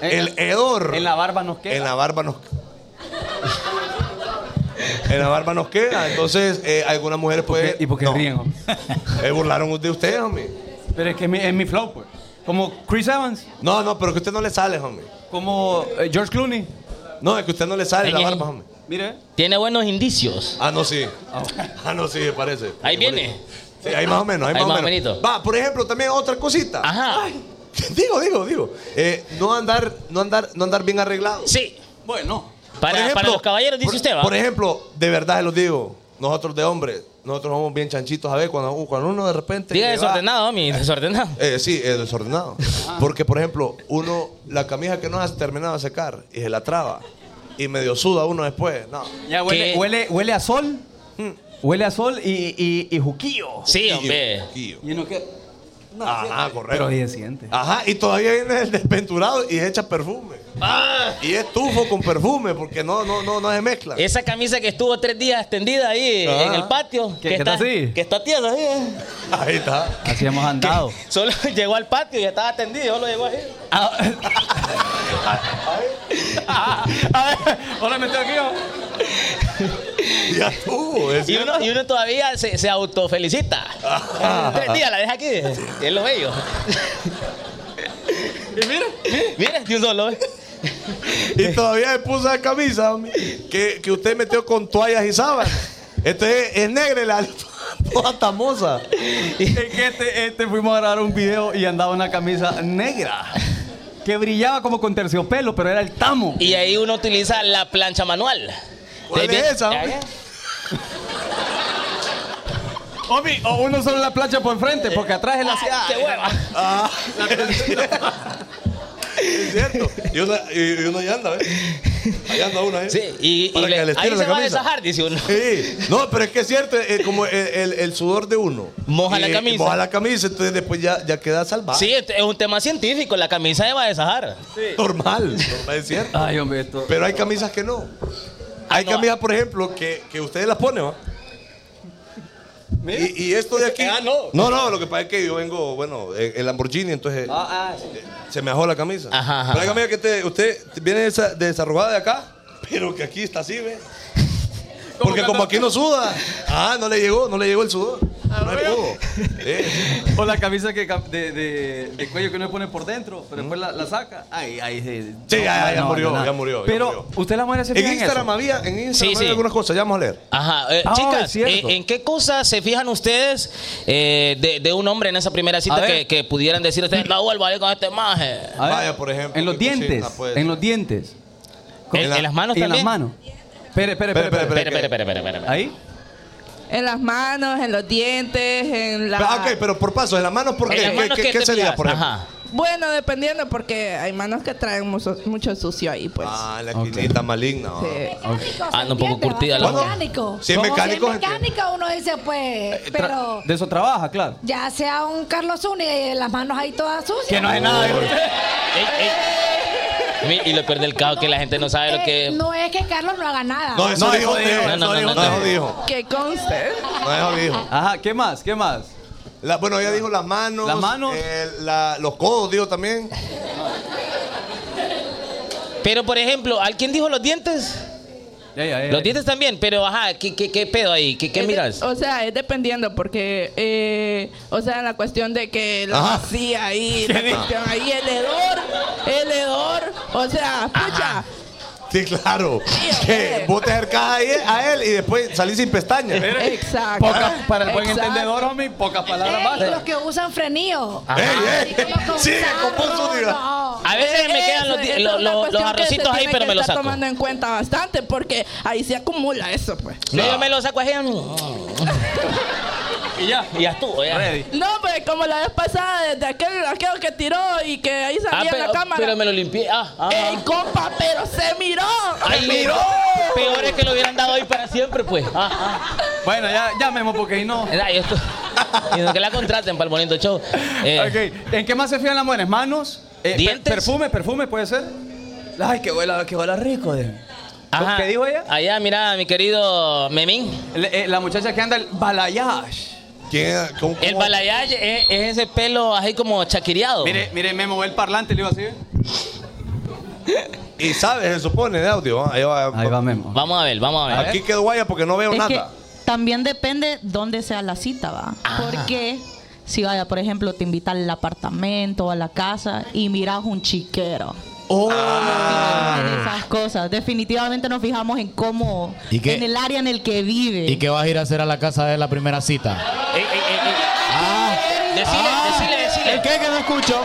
[SPEAKER 1] el hedor.
[SPEAKER 4] En la barba nos queda.
[SPEAKER 1] En la barba nos. en la barba nos queda. Entonces, eh, algunas mujeres pueden.
[SPEAKER 4] ¿Y por qué
[SPEAKER 1] no.
[SPEAKER 4] ríen? hombre?
[SPEAKER 1] Eh, burlaron de ustedes, homie.
[SPEAKER 4] Pero es que es mi, es mi flow, pues. Como Chris Evans,
[SPEAKER 1] No, no, pero que a usted no le sale, homie.
[SPEAKER 4] como eh, George Clooney.
[SPEAKER 1] No, es que a usted no le sale la
[SPEAKER 2] Ey, ey.
[SPEAKER 1] barba, homie.
[SPEAKER 4] Mire.
[SPEAKER 2] Tiene buenos indicios.
[SPEAKER 1] Ah, no, sí. Ah, no, sí, me parece.
[SPEAKER 2] Ahí viene.
[SPEAKER 1] Sí, ahí más o menos, ahí,
[SPEAKER 2] Ahí
[SPEAKER 1] más
[SPEAKER 2] más
[SPEAKER 1] o
[SPEAKER 2] o
[SPEAKER 1] menos.
[SPEAKER 2] menito.
[SPEAKER 1] Va, por ejemplo, también otra cosita.
[SPEAKER 2] Ajá.
[SPEAKER 1] digo, digo, digo. Eh, no andar, no andar, no andar bien arreglado.
[SPEAKER 2] Sí.
[SPEAKER 4] Bueno.
[SPEAKER 1] Por
[SPEAKER 2] Para,
[SPEAKER 1] ejemplo,
[SPEAKER 2] para los caballeros, dice
[SPEAKER 1] por-
[SPEAKER 2] usted, ¿va?
[SPEAKER 1] Por ejemplo, de verdad se los digo, nosotros de hombres, nosotros somos bien chanchitos a ver cuando, uh, cuando uno de repente.
[SPEAKER 2] Diga
[SPEAKER 1] le va-
[SPEAKER 2] desordenado, mi desordenado.
[SPEAKER 1] Eh, sí, es desordenado.
[SPEAKER 4] Ah.
[SPEAKER 1] Porque, por ejemplo, uno, la camisa que no has terminado de secar y se la traba y medio suda uno después. No.
[SPEAKER 4] Ya huele,
[SPEAKER 2] ¿Qué?
[SPEAKER 4] huele, huele a sol.
[SPEAKER 1] Hmm.
[SPEAKER 4] Huele a sol y, y, y juquillo.
[SPEAKER 2] Sí,
[SPEAKER 1] Y-
[SPEAKER 2] hombre.
[SPEAKER 1] y-
[SPEAKER 4] Y no que. No,
[SPEAKER 1] Ajá,
[SPEAKER 4] sí,
[SPEAKER 1] correcto.
[SPEAKER 4] Pero bien siente.
[SPEAKER 1] Ajá, y todavía viene el desventurado y echa perfume.
[SPEAKER 2] Ah,
[SPEAKER 1] Y es tufo con perfume porque no, no, no, no se mezcla.
[SPEAKER 2] Esa camisa que estuvo tres días tendida ahí eh,
[SPEAKER 1] Ajá.
[SPEAKER 2] en el patio.
[SPEAKER 4] ¿Qué-
[SPEAKER 2] que,
[SPEAKER 4] qué tal
[SPEAKER 2] está,
[SPEAKER 4] así?
[SPEAKER 2] que está tiesa así, ¿eh?
[SPEAKER 1] Ahí está.
[SPEAKER 4] Así hemos andado.
[SPEAKER 2] Solo llegó al patio y estaba tendido, solo llegó así.
[SPEAKER 4] Ah, a ver, ahora me oh. tengo que ir.
[SPEAKER 1] Ya estuvo. es
[SPEAKER 2] Y
[SPEAKER 1] cierto.
[SPEAKER 2] uno, y uno todavía se, se autofelicita.
[SPEAKER 1] Ajá.
[SPEAKER 2] Tres días la deja aquí. eh. Es lo bello. y mira, mira, de un solo. ¿eh?
[SPEAKER 1] Y todavía se puso la camisa homie, que, que usted metió con toallas y sábanas. Entonces es negra y la toda tamosa.
[SPEAKER 4] Es que este, este fuimos a grabar un video y andaba una camisa negra. Que brillaba como con terciopelo, pero era el tamo.
[SPEAKER 2] Y ahí uno utiliza la plancha manual.
[SPEAKER 1] ¿Cuál es
[SPEAKER 2] Ustedes ven-
[SPEAKER 1] esa,
[SPEAKER 2] Ya,
[SPEAKER 1] hombre?
[SPEAKER 4] Omi, o uno solo la plancha por frente, porque atrás es la
[SPEAKER 2] ya. ¡Qué hueva!
[SPEAKER 1] Ah, es cierto. Y uno, y, y uno ahí anda, ¿ves? Ahí anda uno, ¿eh?
[SPEAKER 2] Sí, y, y
[SPEAKER 1] Para
[SPEAKER 2] le-
[SPEAKER 1] que le
[SPEAKER 2] ahí
[SPEAKER 1] estire
[SPEAKER 2] se
[SPEAKER 1] la
[SPEAKER 2] va a
[SPEAKER 1] camisa.
[SPEAKER 2] desajar, dice uno.
[SPEAKER 1] Sí, no, pero es que es cierto, eh, como el, el- el sudor de uno.
[SPEAKER 2] Moja
[SPEAKER 1] Y,
[SPEAKER 2] la
[SPEAKER 1] eh,
[SPEAKER 2] camisa.
[SPEAKER 1] Moja la camisa, entonces después ya, ya queda salvado.
[SPEAKER 2] Sí, este es un tema científico, la camisa se va a desajar.
[SPEAKER 1] Normal, normal, es cierto.
[SPEAKER 4] Ay, hombre, esto.
[SPEAKER 1] Pero hay camisas que no. Hay
[SPEAKER 2] Ah, no.
[SPEAKER 1] camisas, por ejemplo, que, que ustedes las ponen, ¿va? Y, y esto de aquí.
[SPEAKER 2] Ah, no.
[SPEAKER 1] No, no, lo que pasa es que yo vengo, bueno, en en Lamborghini, entonces
[SPEAKER 4] Ah, ah, sí.
[SPEAKER 1] se me ajó la camisa.
[SPEAKER 2] Ajá, ajá.
[SPEAKER 1] Pero hay camisa que te- usted viene desa- desarrugada de acá, pero que aquí está así, ¿ve? Porque como aquí no suda. Ah, no le llegó, no le llegó el sudor.
[SPEAKER 2] Ah,
[SPEAKER 1] No le pudo. Eh,
[SPEAKER 4] O la camisa que cam- de, de- de cuello que uno pone por dentro, pero después la, la saca. Ay, ay, sí.
[SPEAKER 1] Sí, ya- ya- ya
[SPEAKER 4] no,
[SPEAKER 1] murió,
[SPEAKER 4] no.
[SPEAKER 1] ya murió, ya
[SPEAKER 4] Pero
[SPEAKER 1] murió.
[SPEAKER 4] usted la mujer se
[SPEAKER 1] En
[SPEAKER 4] fija en
[SPEAKER 1] Instagram
[SPEAKER 4] eso.
[SPEAKER 1] había, en Instagram
[SPEAKER 2] Sí,
[SPEAKER 1] había
[SPEAKER 2] sí.
[SPEAKER 1] algunas cosas, ya vamos a leer.
[SPEAKER 2] Ajá. eh,
[SPEAKER 4] Ah, es
[SPEAKER 2] chicas,
[SPEAKER 4] cierto.
[SPEAKER 2] eh, ¿en qué cosas se fijan ustedes eh, de, de un hombre en esa primera cita
[SPEAKER 4] A
[SPEAKER 2] que,
[SPEAKER 4] ver.
[SPEAKER 2] que pudieran decir
[SPEAKER 1] Mm.
[SPEAKER 2] ustedes, no vuelvo a ir con este maje?
[SPEAKER 4] A ver,
[SPEAKER 1] Vaya, por ejemplo, pues.
[SPEAKER 4] En los
[SPEAKER 1] qué cosita
[SPEAKER 4] dientes.
[SPEAKER 1] puede ser.
[SPEAKER 4] en los dientes.
[SPEAKER 2] ¿En, en las manos
[SPEAKER 4] y en
[SPEAKER 2] también?
[SPEAKER 4] las manos. Espere, espere, espere.
[SPEAKER 1] Espere,
[SPEAKER 4] espere.
[SPEAKER 2] Espera, espera, espera, espera, espera.
[SPEAKER 4] Ahí.
[SPEAKER 8] En las manos, en los dientes, en la...
[SPEAKER 1] Ah, ok, pero por paso, en las manos, ¿por qué?
[SPEAKER 2] En las
[SPEAKER 1] ¿Qué-
[SPEAKER 2] manos,
[SPEAKER 1] ¿Qué,
[SPEAKER 2] ¿qué
[SPEAKER 1] qué
[SPEAKER 2] te
[SPEAKER 1] sería,
[SPEAKER 2] fijas?
[SPEAKER 1] por ejemplo?
[SPEAKER 2] Ajá.
[SPEAKER 8] Bueno, dependiendo, porque hay manos que traen mucho, mucho sucio ahí, pues.
[SPEAKER 1] Ah, la esquinita maligna. ¿no?
[SPEAKER 8] Sí.
[SPEAKER 2] Ah, no, un poco curtida la
[SPEAKER 1] Bueno,
[SPEAKER 2] mujer.
[SPEAKER 9] mecánico.
[SPEAKER 1] Si es mecánico,
[SPEAKER 9] Si es mecánico, uno dice, pues,
[SPEAKER 2] Eh,
[SPEAKER 4] Tra-
[SPEAKER 9] pero
[SPEAKER 4] De eso trabaja, claro.
[SPEAKER 9] ya sea un Carlos Zúñiga y las manos ahí todas sucias.
[SPEAKER 4] Que no hay nada de
[SPEAKER 2] Ey, ey, Mi- Y lo peor del caos es que la gente no sabe lo
[SPEAKER 9] Eh,
[SPEAKER 2] que.
[SPEAKER 9] No es que Carlos no haga nada.
[SPEAKER 1] No, eso
[SPEAKER 4] No,
[SPEAKER 1] dijo,
[SPEAKER 4] eso dijo,
[SPEAKER 1] Teo,
[SPEAKER 2] no, no,
[SPEAKER 1] eso dijo,
[SPEAKER 2] no, no,
[SPEAKER 1] no,
[SPEAKER 2] no.
[SPEAKER 1] dijo.
[SPEAKER 8] Que conste.
[SPEAKER 1] No, eso dijo.
[SPEAKER 4] Ajá, ¿qué más? ¿Qué más?
[SPEAKER 1] La- bueno, ella dijo las manos.
[SPEAKER 4] Las manos.
[SPEAKER 1] eh, la- los codos, dijo también.
[SPEAKER 2] Pero por ejemplo, ¿alguien dijo los dientes?
[SPEAKER 4] Ya, ya, ya.
[SPEAKER 2] Los dientes también, pero ajá, ¿qué, qué, qué pedo ahí? ¿Qué,
[SPEAKER 4] Eh,
[SPEAKER 2] qué
[SPEAKER 8] Es de-
[SPEAKER 2] miras?
[SPEAKER 4] oh,
[SPEAKER 8] O sea, es dependiendo, porque, eh, o sea, la cuestión de que la
[SPEAKER 1] Ajá.
[SPEAKER 8] vacía ahí, la cuestión ahí, el hedor, el hedor, o sea, pucha,
[SPEAKER 1] Sí, claro. Que vos te acercás ahí a él y después salís sin pestañas.
[SPEAKER 8] exacto.
[SPEAKER 4] Pocas- para el buen
[SPEAKER 8] Exacto.
[SPEAKER 4] entendedor, homie, pocas palabras
[SPEAKER 9] Eh,
[SPEAKER 4] más.
[SPEAKER 9] los que usan frenillo.
[SPEAKER 2] Ajá.
[SPEAKER 9] Así
[SPEAKER 1] Ey,
[SPEAKER 9] que
[SPEAKER 1] ey,
[SPEAKER 9] los que
[SPEAKER 1] sigue
[SPEAKER 9] usan-
[SPEAKER 1] con vos,
[SPEAKER 9] no,
[SPEAKER 1] diga.
[SPEAKER 9] no.
[SPEAKER 2] A veces me quedan los, di-
[SPEAKER 8] Eso, eso
[SPEAKER 2] lo-
[SPEAKER 8] es una
[SPEAKER 2] lo- los
[SPEAKER 8] cuestión que se
[SPEAKER 2] arrocitos ahí,
[SPEAKER 8] tiene
[SPEAKER 2] pero
[SPEAKER 8] que
[SPEAKER 2] me los
[SPEAKER 8] estar
[SPEAKER 2] saco.
[SPEAKER 8] tomando en cuenta bastante, porque ahí se acumula eso, pues.
[SPEAKER 2] No, yo me los saco así.
[SPEAKER 4] Y ya.
[SPEAKER 2] Y ya estuvo, ya.
[SPEAKER 4] Ready.
[SPEAKER 8] No, pues como la vez pasada, desde aquel, aquel que tiró y que ahí salía
[SPEAKER 2] Ah,
[SPEAKER 8] en
[SPEAKER 2] pero,
[SPEAKER 8] la cámara.
[SPEAKER 2] pero me lo limpié. Ah, ah.
[SPEAKER 4] Eh,
[SPEAKER 8] ¡Ey, compa! ¡Pero se miró!
[SPEAKER 2] Ay, Peor es que lo hubieran dado ahí para siempre, pues. Ah, ah.
[SPEAKER 4] Bueno, ya, ya, Memo, porque ahí no.
[SPEAKER 2] Era, y esto- y no que la contraten para el bonito show. Eh,
[SPEAKER 4] Ok, ¿en qué más se fijan las mujeres? ¿Manos? Eh, per-
[SPEAKER 2] ¿Dientes?
[SPEAKER 4] ¿Perfume, perfume puede ser? Ay, que huela, que huela rico. de-
[SPEAKER 2] ajá. Ah.
[SPEAKER 4] ¿Qué dijo ella?
[SPEAKER 2] Allá, mira, mi querido Memín.
[SPEAKER 4] Le- eh, la muchacha que anda el balayage.
[SPEAKER 1] ¿Quién, cómo-
[SPEAKER 2] El
[SPEAKER 1] cómo-
[SPEAKER 2] balayage es, es ese pelo así como chaquireado.
[SPEAKER 4] Mire, mire, me movió el parlante, le iba así.
[SPEAKER 1] Y sabes, se supone, de audio. ¿ah? Ahí va,
[SPEAKER 4] Memo.
[SPEAKER 2] Vamos a ver, vamos a ver.
[SPEAKER 1] Aquí quedó guaya porque no veo
[SPEAKER 6] Es que
[SPEAKER 1] nada.
[SPEAKER 6] también depende dónde sea la cita, va.
[SPEAKER 3] Ah.
[SPEAKER 6] Porque si vaya, por ejemplo, te invitan al apartamento o a la casa y miras un chiquero.
[SPEAKER 3] Oh.
[SPEAKER 6] En esas cosas. Definitivamente nos fijamos en cómo,
[SPEAKER 3] ¿Y qué?
[SPEAKER 6] en el área en el que vive.
[SPEAKER 3] ¿Y qué vas a ir a hacer a la casa de la primera cita?
[SPEAKER 2] Ey, ey, ey, ey. Decile,
[SPEAKER 4] Ah.
[SPEAKER 2] decile, decile.
[SPEAKER 7] ¿El qué que no escucho?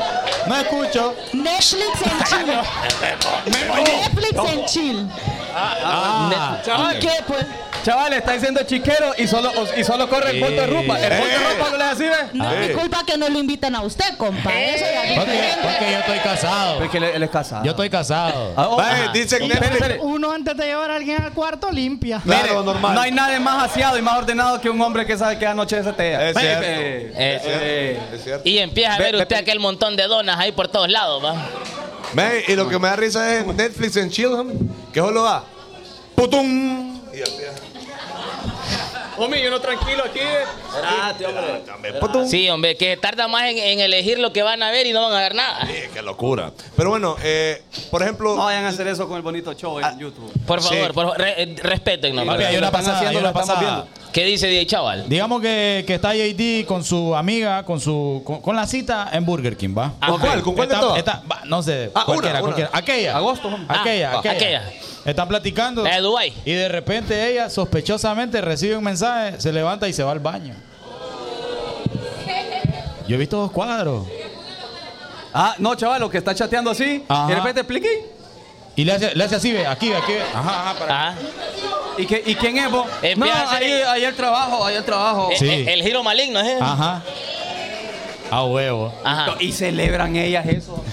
[SPEAKER 7] No escucho.
[SPEAKER 6] Netflix en chill. Netflix en chill.
[SPEAKER 3] Ah,
[SPEAKER 5] Ah.
[SPEAKER 6] ¿Y qué, pues?
[SPEAKER 4] Chaval, está diciendo chiquero y solo, y solo corre el punto de ropa. El punto de ropa no le así, ¿ves?
[SPEAKER 2] Eh.
[SPEAKER 6] No
[SPEAKER 3] Eh.
[SPEAKER 6] es mi culpa que no lo inviten a usted, compa. Eso ya es
[SPEAKER 3] Porque,
[SPEAKER 6] diferente.
[SPEAKER 3] porque yo estoy casado.
[SPEAKER 4] Porque él, él es casado.
[SPEAKER 3] Yo estoy casado.
[SPEAKER 4] Ah, oh,
[SPEAKER 1] Vaya,
[SPEAKER 4] ajá.
[SPEAKER 1] dice
[SPEAKER 4] Espere,
[SPEAKER 1] Netflix.
[SPEAKER 4] espere.
[SPEAKER 9] Uno antes de llevar a alguien al cuarto limpia.
[SPEAKER 1] Claro,
[SPEAKER 4] Mire,
[SPEAKER 1] normal.
[SPEAKER 4] No hay nadie más aseado y más ordenado que un hombre que sabe que anoche desatea.
[SPEAKER 1] Es
[SPEAKER 4] Baby.
[SPEAKER 1] cierto.
[SPEAKER 2] Es cierto.
[SPEAKER 4] Eh,
[SPEAKER 1] Es cierto.
[SPEAKER 2] Y empieza a
[SPEAKER 4] Ve-
[SPEAKER 2] ver
[SPEAKER 4] ve-
[SPEAKER 2] usted aquel montón de donas ahí por todos lados, va.
[SPEAKER 1] Ve, y lo que me da risa es Netflix en Chilham, que solo va. ¡Putum! Y empieza.
[SPEAKER 4] Homie, yo no tranquilo aquí. eh. Espérate, hombre.
[SPEAKER 1] ¡Putum!
[SPEAKER 2] Ah, Sí, hombre, que tarda más en, en elegir lo que van a ver y no van a ver nada.
[SPEAKER 1] Sí, qué locura. Pero bueno, eh, por ejemplo.
[SPEAKER 4] No vayan a hacer eso con el bonito show en YouTube.
[SPEAKER 2] Por
[SPEAKER 1] Sí.
[SPEAKER 2] favor, por favor, re- eh, respétennos.
[SPEAKER 3] Papi,
[SPEAKER 2] ¿verdad?
[SPEAKER 3] hay una
[SPEAKER 4] están
[SPEAKER 3] pasada,
[SPEAKER 4] haciendo,
[SPEAKER 3] hay una
[SPEAKER 4] lo estamos
[SPEAKER 3] pasada.
[SPEAKER 4] viendo.
[SPEAKER 2] ¿Qué dice DJ Chaval?
[SPEAKER 3] Digamos que, que está JD con su amiga, con su con, con la cita en Burger King, ¿va?
[SPEAKER 1] ¿Con
[SPEAKER 3] Ok.
[SPEAKER 1] cuál? ¿Con cuál de
[SPEAKER 3] Está-
[SPEAKER 1] todas?
[SPEAKER 3] está- va, no sé,
[SPEAKER 1] Ah, una,
[SPEAKER 3] cualquiera,
[SPEAKER 1] una.
[SPEAKER 3] cualquiera. Aquella.
[SPEAKER 4] Agosto, hombre.
[SPEAKER 3] Aquella,
[SPEAKER 2] Ah,
[SPEAKER 3] aquella.
[SPEAKER 2] aquella.
[SPEAKER 3] Están platicando.
[SPEAKER 2] La de Dubái.
[SPEAKER 3] Y de repente ella sospechosamente recibe un mensaje, se levanta y se va al baño. Yo he visto dos cuadros.
[SPEAKER 4] Ah, no, chaval, lo que está chateando así.
[SPEAKER 3] Ajá.
[SPEAKER 4] Y de repente expliqué.
[SPEAKER 3] Y le hace, le hace así, ve, aquí, ve, aquí. ve. Ajá, ajá, para.
[SPEAKER 2] Ajá.
[SPEAKER 4] ¿Y, qué- y quién es vos? No,
[SPEAKER 2] Empieza a hacer
[SPEAKER 4] ahí,
[SPEAKER 2] el-
[SPEAKER 4] ahí el trabajo, ahí el trabajo.
[SPEAKER 2] Eh,
[SPEAKER 3] Sí.
[SPEAKER 2] eh, El, giro maligno, ¿eh?
[SPEAKER 3] Ajá. A huevo.
[SPEAKER 2] Ajá.
[SPEAKER 4] Y celebran ellas eso.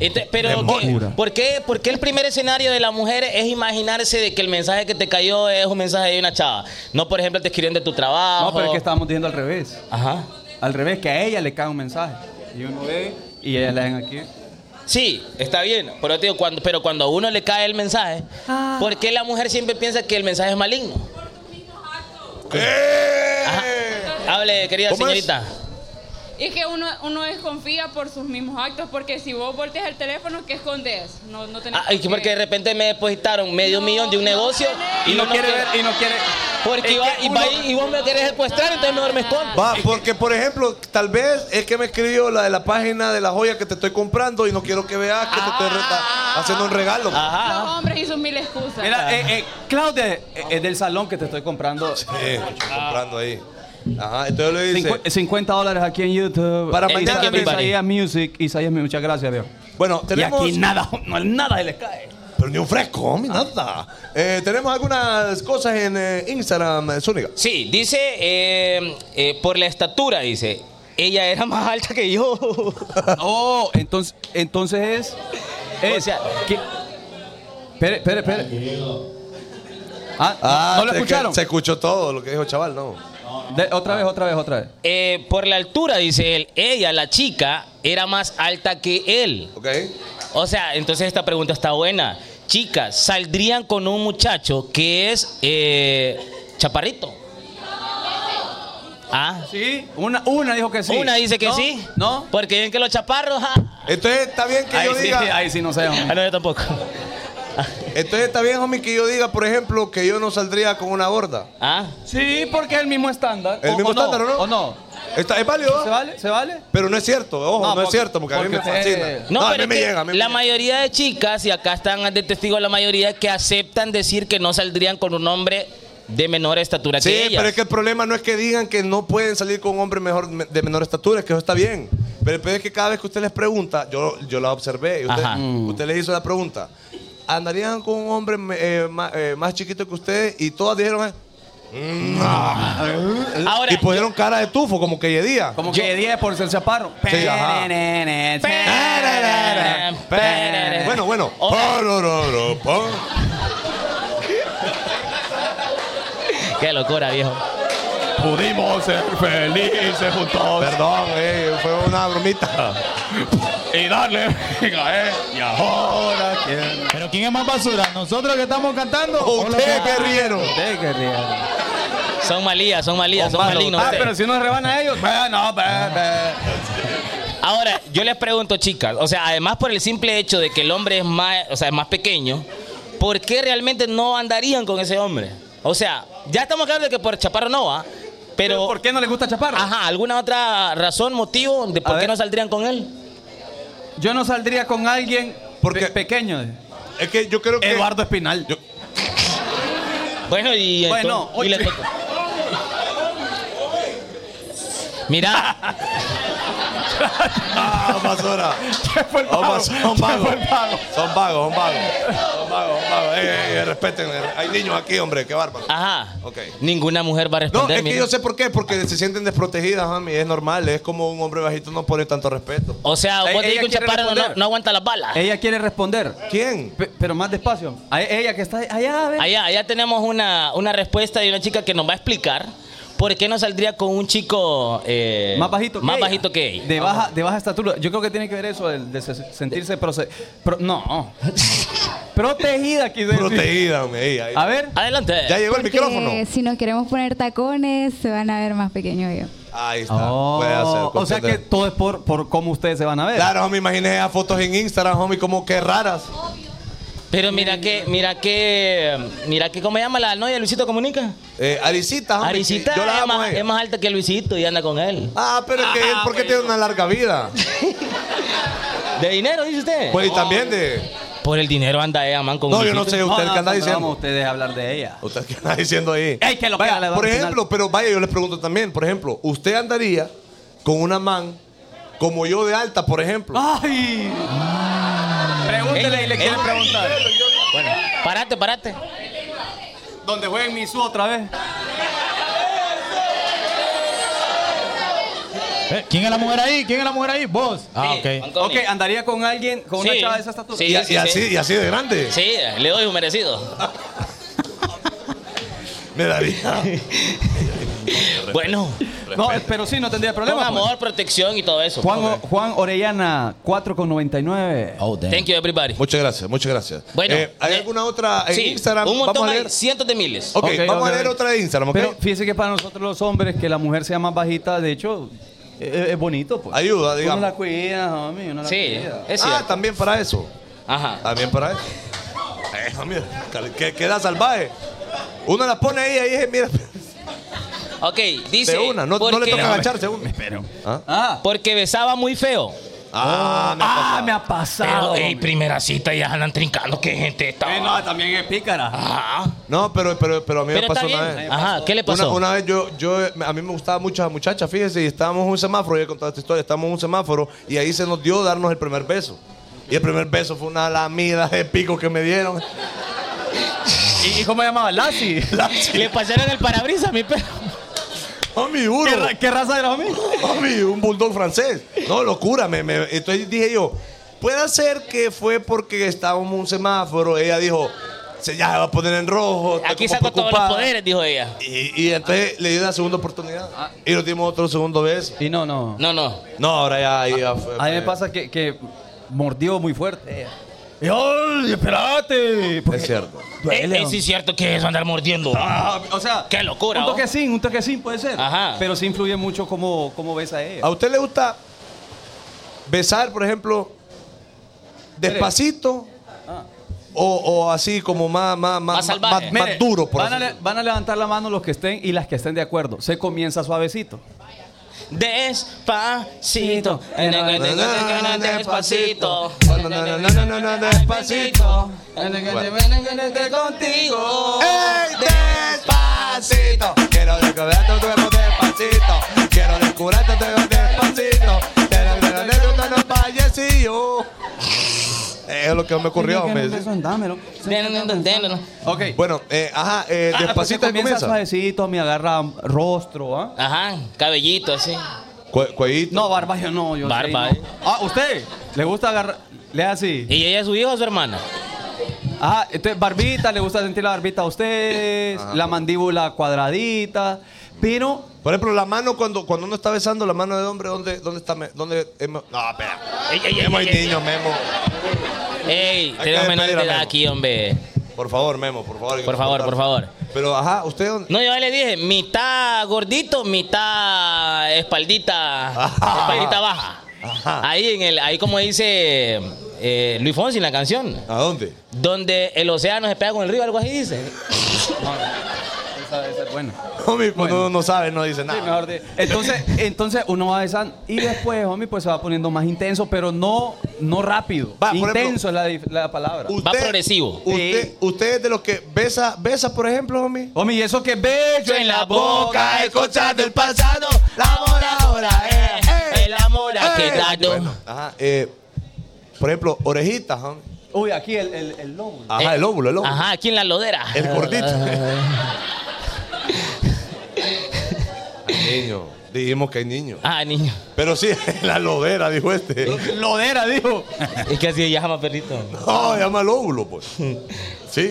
[SPEAKER 2] Y te- pero, ¿qué- ¿por, qué, por qué el primer escenario de la mujer es imaginarse de que el mensaje que te cayó es un mensaje de una chava? No, por ejemplo, te escribieron de tu trabajo.
[SPEAKER 4] No, pero es que estábamos diciendo al revés.
[SPEAKER 2] Ajá.
[SPEAKER 4] Al revés, que a ella le cae un mensaje. Y uno ve y ella le dan aquí.
[SPEAKER 2] Sí, está bien. Pero, te digo, cuando, pero cuando a uno le cae el mensaje, ¿por qué la mujer siempre piensa que el mensaje es maligno?
[SPEAKER 1] ¡Eh!
[SPEAKER 2] Ajá. Hable, querida
[SPEAKER 1] ¿Cómo es?
[SPEAKER 2] señorita.
[SPEAKER 10] Es que uno, uno desconfía por sus mismos actos, porque si vos volteas el teléfono, ¿qué escondes? No, no tenés
[SPEAKER 2] Ah, y que porque de repente me depositaron medio
[SPEAKER 10] No,
[SPEAKER 2] millón de un
[SPEAKER 10] no
[SPEAKER 2] negocio
[SPEAKER 10] tenés.
[SPEAKER 4] Y no
[SPEAKER 2] uno
[SPEAKER 4] quiere
[SPEAKER 2] quiere-
[SPEAKER 4] ver, y no quiere.
[SPEAKER 2] Porque
[SPEAKER 4] Es
[SPEAKER 2] iba-
[SPEAKER 4] que
[SPEAKER 2] y,
[SPEAKER 4] uno-
[SPEAKER 2] va ahí, y vos me querés secuestrar, entonces mejor me escondo.
[SPEAKER 1] Va, porque por ejemplo, tal vez es que me escribió la de la página de la joya que te estoy comprando y no quiero que veas que te estoy
[SPEAKER 4] Ah.
[SPEAKER 1] reta- haciendo un regalo.
[SPEAKER 2] Ajá.
[SPEAKER 10] Los hombres y sus mil excusas.
[SPEAKER 4] Mira, eh, eh, Claudia, eh, es del salón que te estoy comprando.
[SPEAKER 1] Sí, estoy comprando ahí. Ajá, entonces le dice.
[SPEAKER 4] Cincu- 50 dólares aquí en YouTube.
[SPEAKER 1] Para
[SPEAKER 4] Eh,
[SPEAKER 1] mañana
[SPEAKER 4] Isaías
[SPEAKER 1] también.
[SPEAKER 4] Isaías Music. Isaías, Music, muchas gracias, Dios.
[SPEAKER 1] Bueno, tenemos.
[SPEAKER 4] Y aquí nada, no, nada se les cae. Ah.
[SPEAKER 1] Pero ni un fresco, homie, nada. Eh, tenemos algunas cosas en eh, Instagram, eh, Zúñiga.
[SPEAKER 2] Sí, dice, eh, eh, por la estatura, dice, ella era más alta que yo.
[SPEAKER 4] Oh, entonces, entonces es. es
[SPEAKER 2] O sea-
[SPEAKER 4] que- Espere, espere, espere. Ah,
[SPEAKER 1] Ah,
[SPEAKER 4] ¿No lo
[SPEAKER 1] es que Ah,
[SPEAKER 4] escucharon?
[SPEAKER 1] Se escuchó todo lo que dijo el chaval, ¿no?
[SPEAKER 4] De- otra vez, otra vez, otra vez.
[SPEAKER 2] Eh, por la altura, dice él, ella, la chica, era más alta que él.
[SPEAKER 1] Ok.
[SPEAKER 2] O sea, entonces esta pregunta está buena. Chicas, ¿saldrían con un muchacho que es eh, chaparrito? ¿Ah?
[SPEAKER 4] Sí, una, una dijo que sí.
[SPEAKER 2] Una dice que
[SPEAKER 4] ¿No?
[SPEAKER 2] sí.
[SPEAKER 4] ¿No?
[SPEAKER 2] Porque ven que los chaparros... ah.
[SPEAKER 1] Entonces está bien que
[SPEAKER 4] Ahí
[SPEAKER 1] yo
[SPEAKER 4] sí,
[SPEAKER 1] diga.
[SPEAKER 4] ahí sí, no sé. homie.
[SPEAKER 2] Ah, no, yo tampoco.
[SPEAKER 1] Entonces está bien, homie, que yo diga, por ejemplo, que yo no saldría con una gorda.
[SPEAKER 2] ¿Ah?
[SPEAKER 4] Sí, porque es el mismo estándar.
[SPEAKER 1] El
[SPEAKER 4] O-
[SPEAKER 1] mismo
[SPEAKER 4] o
[SPEAKER 1] estándar, ¿o no?
[SPEAKER 4] ¿O no?
[SPEAKER 1] Está, es válido.
[SPEAKER 4] ¿Se vale? ¿Se vale?
[SPEAKER 1] Pero no es cierto, ojo, no,
[SPEAKER 4] No,
[SPEAKER 1] es
[SPEAKER 4] porque-
[SPEAKER 1] cierto, porque, a mí me
[SPEAKER 4] porque
[SPEAKER 1] fascina.
[SPEAKER 4] te-
[SPEAKER 2] No,
[SPEAKER 1] a mí
[SPEAKER 2] pero es
[SPEAKER 1] me
[SPEAKER 2] que
[SPEAKER 1] llega, a mí me
[SPEAKER 2] la
[SPEAKER 1] llega.
[SPEAKER 2] mayoría de chicas, y acá están de testigo la mayoría, que aceptan decir que no saldrían con un hombre de menor estatura
[SPEAKER 1] Sí,
[SPEAKER 2] que ellas.
[SPEAKER 1] pero es que el problema no es que digan que no pueden salir con un hombre mejor, de menor estatura, es que eso está bien. Pero el peor es que cada vez que usted les pregunta, yo, yo la observé, y usted,
[SPEAKER 2] Ajá. Mm.
[SPEAKER 1] usted le hizo la pregunta, ¿andarían con un hombre eh, más, eh, más chiquito que ustedes? Y todas dijeron, eh, "No".
[SPEAKER 2] Ahora,
[SPEAKER 1] y pusieron cara de tufo, como que día.
[SPEAKER 4] Como que 10 por ser chaparro.
[SPEAKER 1] Sí, ajá. Bueno, bueno. Porororo, por-
[SPEAKER 2] Qué locura, viejo.
[SPEAKER 11] Pudimos ser felices juntos
[SPEAKER 1] Perdón, eh, fue una
[SPEAKER 4] Ah.
[SPEAKER 1] bromita.
[SPEAKER 11] y darle
[SPEAKER 4] eh,
[SPEAKER 11] a él. Y ahora quién.
[SPEAKER 3] Pero ¿quién es más basura? ¿Nosotros que estamos cantando? o los
[SPEAKER 1] Ustedes
[SPEAKER 3] que-
[SPEAKER 1] que rieron.
[SPEAKER 4] Ustedes que ríen.
[SPEAKER 2] Son malías, son malías, son
[SPEAKER 1] Con malo.
[SPEAKER 2] malignos.
[SPEAKER 4] Ah,
[SPEAKER 2] ustedes.
[SPEAKER 4] pero si nos reban a ellos. ve, no, ve, ve.
[SPEAKER 2] Ahora, yo les pregunto, chicas, o sea, además por el simple hecho de que el hombre es más, o sea, es más pequeño, ¿por qué realmente no andarían con ese hombre? O sea, ya estamos hablando de que por chaparro no va, pero,
[SPEAKER 4] Pero Ah. ¿por qué no les gusta chaparro?
[SPEAKER 2] ajá, ¿alguna otra razón, motivo de por
[SPEAKER 4] A
[SPEAKER 2] qué
[SPEAKER 4] ver.
[SPEAKER 2] no saldrían con él?
[SPEAKER 4] Yo no saldría con alguien
[SPEAKER 1] Porque-
[SPEAKER 4] pe- pequeño.
[SPEAKER 1] Es que yo creo que.
[SPEAKER 4] Eduardo Espinal.
[SPEAKER 2] Bueno, y
[SPEAKER 4] Bueno,
[SPEAKER 2] entonces- y
[SPEAKER 4] oye.
[SPEAKER 2] les toca. Mira,
[SPEAKER 1] Ah, basura. Oh, Son vagos. Son vagos, son vagos. Son vagos, son vagos. Ey, ey, ey, respeten. eh, Hay niños aquí, hombre, qué bárbaro.
[SPEAKER 2] ajá,
[SPEAKER 1] Ok.
[SPEAKER 2] ninguna mujer va a
[SPEAKER 1] No,
[SPEAKER 2] responder.
[SPEAKER 1] es que
[SPEAKER 2] mira.
[SPEAKER 1] yo sé por qué, porque se sienten desprotegidas, mami, es normal, es como un hombre bajito no pone tanto respeto.
[SPEAKER 2] O sea,
[SPEAKER 4] Ella
[SPEAKER 2] vos decís que un
[SPEAKER 4] quiere
[SPEAKER 2] chaparro no,
[SPEAKER 4] responder.
[SPEAKER 2] no aguanta las balas.
[SPEAKER 4] Ella quiere responder.
[SPEAKER 1] ¿Quién?
[SPEAKER 4] Pe- pero más despacio. A- ella que está allá, a ver.
[SPEAKER 2] Allá, allá tenemos una, una respuesta de una chica que nos va a explicar por qué no saldría con un chico eh,
[SPEAKER 4] Más bajito que
[SPEAKER 2] más
[SPEAKER 4] ella.
[SPEAKER 2] bajito que ella.
[SPEAKER 4] De baja, de baja estatura. Yo creo que tiene que ver eso, el de, se- sentirse proce- pro- No. Protegida, quise decir.
[SPEAKER 1] Protegida, hombre. ahí, ahí.
[SPEAKER 4] A ver.
[SPEAKER 2] Adelante.
[SPEAKER 1] Ya llegó el micrófono.
[SPEAKER 12] Porque si nos queremos poner tacones, se van a ver más pequeños yo.
[SPEAKER 1] Ahí está.
[SPEAKER 4] Oh,
[SPEAKER 1] Puede hacer,
[SPEAKER 4] o sea que
[SPEAKER 1] comprender.
[SPEAKER 4] todo es por, por cómo ustedes se van a ver.
[SPEAKER 1] Claro, homie, imaginé esas fotos en Instagram, homie, como que raras.
[SPEAKER 2] Pero mira que, mira que, mira que, ¿cómo se llama la novia de Luisito Comunica?
[SPEAKER 1] Eh, Arisita, homie,
[SPEAKER 2] Arisita
[SPEAKER 1] que yo la
[SPEAKER 2] es,
[SPEAKER 1] amo a
[SPEAKER 2] más,
[SPEAKER 1] ella.
[SPEAKER 2] es más alta que Luisito y anda con él.
[SPEAKER 1] Ah, pero es que él, porque tiene una larga vida.
[SPEAKER 2] ¿De dinero, dice usted?
[SPEAKER 1] Pues y también de.
[SPEAKER 2] Por el dinero anda ella, man, con
[SPEAKER 1] No, yo
[SPEAKER 2] Luisito.
[SPEAKER 1] no sé, usted que anda
[SPEAKER 4] pero
[SPEAKER 1] diciendo.
[SPEAKER 4] Vamos ustedes a hablar de ella.
[SPEAKER 1] ¿Usted qué está diciendo ahí?
[SPEAKER 4] Ey, que lo
[SPEAKER 1] Vaya,
[SPEAKER 4] que la- la-
[SPEAKER 1] por
[SPEAKER 4] la-
[SPEAKER 1] ejemplo, pero vaya, yo les pregunto también, por ejemplo, ¿usted andaría con una man como yo de alta, por ejemplo?
[SPEAKER 2] Ah,
[SPEAKER 4] ¡Ay! Pregúntele y le quieren preguntar.
[SPEAKER 2] Bueno, parate, parate.
[SPEAKER 4] ¿Dónde jueguen mi su otra vez?
[SPEAKER 3] Eh, ¿Quién es la mujer ahí? ¿Quién es la mujer ahí? ¿Vos? Ah,
[SPEAKER 2] Sí,
[SPEAKER 3] ok.
[SPEAKER 2] Antonio.
[SPEAKER 4] Ok, andaría con alguien, con una
[SPEAKER 2] Sí.
[SPEAKER 4] chava de esa estatura.
[SPEAKER 1] y,
[SPEAKER 2] Sí.
[SPEAKER 1] a- y así, y así de grande.
[SPEAKER 2] Sí, le doy un merecido.
[SPEAKER 1] Me daría.
[SPEAKER 2] Bueno,
[SPEAKER 4] No, pero sí, no tendría
[SPEAKER 2] con
[SPEAKER 4] problema. pues.
[SPEAKER 2] amor, protección y todo eso.
[SPEAKER 4] Juan, O- Juan Orellana, 4,99.
[SPEAKER 3] Oh, damn.
[SPEAKER 2] Thank you, everybody.
[SPEAKER 1] muchas gracias, muchas gracias.
[SPEAKER 2] Bueno,
[SPEAKER 1] Eh, ¿hay
[SPEAKER 2] eh,
[SPEAKER 1] alguna otra en
[SPEAKER 2] sí,
[SPEAKER 1] Instagram?
[SPEAKER 2] un montón
[SPEAKER 1] vamos a Oh,
[SPEAKER 2] hay,
[SPEAKER 1] leer.
[SPEAKER 2] cientos de miles.
[SPEAKER 1] Ok,
[SPEAKER 4] Ok,
[SPEAKER 1] vamos
[SPEAKER 4] ok,
[SPEAKER 1] a leer
[SPEAKER 4] ok.
[SPEAKER 1] otra de Instagram, ¿ok?
[SPEAKER 4] Pero fíjese que para nosotros los hombres que la mujer sea más bajita, de hecho, e-, es, es bonito. Pues.
[SPEAKER 1] Ayuda, digamos.
[SPEAKER 4] Uno la cuida, homie, uno la
[SPEAKER 2] Sí,
[SPEAKER 4] cuida.
[SPEAKER 2] es
[SPEAKER 1] ah,
[SPEAKER 2] cierto.
[SPEAKER 1] también para eso.
[SPEAKER 2] Ajá.
[SPEAKER 1] También para eso. Eh, homie, cal- que queda salvaje. Uno la pone ahí, ahí es, mira,
[SPEAKER 2] Ok, dice.
[SPEAKER 1] de una. No, no
[SPEAKER 2] porque-
[SPEAKER 1] le toca agacharse a uno. Ah,
[SPEAKER 4] Ah,
[SPEAKER 2] Porque besaba muy feo.
[SPEAKER 1] ah, me ha
[SPEAKER 4] ah,
[SPEAKER 1] pasado.
[SPEAKER 4] me ha pasado.
[SPEAKER 2] ey,
[SPEAKER 4] homie.
[SPEAKER 2] primera cita ya andan trincando. Qué gente está.
[SPEAKER 4] Eh, no, también es pícara.
[SPEAKER 2] Ajá.
[SPEAKER 1] No, pero, pero, pero a mí
[SPEAKER 2] Pero
[SPEAKER 1] me
[SPEAKER 2] está
[SPEAKER 1] pasó
[SPEAKER 2] bien.
[SPEAKER 1] una vez.
[SPEAKER 2] Ajá, ¿qué le
[SPEAKER 1] Una,
[SPEAKER 2] pasó?
[SPEAKER 1] una vez yo, yo, a mí me gustaba mucho la muchacha, fíjese, y estábamos en un semáforo, yo he contado esta historia, estábamos en un semáforo y ahí se nos dio darnos el primer beso. Y el primer beso fue una lamida de pico que me dieron.
[SPEAKER 4] ¿Y, y cómo se llamaba? Lassie.
[SPEAKER 2] Le pasaron el parabrisas a mi perro.
[SPEAKER 1] Homie, uno.
[SPEAKER 4] ¿Qué, ra- qué raza era, homie?
[SPEAKER 1] Homie, un bulldog francés. No, locura. Me, me- entonces dije yo, puede ser que fue porque estábamos en un semáforo. Ella dijo, se ya se va a poner en rojo. está
[SPEAKER 2] Aquí
[SPEAKER 1] como
[SPEAKER 2] saco todos los
[SPEAKER 1] preocupada.
[SPEAKER 2] poderes, Ah. dijo ella.
[SPEAKER 1] Y, y entonces le di una segunda oportunidad. Y nos dimos otro segundo vez.
[SPEAKER 4] Y no, no.
[SPEAKER 2] No, no.
[SPEAKER 1] No, ahora ya, ahí ya fue.
[SPEAKER 4] A mí me pasa que, que mordió muy fuerte. Y, ¡Ay, espérate! Porque
[SPEAKER 1] Es cierto.
[SPEAKER 4] duele,
[SPEAKER 2] Eh, eh, sí es cierto que eso andar mordiendo.
[SPEAKER 4] Ah, o sea,
[SPEAKER 2] qué locura.
[SPEAKER 4] un
[SPEAKER 2] ¿o?
[SPEAKER 4] toquecín, un toquecín puede ser.
[SPEAKER 2] Ajá.
[SPEAKER 4] Pero sí influye mucho cómo, cómo ves a ella.
[SPEAKER 1] ¿A usted le gusta besar, por ejemplo, despacito? O, o así como más, más, más, más, más- más
[SPEAKER 4] Mire,
[SPEAKER 1] duro, por
[SPEAKER 4] van, a
[SPEAKER 1] así
[SPEAKER 4] le- van a levantar la mano los que estén y las que estén de acuerdo. Se comienza suavecito.
[SPEAKER 2] Despacito. Despacito.
[SPEAKER 1] Despacito.
[SPEAKER 2] contigo.
[SPEAKER 1] ¡Ey, despacito! Quiero descubrarte tu cuerpo despacito. Quiero descubrarte tu cuerpo despacito. Te lo agradezco tan apallecillo. Eh, Es lo que me ocurrió,
[SPEAKER 4] Dime
[SPEAKER 1] me
[SPEAKER 4] que no beso, dámelo. Ok.
[SPEAKER 1] Bueno, eh, ajá, eh,
[SPEAKER 4] Ah, pues se
[SPEAKER 1] despacito
[SPEAKER 4] comienza
[SPEAKER 1] comienza.
[SPEAKER 4] suavecito, me agarra rostro, ¿ah?
[SPEAKER 2] Ajá, cabellito así.
[SPEAKER 1] Cue- cuellito.
[SPEAKER 4] No, barba, yo no, yo
[SPEAKER 2] Barba,
[SPEAKER 4] sí,
[SPEAKER 2] eh.
[SPEAKER 4] no. Ah, ¿usted? ¿Le gusta agarrar? ¿Le hace así?
[SPEAKER 2] ¿Y ella es su hija o su hermana?
[SPEAKER 4] Ah, entonces barbita, le gusta sentir la barbita a ustedes, la mandíbula cuadradita, pero
[SPEAKER 1] Por ejemplo, la mano cuando, cuando uno está besando la mano de hombre, ¿dónde, dónde está? me- ¿Dónde? es me- No, espera.
[SPEAKER 2] Ey, ey, ey,
[SPEAKER 1] Memo
[SPEAKER 2] ey,
[SPEAKER 1] y
[SPEAKER 2] ey,
[SPEAKER 1] niño, Memo.
[SPEAKER 2] Ey,
[SPEAKER 1] que
[SPEAKER 2] tenemos menores
[SPEAKER 1] despedir a
[SPEAKER 2] de edad
[SPEAKER 1] Memo.
[SPEAKER 2] aquí, hombre.
[SPEAKER 1] Por favor, Memo, por favor. hay que
[SPEAKER 2] Por favor, por
[SPEAKER 1] cortar.
[SPEAKER 2] favor.
[SPEAKER 1] Pero, ajá, ¿usted dónde?
[SPEAKER 2] No, yo ya le dije, mitad gordito, mitad espaldita, espaldita baja. Ahí en el, ahí como dice eh, Luis Fonsi en la canción,
[SPEAKER 1] ¿A dónde?
[SPEAKER 2] donde el océano se pega con el río, algo así dice.
[SPEAKER 4] esa debe ser buena.
[SPEAKER 1] Homie, cuando uno no sabe, no dice
[SPEAKER 4] Sí,
[SPEAKER 1] nada.
[SPEAKER 4] mejor de- entonces, entonces uno va besando y después, homie, pues se va poniendo más intenso, pero no, no rápido.
[SPEAKER 1] Va, por ejemplo,
[SPEAKER 4] intenso es la dif- la, palabra.
[SPEAKER 1] Usted-
[SPEAKER 2] Va progresivo.
[SPEAKER 1] Usted, usted es de los que besa, besa, por ejemplo, homie.
[SPEAKER 4] Homie, y eso que es bello en la boca, es cosa del pasado.
[SPEAKER 1] La hora ahora, eh.
[SPEAKER 2] El amor ha quedado.
[SPEAKER 1] Ajá, eh, por ejemplo, orejitas, homie.
[SPEAKER 4] Uy, aquí el, el, el lóbulo.
[SPEAKER 1] Ajá, el óvulo, el óvulo.
[SPEAKER 2] Ajá, aquí en la lodera.
[SPEAKER 1] El gordito. Hay niño. Dijimos que hay niños.
[SPEAKER 2] Ah, niño.
[SPEAKER 1] Pero sí, la lodera, dijo este.
[SPEAKER 4] Lodera, dijo.
[SPEAKER 2] Es que así se llama, perrito.
[SPEAKER 1] No, se llama el óvulo, pues. Sí,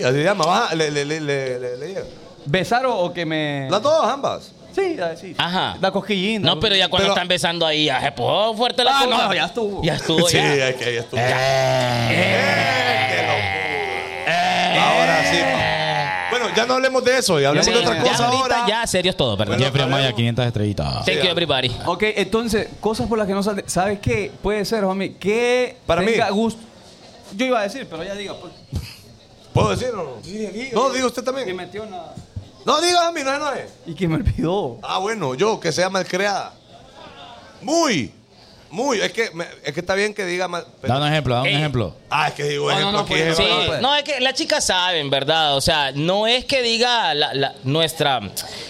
[SPEAKER 1] así se llama. Baja, le, le, le, le, le, le llega.
[SPEAKER 4] ¿Besar o, o que me...?
[SPEAKER 1] Las dos, ambas.
[SPEAKER 4] Sí, la- sí.
[SPEAKER 2] Ajá.
[SPEAKER 4] La cosquillina.
[SPEAKER 2] No, pero ya cuando
[SPEAKER 1] Pero-
[SPEAKER 2] están besando ahí, ya se puso fuerte la
[SPEAKER 4] Ah,
[SPEAKER 2] cosa.
[SPEAKER 4] no, ya estuvo.
[SPEAKER 2] Ya estuvo,
[SPEAKER 1] sí,
[SPEAKER 2] ya.
[SPEAKER 1] hay que ahí estuvo. Eh, qué locura. Ahora sí. pa. Bueno, ya no hablemos de eso, ya hablemos
[SPEAKER 2] Sí,
[SPEAKER 1] de otra cosa
[SPEAKER 2] ya ahorita,
[SPEAKER 1] ahora.
[SPEAKER 2] ya, serio es todo, perdón.
[SPEAKER 1] Bueno,
[SPEAKER 2] Jeffrey,
[SPEAKER 1] hablemos-
[SPEAKER 11] 500 estrellitas.
[SPEAKER 2] Thank you, everybody.
[SPEAKER 4] Ok, entonces, cosas por las que no sal- ¿Sabes qué? Puede ser, homie, que
[SPEAKER 1] Para mí.
[SPEAKER 4] tenga gusto. Yo iba a decir, pero ya diga. Pues,
[SPEAKER 1] ¿Puedo decir o no? No, diga usted
[SPEAKER 4] que
[SPEAKER 1] también.
[SPEAKER 4] metió una...
[SPEAKER 1] No, diga a mí, no es, no es.
[SPEAKER 4] Y que me olvidó.
[SPEAKER 1] Ah, bueno, yo, que sea malcreada. Muy, muy. Es que, me- es que está bien que diga mal. pero-
[SPEAKER 11] Da un ejemplo, da un
[SPEAKER 2] Ey.
[SPEAKER 11] ejemplo.
[SPEAKER 1] Ah, es que digo
[SPEAKER 4] No, no,
[SPEAKER 1] ejemplo
[SPEAKER 4] no,
[SPEAKER 1] aquí,
[SPEAKER 4] pues,
[SPEAKER 1] ejemplo.
[SPEAKER 2] Sí,
[SPEAKER 4] no, pues.
[SPEAKER 2] no, es que las chicas saben, ¿verdad? O sea, no es que diga la- la- nuestra,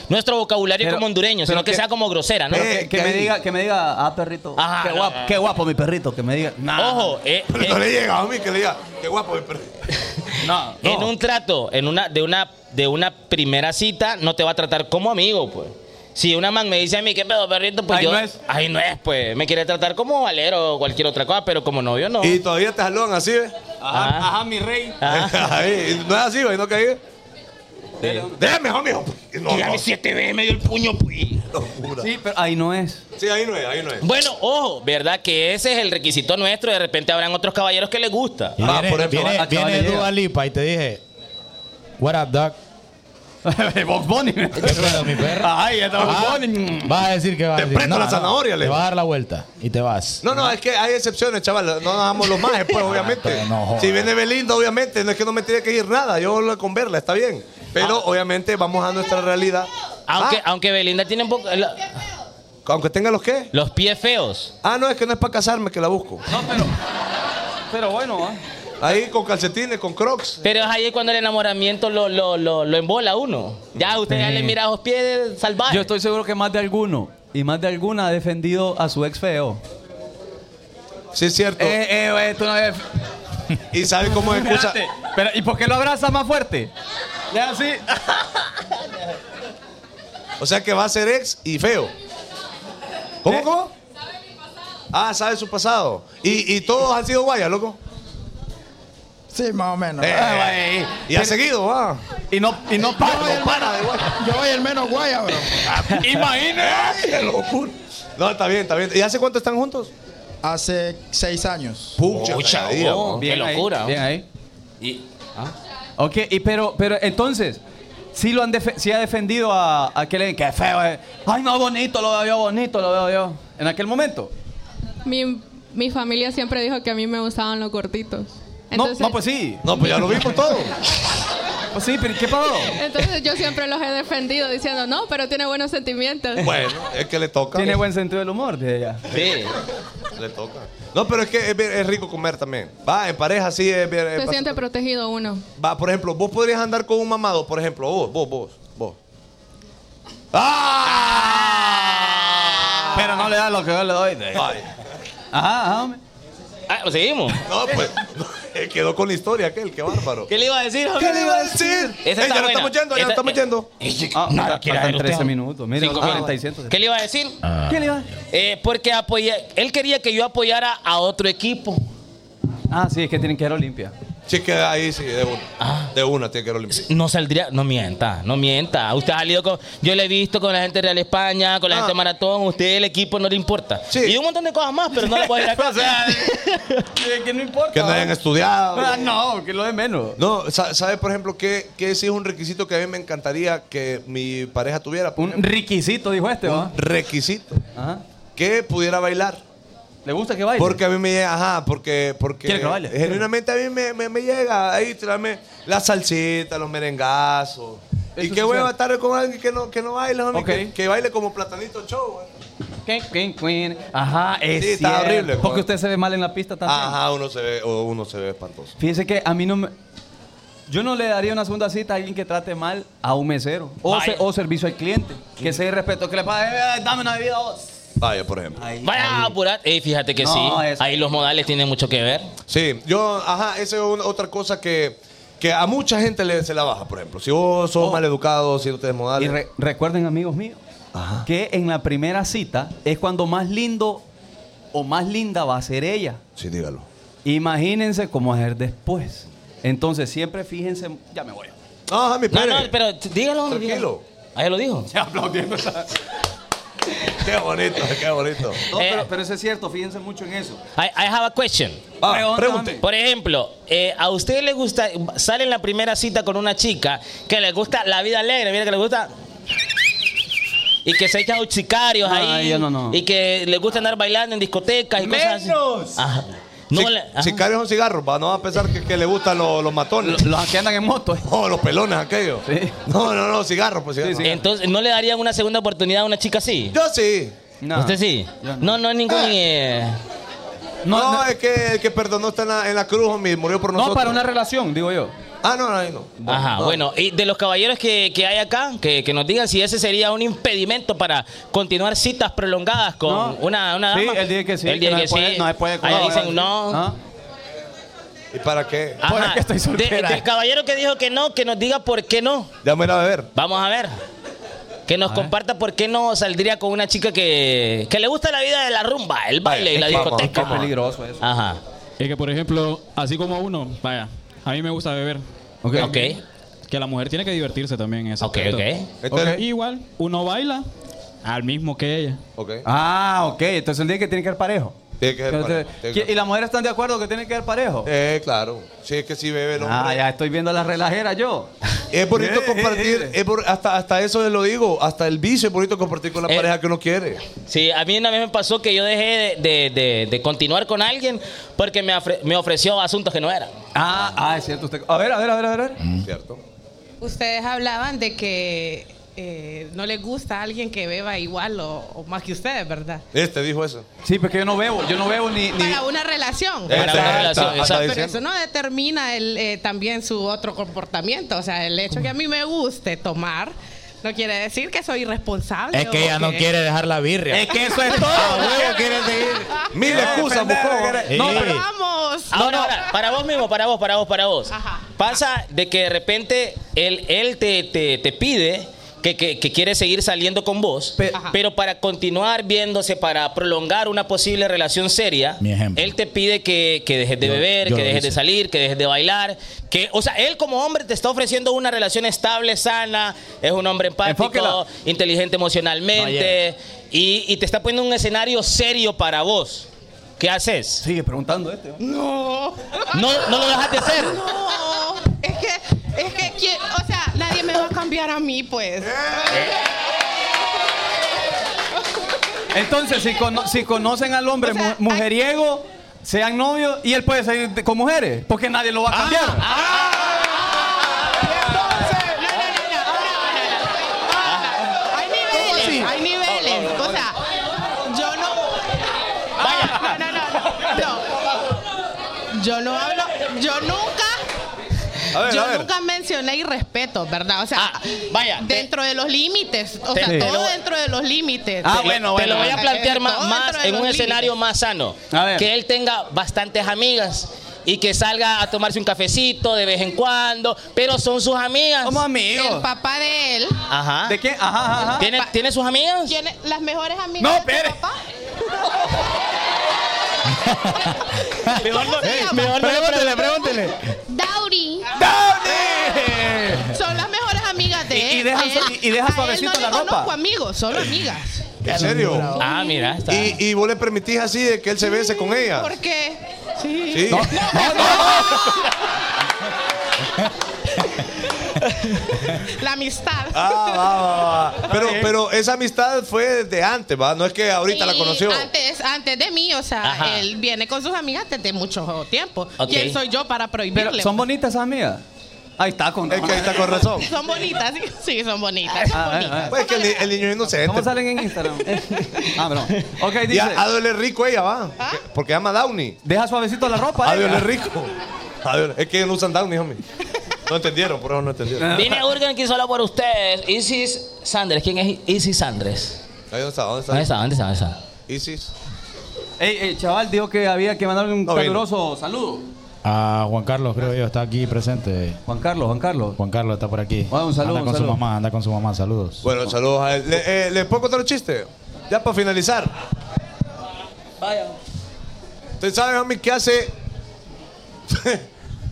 [SPEAKER 2] nuestro vocabulario
[SPEAKER 4] Pero-
[SPEAKER 2] como hondureño,
[SPEAKER 4] pero
[SPEAKER 2] sino que,
[SPEAKER 4] que-
[SPEAKER 2] sea como grosera, ¿no?
[SPEAKER 1] pero
[SPEAKER 4] Ah, Que, que me
[SPEAKER 1] Eh, ahí.
[SPEAKER 4] diga, que me diga, ah, perrito.
[SPEAKER 2] Ajá,
[SPEAKER 4] qué
[SPEAKER 2] no,
[SPEAKER 4] guapo,
[SPEAKER 2] no.
[SPEAKER 4] qué guapo mi perrito, que me diga. Nah,
[SPEAKER 2] Ojo, eh,
[SPEAKER 1] Pero
[SPEAKER 2] eh,
[SPEAKER 1] no le llega a mí que le diga, qué guapo. pero-
[SPEAKER 4] no, no.
[SPEAKER 2] en un trato, en una, de una, de una primera cita, no te va a tratar como amigo, pues. Si una man me dice a mí que pedo perrito, pues
[SPEAKER 4] Ahí
[SPEAKER 2] yo.
[SPEAKER 4] no es.
[SPEAKER 2] Ahí no es, pues. Me quiere tratar como valero o cualquier otra cosa, pero como novio no.
[SPEAKER 1] Y todavía te saludan así, ¿ves?
[SPEAKER 4] Oh. Ajá,
[SPEAKER 2] Ajá.
[SPEAKER 4] ajá, mi rey.
[SPEAKER 2] Ah,
[SPEAKER 1] Ahí, no es así, ¿ves? No caí.
[SPEAKER 4] Dele,
[SPEAKER 1] Déjame, homie. No,
[SPEAKER 2] dígame
[SPEAKER 1] no,
[SPEAKER 2] siete veces, me dio el puño, pues.
[SPEAKER 1] locura.
[SPEAKER 4] Sí, pero ahí no es.
[SPEAKER 1] Sí, ahí no es, ahí no es.
[SPEAKER 2] Bueno, ojo, ¿verdad? Que ese es el requisito nuestro. De repente habrán otros caballeros que les gusta.
[SPEAKER 11] Y
[SPEAKER 1] Ah,
[SPEAKER 11] viene,
[SPEAKER 1] por ejemplo,
[SPEAKER 11] viene,
[SPEAKER 4] al chaval
[SPEAKER 11] viene
[SPEAKER 4] le llega.
[SPEAKER 11] Dua Lipa y te dije, What up, Doc?
[SPEAKER 4] Box Bunny.
[SPEAKER 11] ¿Qué pedo, mi perro?
[SPEAKER 4] Ay, está
[SPEAKER 3] Ah,
[SPEAKER 4] Box Bunny.
[SPEAKER 11] Vas a decir que vas
[SPEAKER 1] Te
[SPEAKER 11] a decir.
[SPEAKER 1] presto la zanahoria, le
[SPEAKER 11] Te
[SPEAKER 1] digo.
[SPEAKER 11] vas a dar la vuelta y te vas.
[SPEAKER 1] No, no, es que hay excepciones, chaval. No nos damos los más, pues, obviamente.
[SPEAKER 11] no jodas.
[SPEAKER 1] si viene Belinda, obviamente, no es que no me tiene que ir nada. Yo hablo con verla, está bien. Pero, obviamente, vamos a nuestra realidad.
[SPEAKER 2] Aunque,
[SPEAKER 1] Ah,
[SPEAKER 2] aunque Belinda tiene un poco. la-
[SPEAKER 1] aunque tenga los qué.
[SPEAKER 2] los pies feos.
[SPEAKER 1] Ah, no, es que no es para casarme que la busco.
[SPEAKER 4] No, pero. Pero bueno, ah.
[SPEAKER 1] Ahí con calcetines, con crocs.
[SPEAKER 2] Pero es ahí cuando el enamoramiento lo, lo, lo, lo embola a uno. Ya usted ya le mira los pies salvajes.
[SPEAKER 4] Yo estoy seguro que más de alguno y más de alguna ha defendido a su ex feo.
[SPEAKER 1] Sí, es cierto.
[SPEAKER 4] Eh, eh, güey, tú no ves.
[SPEAKER 1] y sabe cómo es excusa.
[SPEAKER 4] Espérate, pero, ¿y por qué lo abraza más fuerte? Le hace así.
[SPEAKER 1] O sea que va a ser ex y feo. ¿Cómo,
[SPEAKER 4] Eh.
[SPEAKER 1] cómo? Ah, sabe su pasado. Y, y todos han sido guayas, loco.
[SPEAKER 5] Sí, más o menos.
[SPEAKER 1] Eh,
[SPEAKER 5] Ah,
[SPEAKER 1] y ha seguido, va.
[SPEAKER 5] Y no, y no para, no para de guaya. Yo voy el menos guaya, bro.
[SPEAKER 1] Imagínate. Qué locura. No, está bien, está bien. ¿Y hace cuánto están juntos?
[SPEAKER 5] Hace seis años.
[SPEAKER 1] Pucha,
[SPEAKER 4] Chaval,
[SPEAKER 2] qué
[SPEAKER 4] ahí,
[SPEAKER 2] locura.
[SPEAKER 4] bien ahí. ¿Ah?
[SPEAKER 2] Y,
[SPEAKER 4] Ok, y pero, pero entonces, sí lo han defe- sí ha defendido a, a aquel que feo, eh. ay no bonito, lo veo yo bonito, lo veo yo. En aquel momento.
[SPEAKER 13] Mi, mi familia siempre dijo que a mí me gustaban los cortitos. Entonces,
[SPEAKER 4] no, no, pues sí.
[SPEAKER 1] No, pues ya lo vimos todo.
[SPEAKER 4] Pues sí, pero ¿y ¿qué pasó?
[SPEAKER 13] entonces yo siempre los he defendido diciendo, no, pero tiene buenos sentimientos.
[SPEAKER 1] Bueno, es que le toca.
[SPEAKER 4] Tiene buen sentido del humor de ella.
[SPEAKER 2] Sí.
[SPEAKER 1] Le toca. No, pero es que es, bien- es rico comer también. Va, en pareja sí es bien. es
[SPEAKER 13] Se
[SPEAKER 1] bastante-
[SPEAKER 13] siente protegido uno.
[SPEAKER 1] Va, por ejemplo, vos podrías andar con un mamado, por ejemplo, vos, vos, vos, vos.
[SPEAKER 4] Pero no le da lo que yo le doy. de- Ajá, ajá, hombre.
[SPEAKER 2] Ah, ¿lo seguimos?
[SPEAKER 1] No, pues. eh, Quedó con la historia aquel, qué bárbaro.
[SPEAKER 2] ¿Qué le iba a decir, hombre?
[SPEAKER 1] ¿Qué le iba a decir?
[SPEAKER 2] Esa
[SPEAKER 1] Eh,
[SPEAKER 2] está
[SPEAKER 1] ya no
[SPEAKER 2] buena.
[SPEAKER 1] estamos yendo, ya
[SPEAKER 2] Esa-
[SPEAKER 1] no estamos
[SPEAKER 2] eh,
[SPEAKER 1] yendo.
[SPEAKER 4] Ah,
[SPEAKER 2] nada
[SPEAKER 4] faltan
[SPEAKER 2] quiere hacer
[SPEAKER 4] 13
[SPEAKER 2] usted.
[SPEAKER 4] minutos. Mira,
[SPEAKER 2] Cinco
[SPEAKER 4] ah,
[SPEAKER 2] minutos.
[SPEAKER 4] 47.
[SPEAKER 2] ¿Qué le iba a decir?
[SPEAKER 1] Ah.
[SPEAKER 4] ¿Qué le iba?
[SPEAKER 2] Eh, porque apoya, él quería que yo apoyara a otro equipo.
[SPEAKER 4] Ah, sí, es que tienen que ir a Olimpia.
[SPEAKER 1] Sí, que ahí sí, de una.
[SPEAKER 4] Ah.
[SPEAKER 1] De una tiene que ir a Olimpia.
[SPEAKER 2] No saldría, no mienta, no mienta. Usted ha salido con, yo le he visto con la gente de Real España, con la
[SPEAKER 1] Ah.
[SPEAKER 2] gente de Maratón, usted el equipo no le importa. Y un montón de cosas más, pero no le voy a ir a
[SPEAKER 4] que no importa.
[SPEAKER 1] Que no hayan estudiado.
[SPEAKER 4] Ah, no, que lo de menos.
[SPEAKER 1] No, sa- ¿sabes, por ejemplo, que, que sí es un requisito que a mí me encantaría que mi pareja tuviera? Un
[SPEAKER 4] requisito, dijo este, ¿va?
[SPEAKER 1] Requisito.
[SPEAKER 4] Ajá.
[SPEAKER 1] Que pudiera bailar.
[SPEAKER 4] ¿Le gusta que baile?
[SPEAKER 1] Porque a mí me llega, ajá, porque. porque
[SPEAKER 4] ¿Quiere que baile?
[SPEAKER 1] Genuinamente a mí me, me- me llega ahí tráeme la salsita, los merengazos. y qué bueno estar con alguien que no, que no baila, homie,
[SPEAKER 4] Ok.
[SPEAKER 1] que, que baile como platanito show.
[SPEAKER 4] Queen, queen, queen. Ajá, es
[SPEAKER 1] Sí, está
[SPEAKER 4] cierto.
[SPEAKER 1] horrible, pues.
[SPEAKER 4] Porque usted se ve mal en la pista también.
[SPEAKER 1] Ajá, uno se ve, o uno se ve espantoso.
[SPEAKER 4] Fíjese que a mí no me... Yo no le daría una segunda cita a alguien que trate mal a un mesero o, se- o servicio al cliente. Que sea irrespeto, que le pague, "Eh, dame una bebida vos.
[SPEAKER 1] Vaya, por ejemplo.
[SPEAKER 2] Vaya, apurar. Eh, fíjate que
[SPEAKER 1] No,
[SPEAKER 2] sí.
[SPEAKER 1] eso-
[SPEAKER 2] Ahí los modales tienen mucho que ver.
[SPEAKER 1] Sí, yo, ajá, esa es una- otra cosa que, que a mucha gente le, se la baja, por ejemplo. Si vos sos mal educado, si no te
[SPEAKER 4] Oh. Y
[SPEAKER 1] desmodales.
[SPEAKER 4] re- recuerden, amigos míos, que en la primera cita es cuando más lindo o más linda va a ser ella.
[SPEAKER 1] Sí, dígalo.
[SPEAKER 4] Imagínense cómo es el después. Entonces, siempre fíjense. Ya me voy.
[SPEAKER 1] No, Jami,
[SPEAKER 2] No,
[SPEAKER 1] espere.
[SPEAKER 2] no, pero t- dígalo. hombre,
[SPEAKER 1] Tranquilo.
[SPEAKER 2] dígalo. Ahí lo dijo.
[SPEAKER 1] Qué bonito, qué bonito.
[SPEAKER 4] No, pero, pero eso es cierto, fíjense mucho en eso.
[SPEAKER 2] I, I have a question.
[SPEAKER 4] Ah, Pregunta, pregunte. hombre.
[SPEAKER 2] Por ejemplo, eh, a usted le gusta, sale en la primera cita con una chica que le gusta la vida alegre, mira que le gusta. Y que se echa sicarios
[SPEAKER 4] No,
[SPEAKER 2] ahí.
[SPEAKER 4] yo no, no.
[SPEAKER 2] Y que le gusta andar bailando en discotecas y cosas así. Ajá. No, le- ajá.
[SPEAKER 1] Sicarios son cigarros, va, no va a pensar que, que le gustan los, los matones.
[SPEAKER 4] Los que andan en moto. eh.
[SPEAKER 1] No, los pelones aquellos. No, no, no, cigarros, pues cigarros.
[SPEAKER 2] Entonces, ¿no le darían una segunda oportunidad a una chica así?
[SPEAKER 1] Yo sí.
[SPEAKER 4] No.
[SPEAKER 2] ¿Usted sí?
[SPEAKER 4] Yo no. Ah.
[SPEAKER 2] No, no es ningún... eh,
[SPEAKER 1] No,
[SPEAKER 4] No, no.
[SPEAKER 1] es que el que perdonó está en la, en la cruz, homie, murió por
[SPEAKER 4] No,
[SPEAKER 1] nosotros.
[SPEAKER 4] para una relación, digo yo.
[SPEAKER 1] Ah, no, ahí no.
[SPEAKER 2] Ajá,
[SPEAKER 1] No.
[SPEAKER 2] bueno, y de los caballeros que, que hay acá, que, que nos digan si ese sería un impedimento para continuar citas prolongadas con
[SPEAKER 4] No.
[SPEAKER 2] una, una
[SPEAKER 4] Sí,
[SPEAKER 2] dama.
[SPEAKER 4] él dice que sí,
[SPEAKER 2] Él
[SPEAKER 4] que
[SPEAKER 2] dice
[SPEAKER 4] no
[SPEAKER 2] que
[SPEAKER 4] se puede-
[SPEAKER 2] sí.
[SPEAKER 4] no se puede con
[SPEAKER 2] Ahí
[SPEAKER 4] la
[SPEAKER 2] dicen
[SPEAKER 4] mujer.
[SPEAKER 2] no.
[SPEAKER 4] Ah.
[SPEAKER 1] ¿Y para qué? Pues,
[SPEAKER 2] Ajá.
[SPEAKER 4] Por eso estoy
[SPEAKER 2] De-
[SPEAKER 4] soltera.
[SPEAKER 2] del caballero que dijo que no, que nos diga por qué no.
[SPEAKER 1] Ya me la beber.
[SPEAKER 2] Vamos a ver. Que nos comparta por qué no saldría con una chica que, que le gusta la vida de la rumba, el baile y la discoteca.
[SPEAKER 4] Es peligroso eso.
[SPEAKER 2] Ajá.
[SPEAKER 14] Es que, por ejemplo, así como a uno, vaya, a mí me gusta beber.
[SPEAKER 2] Ok.
[SPEAKER 14] También, Que la mujer tiene que divertirse también en ese
[SPEAKER 2] Ok,
[SPEAKER 14] aspecto.
[SPEAKER 2] ok.
[SPEAKER 1] Entonces-
[SPEAKER 14] Ok, Igual, uno baila al mismo que ella.
[SPEAKER 1] Ok.
[SPEAKER 4] Ah, ok. Entonces el día que tiene que ir parejo.
[SPEAKER 1] Tiene que ser
[SPEAKER 4] Entonces,
[SPEAKER 1] parejo, tiene que-
[SPEAKER 4] ¿Y las mujeres están de acuerdo que tienen que ir parejo?
[SPEAKER 1] Eh, claro. Sí, es que sí bebe el hombre.
[SPEAKER 4] Ah, ya estoy viendo las relajeras yo.
[SPEAKER 1] Es bonito
[SPEAKER 4] Eh,
[SPEAKER 1] compartir,
[SPEAKER 4] eh,
[SPEAKER 1] es bor- hasta, hasta eso lo digo, hasta el vicio es bonito compartir con la
[SPEAKER 2] Eh.
[SPEAKER 1] pareja que uno quiere.
[SPEAKER 2] Sí, a mí una vez me pasó que yo dejé de, de- de- de continuar con alguien porque me, ofre- me ofreció asuntos que no eran.
[SPEAKER 4] Ah, ah, es cierto. Usted... A ver, a ver, a ver, a ver.
[SPEAKER 1] Cierto.
[SPEAKER 8] Ustedes hablaban de que eh, no les gusta a alguien que beba igual o, o más que ustedes, ¿verdad?
[SPEAKER 1] Este dijo eso.
[SPEAKER 4] Sí, porque yo no bebo, yo no bebo ni. ni...
[SPEAKER 8] Para una relación.
[SPEAKER 1] Para
[SPEAKER 2] una relación, exacto.
[SPEAKER 8] Pero eso no determina el, eh, también su otro comportamiento. O sea, el hecho que a mí me guste tomar no quiere decir que soy irresponsable.
[SPEAKER 15] Es que ella no quiere dejar la birria.
[SPEAKER 4] Es que eso es todo.
[SPEAKER 1] Ah,
[SPEAKER 15] A huevo quiere seguir.
[SPEAKER 1] Mil excusas, buscó.
[SPEAKER 4] Eh,
[SPEAKER 15] No, pero-
[SPEAKER 8] vamos.
[SPEAKER 2] Ahora, Ah, ahora, para vos mismo, para vos, para vos, para vos. Pasa de que de repente él, él te, te- te pide que, que- que quiere seguir saliendo con vos, pero para continuar viéndose, para prolongar una posible relación seria,
[SPEAKER 16] Mi ejemplo.
[SPEAKER 2] él te pide que, que dejes de
[SPEAKER 16] Yo-
[SPEAKER 2] beber,
[SPEAKER 16] yo
[SPEAKER 2] que
[SPEAKER 16] lo
[SPEAKER 2] dejes de
[SPEAKER 16] hice.
[SPEAKER 2] salir, que dejes de bailar, que, o sea, él como hombre te está ofreciendo una relación estable, sana, es un hombre empático,
[SPEAKER 4] Enfóquela.
[SPEAKER 2] inteligente emocionalmente, y, y te está poniendo un escenario serio para vos. ¿Qué haces? Sigue
[SPEAKER 4] preguntando este.
[SPEAKER 8] No.
[SPEAKER 2] No, no lo dejaste hacer.
[SPEAKER 8] No. Es que, es que, quie- o sea, nadie me va a cambiar a mí, pues.
[SPEAKER 4] Entonces, si, cono- si conocen al hombre mu- mujeriego, sean novios y él puede salir de- con mujeres, porque nadie lo va a
[SPEAKER 1] Ah.
[SPEAKER 4] cambiar.
[SPEAKER 8] Hay niveles, hay niveles. O sea, yo no. Vaya. No, no, no, no. No. Yo no hablo. Yo nunca.
[SPEAKER 2] A ver,
[SPEAKER 8] yo
[SPEAKER 2] a ver. Ah,
[SPEAKER 8] nunca mencioné irrespeto, ¿verdad? O sea,
[SPEAKER 2] vaya,
[SPEAKER 8] dentro de los límites. O
[SPEAKER 2] te-
[SPEAKER 8] sea,
[SPEAKER 2] te
[SPEAKER 8] todo
[SPEAKER 2] lo- Ah,
[SPEAKER 8] dentro de los límites. Eh,
[SPEAKER 2] Te lo- Te lo voy a plantear más,
[SPEAKER 8] Todo
[SPEAKER 2] más
[SPEAKER 8] dentro de
[SPEAKER 2] en
[SPEAKER 8] los
[SPEAKER 2] un
[SPEAKER 8] límites.
[SPEAKER 2] escenario más sano.
[SPEAKER 4] A ver.
[SPEAKER 2] Que él tenga bastantes amigas y que salga a tomarse un cafecito de vez en cuando, pero son sus amigas.
[SPEAKER 4] Somos amigos.
[SPEAKER 8] El papá de él.
[SPEAKER 2] Ajá.
[SPEAKER 4] ¿De qué? Ajá, ajá.
[SPEAKER 2] ¿Tiene, ¿tiene sus amigas?
[SPEAKER 8] ¿Tiene las mejores amigas?
[SPEAKER 2] No,
[SPEAKER 8] de tu
[SPEAKER 2] espere.
[SPEAKER 8] papá?
[SPEAKER 2] Mejor no,
[SPEAKER 8] mejor no le
[SPEAKER 16] pregúntele,
[SPEAKER 8] pregunte.
[SPEAKER 16] pregúntele.
[SPEAKER 8] Dauri.
[SPEAKER 4] ¡Dale!
[SPEAKER 8] Son las mejores amigas de
[SPEAKER 4] Y-
[SPEAKER 8] él.
[SPEAKER 4] y deja
[SPEAKER 8] A él-
[SPEAKER 4] su- y- y deja
[SPEAKER 8] a él
[SPEAKER 4] suavecito
[SPEAKER 8] no
[SPEAKER 4] la
[SPEAKER 8] le
[SPEAKER 4] ropa.
[SPEAKER 8] conozco amigos, solo amigas.
[SPEAKER 1] ¿En serio?
[SPEAKER 2] Ah, mira.
[SPEAKER 1] Y, y vos le permitís así de que él se bese con
[SPEAKER 4] Ah.
[SPEAKER 1] ella.
[SPEAKER 8] ¿Por qué? Sí.
[SPEAKER 1] Sí. No, no,
[SPEAKER 8] La amistad.
[SPEAKER 1] Ah, va, va, va. Pero, pero esa amistad fue de antes, ¿va? No es que ahorita la
[SPEAKER 8] Sí,
[SPEAKER 1] conoció.
[SPEAKER 8] Antes, antes de mí, o sea,
[SPEAKER 1] Ajá.
[SPEAKER 8] él viene con sus amigas desde mucho tiempo.
[SPEAKER 4] Ok.
[SPEAKER 8] ¿Quién soy yo para prohibirle?
[SPEAKER 4] Pero son bonitas esas amigas. Ahí está con razón.
[SPEAKER 1] ahí está con razón.
[SPEAKER 8] Son bonitas, sí, sí, son bonitas.
[SPEAKER 4] Ah,
[SPEAKER 8] Son bonitas.
[SPEAKER 1] Pues es que el, ni- el niño es inocente.
[SPEAKER 4] ¿Cómo salen en Instagram? ah, bro. Ok, dice.
[SPEAKER 1] Y a, a doler rico ella, va.
[SPEAKER 8] ¿Ah?
[SPEAKER 1] Porque ama Downey.
[SPEAKER 4] Deja suavecito la ropa. eh.
[SPEAKER 1] A
[SPEAKER 4] ella.
[SPEAKER 1] doler rico. A doler- Es que no usan Downey, homie. No entendieron, por eso no entendieron.
[SPEAKER 2] Vine a Urgen aquí solo por ustedes. Isis Sanders. ¿Quién es Isis Sanders?
[SPEAKER 1] Ahí ¿Dónde está? ¿Dónde está?
[SPEAKER 2] ¿Dónde está? ¿Dónde está? ¿Dónde está?
[SPEAKER 1] Isis.
[SPEAKER 4] Ey, ey, chaval, dijo que había que mandarle un
[SPEAKER 1] No vino.
[SPEAKER 4] caluroso saludo.
[SPEAKER 3] Ah,
[SPEAKER 16] A Juan Carlos, creo yo, está aquí presente.
[SPEAKER 4] Juan Carlos, Juan Carlos.
[SPEAKER 16] Juan Carlos está por aquí.
[SPEAKER 4] Bueno, un saludo,
[SPEAKER 16] Anda
[SPEAKER 4] un
[SPEAKER 16] con
[SPEAKER 4] saludo.
[SPEAKER 16] su mamá, anda con su mamá, saludos.
[SPEAKER 1] Bueno, saludos a él. ¿Le, eh, ¿Les puedo contar un chiste? Ya para finalizar.
[SPEAKER 2] Vaya.
[SPEAKER 1] Usted sabe, homie, qué hace.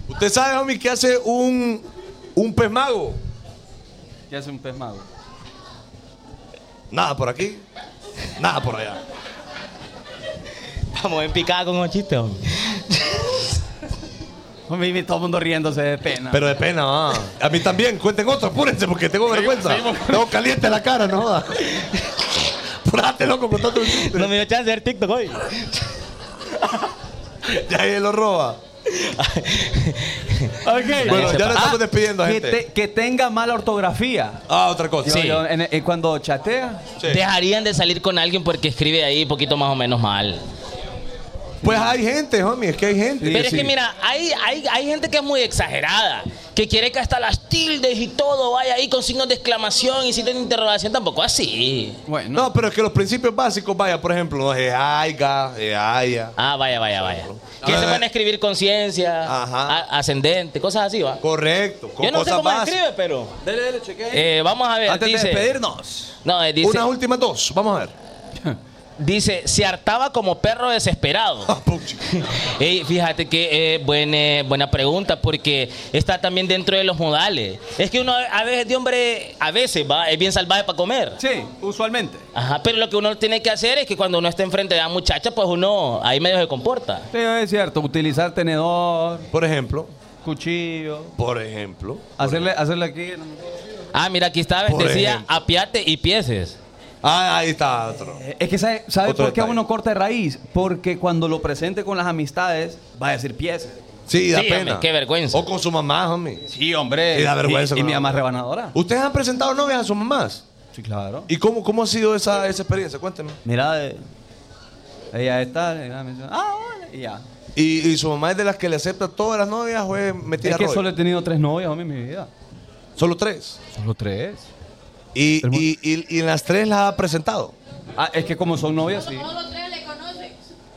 [SPEAKER 1] Usted sabe, homie, qué hace un, un pez mago.
[SPEAKER 4] Ya hace un pez mago.
[SPEAKER 1] Nada por aquí, nada por allá.
[SPEAKER 2] Vamos en picada con un chiste, hombre.
[SPEAKER 4] Hombre, y todo el mundo riéndose de pena.
[SPEAKER 1] Pero de pena, va. A mí también, cuenten otro, apúrense porque tengo vergüenza. Tengo caliente la cara, no jodas. Apúrate, loco, contando un chiste.
[SPEAKER 2] No me dio chance de hacer TikTok hoy.
[SPEAKER 1] Ya ahí lo roba. Bueno, ya
[SPEAKER 4] le
[SPEAKER 1] nos estamos despidiendo,
[SPEAKER 4] Ah, que
[SPEAKER 1] gente.
[SPEAKER 4] te- que tenga mala ortografía.
[SPEAKER 1] Ah, otra cosa.
[SPEAKER 4] Yo- yo, en- en- cuando chatea.
[SPEAKER 2] Dejarían de salir con alguien porque escribe ahí un poquito más o menos mal.
[SPEAKER 1] Pues hay gente, homie, es que hay gente.
[SPEAKER 2] Pero es que mira, hay, hay, hay gente que es muy exagerada, que quiere que hasta las tildes y todo vaya ahí con signos de exclamación y signos de interrogación, tampoco así.
[SPEAKER 4] Bueno.
[SPEAKER 1] No, pero es que los principios básicos, vaya, por ejemplo, no es aiga, es aya.
[SPEAKER 2] Ah, vaya, vaya, vaya. Que se van a escribir conciencia, a- ascendente, cosas así, ¿va?
[SPEAKER 1] Correcto, con
[SPEAKER 2] Yo no sé
[SPEAKER 1] cosas
[SPEAKER 2] cómo se
[SPEAKER 1] básicas.
[SPEAKER 2] escribe, pero...
[SPEAKER 4] Dele, dele, chequea.
[SPEAKER 2] Eh, vamos a ver,
[SPEAKER 4] Antes
[SPEAKER 2] dice-
[SPEAKER 4] de despedirnos.
[SPEAKER 2] No, eh, dice...
[SPEAKER 1] Unas últimas dos, vamos a ver.
[SPEAKER 2] Dice, se hartaba como perro desesperado.
[SPEAKER 1] Ah,
[SPEAKER 2] Ey, fíjate que eh, buen, eh, buena pregunta, porque está también dentro de los modales. Es que uno a- a veces de hombre, a veces va, es bien salvaje para comer.
[SPEAKER 4] Sí, usualmente.
[SPEAKER 2] Ajá, pero lo que uno tiene que hacer es que cuando uno está enfrente de la muchacha, pues uno ahí medio se comporta.
[SPEAKER 4] Sí, es cierto. Utilizar tenedor.
[SPEAKER 1] Por ejemplo.
[SPEAKER 4] Cuchillo.
[SPEAKER 1] Por ejemplo.
[SPEAKER 4] Hacerle, hacerle aquí.
[SPEAKER 2] Ah, mira, aquí está,
[SPEAKER 4] Por
[SPEAKER 2] decía
[SPEAKER 4] ejemplo.
[SPEAKER 2] apiate y pieces.
[SPEAKER 1] Ah, ahí está otro.
[SPEAKER 4] Es que sabe, sabe
[SPEAKER 1] Otro
[SPEAKER 4] por qué
[SPEAKER 1] detalle.
[SPEAKER 4] uno corta de raíz. Porque cuando lo presente con las amistades, va a decir piezas.
[SPEAKER 1] Sí, da
[SPEAKER 4] Sí,
[SPEAKER 1] pena.
[SPEAKER 4] hombre, qué
[SPEAKER 2] vergüenza.
[SPEAKER 1] O con su mamá, homie.
[SPEAKER 4] Sí, hombre.
[SPEAKER 1] Sí, da vergüenza. Uh.
[SPEAKER 4] Y, y
[SPEAKER 1] con
[SPEAKER 4] mi
[SPEAKER 1] la
[SPEAKER 4] mamá rebanadora.
[SPEAKER 1] ¿Ustedes han presentado novias a sus mamás?
[SPEAKER 4] Sí, claro.
[SPEAKER 1] ¿Y cómo, cómo ha sido esa, esa experiencia? Cuéntenme.
[SPEAKER 4] Mira, eh, ella está. ella me dice, ah, hola", y ya.
[SPEAKER 1] ¿Y, y su mamá es de las que le acepta todas las novias o es metida
[SPEAKER 4] Es que
[SPEAKER 1] rollo?
[SPEAKER 4] solo he tenido tres novias, hombre, en mi vida.
[SPEAKER 1] ¿Solo tres?
[SPEAKER 4] Solo tres.
[SPEAKER 1] ¿Y, y, y, y en las tres las ha presentado?
[SPEAKER 4] Ah, es que como son novias, sí.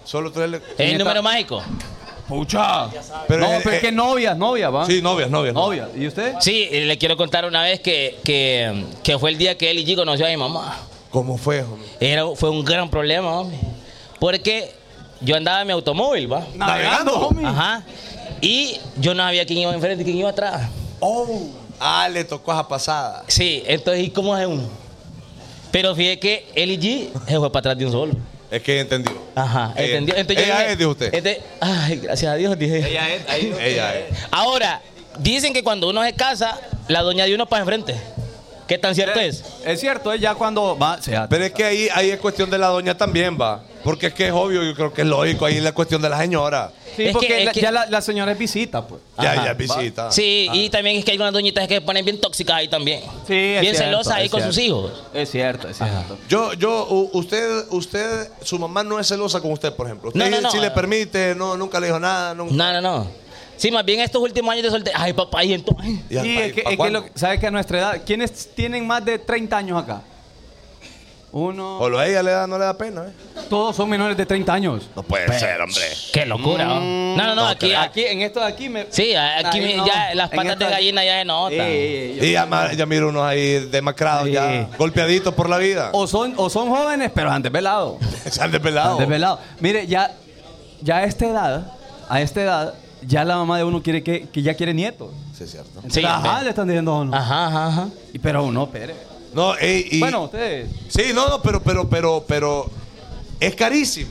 [SPEAKER 1] Solo tres le...
[SPEAKER 2] ¿El número mágico?
[SPEAKER 4] Pucha.
[SPEAKER 1] Pero
[SPEAKER 4] no,
[SPEAKER 1] es-
[SPEAKER 4] pero
[SPEAKER 1] eh,
[SPEAKER 4] es que novias, novias,
[SPEAKER 2] ¿Ah?
[SPEAKER 4] ¿va?
[SPEAKER 1] Sí, novias, novias.
[SPEAKER 4] Novias. ¿Y usted?
[SPEAKER 2] Sí, eh, le quiero contar una vez que, que, que fue el día que él y Gigo conoció a mi mamá.
[SPEAKER 1] ¿Cómo fue, homie?
[SPEAKER 2] Era, fue un gran problema, homie. Porque yo andaba en mi automóvil, ¿va?
[SPEAKER 1] Navegando, homie.
[SPEAKER 2] Ajá. Y yo no sabía quién iba enfrente y quién iba atrás.
[SPEAKER 1] Oh. Ah, le tocó esa pasada.
[SPEAKER 2] Sí, entonces, ¿y cómo es uno? Pero fíjate que él y G se fue para atrás de un solo. Eh,
[SPEAKER 1] Es que entendió.
[SPEAKER 2] Ajá,
[SPEAKER 1] Ella-
[SPEAKER 2] entendió. Entonces, yo
[SPEAKER 1] ella
[SPEAKER 2] dije-
[SPEAKER 1] es, dijo usted.
[SPEAKER 2] entonces, ay, gracias a Dios, dije. Ella es,
[SPEAKER 1] Ella es.
[SPEAKER 2] Ahora, dicen que cuando uno se casa, la doña de uno para enfrente. ¿Qué tan cierto es?
[SPEAKER 4] Es cierto, es ya cuando va. se
[SPEAKER 1] Pero es que ahí, ahí es cuestión de la doña también, va. Porque es que es obvio, yo creo que es lógico. Ahí es la cuestión de la señora.
[SPEAKER 4] Sí,
[SPEAKER 2] Es que-
[SPEAKER 4] porque
[SPEAKER 2] es
[SPEAKER 4] la-
[SPEAKER 2] que-
[SPEAKER 4] ya la, la señora es visita, pues.
[SPEAKER 1] Ya,
[SPEAKER 4] Ajá,
[SPEAKER 1] ya
[SPEAKER 4] ¿va?
[SPEAKER 1] visita.
[SPEAKER 2] Sí, y también es que hay unas doñitas que se ponen bien tóxicas ahí también.
[SPEAKER 4] Sí, es
[SPEAKER 2] bien
[SPEAKER 4] cierto,
[SPEAKER 2] celosas ahí
[SPEAKER 4] es
[SPEAKER 2] con
[SPEAKER 4] cierto.
[SPEAKER 2] sus hijos.
[SPEAKER 4] Es cierto, es cierto.
[SPEAKER 1] Yo, yo, u- usted, usted, su mamá no es celosa con usted, por ejemplo. Usted
[SPEAKER 2] No, no, no.
[SPEAKER 1] si le permite, no, nunca le dijo nada, nunca.
[SPEAKER 2] No, no, no. Sí, más bien estos últimos años de soltero. Ay, papá, y entonces.
[SPEAKER 1] Ya,
[SPEAKER 4] Sí,
[SPEAKER 1] ¿pa-
[SPEAKER 4] es que,
[SPEAKER 1] pa'
[SPEAKER 4] es que
[SPEAKER 1] cuándo?
[SPEAKER 4] lo, sabes que a nuestra edad, ¿quiénes tienen más de 30 años acá? Uno.
[SPEAKER 1] O lo a ella le da, no le da pena, ¿eh?
[SPEAKER 4] Todos son menores de 30 años.
[SPEAKER 1] No puede ser, hombre.
[SPEAKER 2] Qué locura. ¿no? Mm, No, no, no, aquí.
[SPEAKER 4] Aquí, en esto de aquí me.
[SPEAKER 2] Sí, aquí
[SPEAKER 4] Ahí
[SPEAKER 2] mi-
[SPEAKER 4] no.
[SPEAKER 2] ya las
[SPEAKER 4] En
[SPEAKER 2] patas
[SPEAKER 4] esta-
[SPEAKER 2] de gallina ya se notan.
[SPEAKER 4] Sí, yo-
[SPEAKER 1] Y ya, ma- ya miro unos ahí demacrados, ya golpeaditos por la vida.
[SPEAKER 4] O son, o son jóvenes, pero han desvelado.
[SPEAKER 1] Se han desvelado.
[SPEAKER 4] Han desvelado. Mire, ya, ya a esta edad, a esta edad, ya la mamá de uno quiere que, que ya quiere nietos.
[SPEAKER 1] Sí, es cierto.
[SPEAKER 4] Entonces, ajá, le están diciendo a uno.
[SPEAKER 2] Ajá, ajá, ajá.
[SPEAKER 4] Y- Pero uno, pere.
[SPEAKER 1] No, ey, y-
[SPEAKER 4] Bueno, ustedes.
[SPEAKER 1] Sí, no, no, pero, pero, pero, pero es carísimo.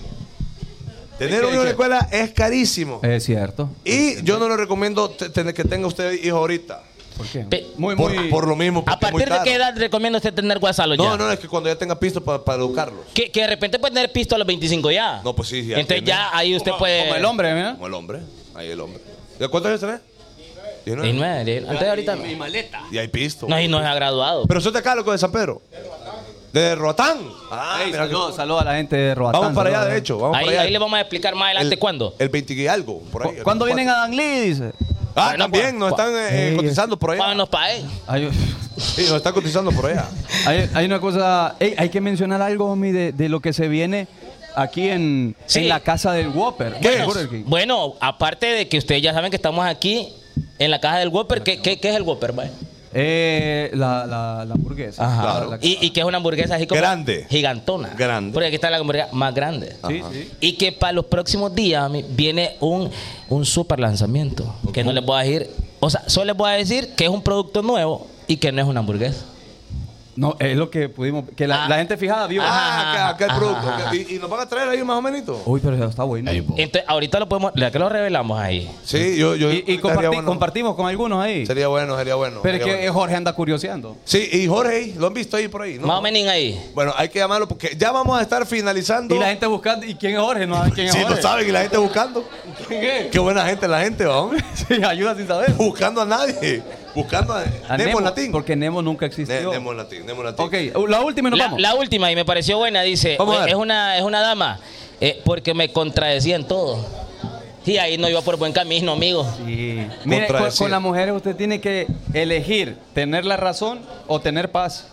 [SPEAKER 1] Tener un hijo en la escuela es carísimo.
[SPEAKER 4] Es cierto.
[SPEAKER 1] Y yo no le recomiendo te- tener que tenga usted hijo ahorita.
[SPEAKER 4] ¿Por qué?
[SPEAKER 2] Pe-
[SPEAKER 4] Muy,
[SPEAKER 1] Por,
[SPEAKER 4] muy.
[SPEAKER 1] por lo mismo.
[SPEAKER 2] ¿A
[SPEAKER 1] porque es muy
[SPEAKER 2] partir de qué
[SPEAKER 1] caro.
[SPEAKER 2] edad recomienda usted tener guasalo ya?
[SPEAKER 1] No, no, es que cuando ya tenga pisto para, para educarlos.
[SPEAKER 2] Que, que de repente puede tener pisto a los 25 ya.
[SPEAKER 1] No, pues sí, ya.
[SPEAKER 2] Entonces
[SPEAKER 1] tiene.
[SPEAKER 2] ya ahí usted
[SPEAKER 4] Como-
[SPEAKER 2] puede.
[SPEAKER 4] Como el hombre, ¿eh? mira.
[SPEAKER 1] Como el hombre. Ahí el hombre. ¿De cuántos años tenés? 19.
[SPEAKER 2] 19, Entonces ahorita. no.
[SPEAKER 4] maleta.
[SPEAKER 1] Y hay pisto.
[SPEAKER 2] No, y no se ha graduado.
[SPEAKER 1] Pero usted acá, loco, de San Pedro. De Roatán. Ah,
[SPEAKER 4] Ey,
[SPEAKER 1] mira que-
[SPEAKER 4] saludos, saludos a la gente de Roatán.
[SPEAKER 1] Vamos para allá,
[SPEAKER 4] saludos eh. a la
[SPEAKER 1] de
[SPEAKER 4] gente.
[SPEAKER 1] hecho. Vamos
[SPEAKER 2] ahí,
[SPEAKER 1] para allá.
[SPEAKER 2] ahí le vamos a explicar más adelante cuándo.
[SPEAKER 1] El 20 y algo, por ahí.
[SPEAKER 4] ¿Cuándo
[SPEAKER 1] el
[SPEAKER 4] vienen a Danlí? Dice.
[SPEAKER 1] Ah,
[SPEAKER 2] Bueno,
[SPEAKER 1] también,
[SPEAKER 2] pues,
[SPEAKER 1] nos están eh,
[SPEAKER 4] Ey,
[SPEAKER 1] cotizando por allá.
[SPEAKER 2] Vámonos para él.
[SPEAKER 4] Hay,
[SPEAKER 1] Sí, nos están cotizando por allá.
[SPEAKER 4] hay- hay una cosa. Ey, hay que mencionar algo, homie, de, de lo que se viene aquí en,
[SPEAKER 2] Sí.
[SPEAKER 4] en la casa del Whopper.
[SPEAKER 2] Bueno,
[SPEAKER 4] Burger King.
[SPEAKER 2] bueno, aparte de que ustedes ya saben que estamos aquí en la caja del Whopper, ¿qué, qué, qué es el Whopper? pues? vaya?
[SPEAKER 4] Eh, la, la, la hamburguesa.
[SPEAKER 2] Ajá.
[SPEAKER 4] Claro. La-
[SPEAKER 2] Y, y que es una hamburguesa así como
[SPEAKER 1] Grande.
[SPEAKER 2] Gigantona.
[SPEAKER 1] Grande.
[SPEAKER 2] Porque aquí está la hamburguesa más grande.
[SPEAKER 4] sí,
[SPEAKER 1] Ajá.
[SPEAKER 4] sí.
[SPEAKER 2] Y que para los próximos días mi, viene un, un super lanzamiento. Que no les voy a decir. O sea, solo les voy a decir que es un producto nuevo y que no es una hamburguesa.
[SPEAKER 4] No, es lo que pudimos. Que la,
[SPEAKER 2] Ah.
[SPEAKER 4] la gente fijada vio.
[SPEAKER 1] Ah, acá, acá el
[SPEAKER 2] Ajá,
[SPEAKER 1] producto.
[SPEAKER 2] ajá.
[SPEAKER 1] Y, y nos van a traer ahí más o menos.
[SPEAKER 4] Uy, pero está bueno.
[SPEAKER 2] Entonces, ahorita lo podemos. ¿La que lo revelamos ahí?
[SPEAKER 1] Sí, yo, yo
[SPEAKER 4] y y
[SPEAKER 1] estaría
[SPEAKER 4] comparti-
[SPEAKER 1] bueno.
[SPEAKER 4] compartimos con algunos ahí.
[SPEAKER 1] Sería bueno, sería bueno.
[SPEAKER 4] pero es que
[SPEAKER 1] sería bueno.
[SPEAKER 4] Jorge anda curioseando.
[SPEAKER 1] Sí, y Jorge, ahí, lo han visto ahí por ahí, ¿no?
[SPEAKER 2] Más o menos ahí.
[SPEAKER 1] Bueno, hay que llamarlo porque ya vamos a estar finalizando.
[SPEAKER 4] Y la gente buscando. ¿Y quién es Jorge? No saben quién es
[SPEAKER 1] Sí,
[SPEAKER 4] Jorge.
[SPEAKER 1] no saben, y la gente buscando.
[SPEAKER 4] ¿Quién es?
[SPEAKER 1] Qué buena gente la gente, vamos.
[SPEAKER 4] Sí, ayuda sin saber.
[SPEAKER 1] Buscando a nadie. Buscando a,
[SPEAKER 4] A
[SPEAKER 1] Nemo,
[SPEAKER 4] Nemo,
[SPEAKER 1] Latín.
[SPEAKER 4] Porque Nemo
[SPEAKER 1] Ne-
[SPEAKER 4] nunca existió.
[SPEAKER 1] Nemo Latín, Nemo Latín.
[SPEAKER 4] Ok, uh, la última y nos
[SPEAKER 2] La,
[SPEAKER 4] vamos.
[SPEAKER 2] la última y me pareció buena. Dice:
[SPEAKER 1] Vamos a ver.
[SPEAKER 2] Es una, es una dama eh, porque me contradecía en todo. Y ahí no iba por buen camino, amigo.
[SPEAKER 4] Sí. Mire, con,
[SPEAKER 1] Contradecir.
[SPEAKER 4] con las mujeres usted tiene que elegir tener la razón o tener paz.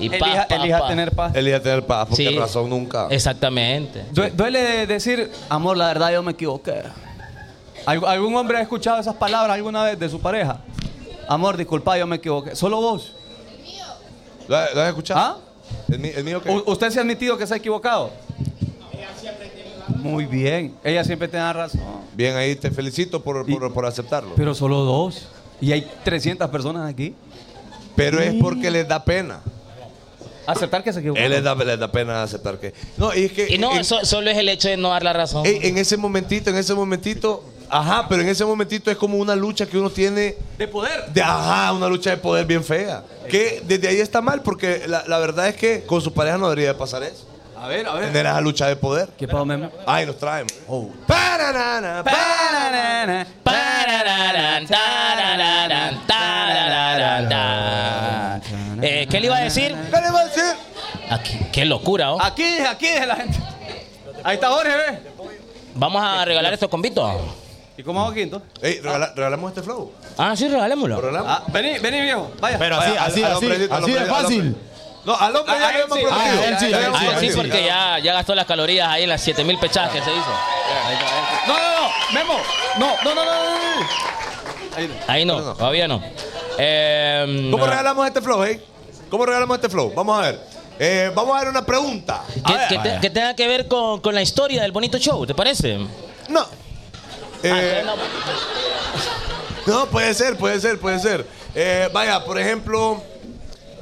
[SPEAKER 2] Y pa,
[SPEAKER 4] elija
[SPEAKER 2] pa,
[SPEAKER 4] elija
[SPEAKER 2] pa.
[SPEAKER 4] tener paz.
[SPEAKER 1] Elías tener paz, porque
[SPEAKER 2] Sí.
[SPEAKER 1] razón nunca.
[SPEAKER 2] Exactamente.
[SPEAKER 4] Due- duele de- decir, amor, la verdad yo me equivoqué. ¿Alg- ¿Algún hombre ha escuchado esas palabras alguna vez de su pareja? Amor, disculpa, yo me equivoqué. Solo vos.
[SPEAKER 1] ¿Lo, has- lo has escuchado?
[SPEAKER 4] ¿Ah?
[SPEAKER 1] ¿El, mí- el mío que.
[SPEAKER 4] U- ¿Usted se ha admitido que se ha equivocado? Muy bien. Ella siempre tiene razón.
[SPEAKER 1] Bien, ahí te felicito por, por, por aceptarlo. Pero,
[SPEAKER 4] Pero solo dos. Y hay 300 personas aquí.
[SPEAKER 1] es porque les da pena.
[SPEAKER 4] Aceptar que se equivocó.
[SPEAKER 1] Él les da, les da pena aceptar que. No, y es que.
[SPEAKER 2] Y no,
[SPEAKER 1] en,
[SPEAKER 2] eso- solo es el hecho de no dar la razón.
[SPEAKER 1] en- en ese momentito, en ese momentito. Ajá, pero en ese momentito es como una lucha que uno tiene.
[SPEAKER 4] De poder.
[SPEAKER 1] De, ajá, una lucha de poder bien fea. Que desde ahí está mal, porque la, la verdad es que con su pareja no debería de pasar eso.
[SPEAKER 4] A ver, a
[SPEAKER 1] Tener esa lucha de poder.
[SPEAKER 4] ¿Qué pasó, Memo?
[SPEAKER 1] Ay, nos traen.
[SPEAKER 4] Oh.
[SPEAKER 1] Pararana, pararana.
[SPEAKER 2] Parararán, tarararán, tarararán. Eh, ¿Qué le iba a decir?
[SPEAKER 1] ¿Qué le va a decir?
[SPEAKER 2] Aquí, qué locura, ¿oh?
[SPEAKER 4] Aquí, aquí deje la gente. Ahí está Jorge, ve.
[SPEAKER 2] Vamos a regalar estos convitos.
[SPEAKER 4] ¿Y cómo hago quinto?
[SPEAKER 1] Ey, regala- regalamos este flow.
[SPEAKER 2] Ah, sí,
[SPEAKER 1] ¿Lo
[SPEAKER 2] regalémoslo.
[SPEAKER 1] regalamos?
[SPEAKER 4] Ah, vení, vení, viejo. Vaya.
[SPEAKER 15] Pero así,
[SPEAKER 1] Vaya, al-
[SPEAKER 15] así,
[SPEAKER 1] al
[SPEAKER 15] así,
[SPEAKER 1] hombrecito, al
[SPEAKER 15] así de
[SPEAKER 1] hombrecito, al
[SPEAKER 15] fácil.
[SPEAKER 1] hombrecito. No, al hombre
[SPEAKER 4] Ah,
[SPEAKER 1] ya
[SPEAKER 4] a
[SPEAKER 1] le
[SPEAKER 4] él
[SPEAKER 1] hemos
[SPEAKER 4] sí.
[SPEAKER 15] Ah,
[SPEAKER 1] prometido.
[SPEAKER 15] a él sí,
[SPEAKER 1] Ya le
[SPEAKER 15] a él
[SPEAKER 1] hemos
[SPEAKER 2] Ah, sí,
[SPEAKER 1] prometido.
[SPEAKER 2] porque ya, ya gastó las calorías ahí en las 7000 pechadas que se hizo.
[SPEAKER 4] No, no, no. Memo, no, no, no, no, no. no.
[SPEAKER 2] Ahí no, todavía no. Eh,
[SPEAKER 1] ¿Cómo
[SPEAKER 2] no.
[SPEAKER 1] regalamos este flow, eh? ¿Cómo regalamos este flow? Vamos a ver. Eh, vamos a ver una pregunta.
[SPEAKER 2] Que, que te- que tenga que ver con, con la historia del bonito show, ¿te parece?
[SPEAKER 1] No. Eh,
[SPEAKER 4] Ah,
[SPEAKER 1] no, puede ser, puede ser, puede ser. Eh, vaya, por ejemplo,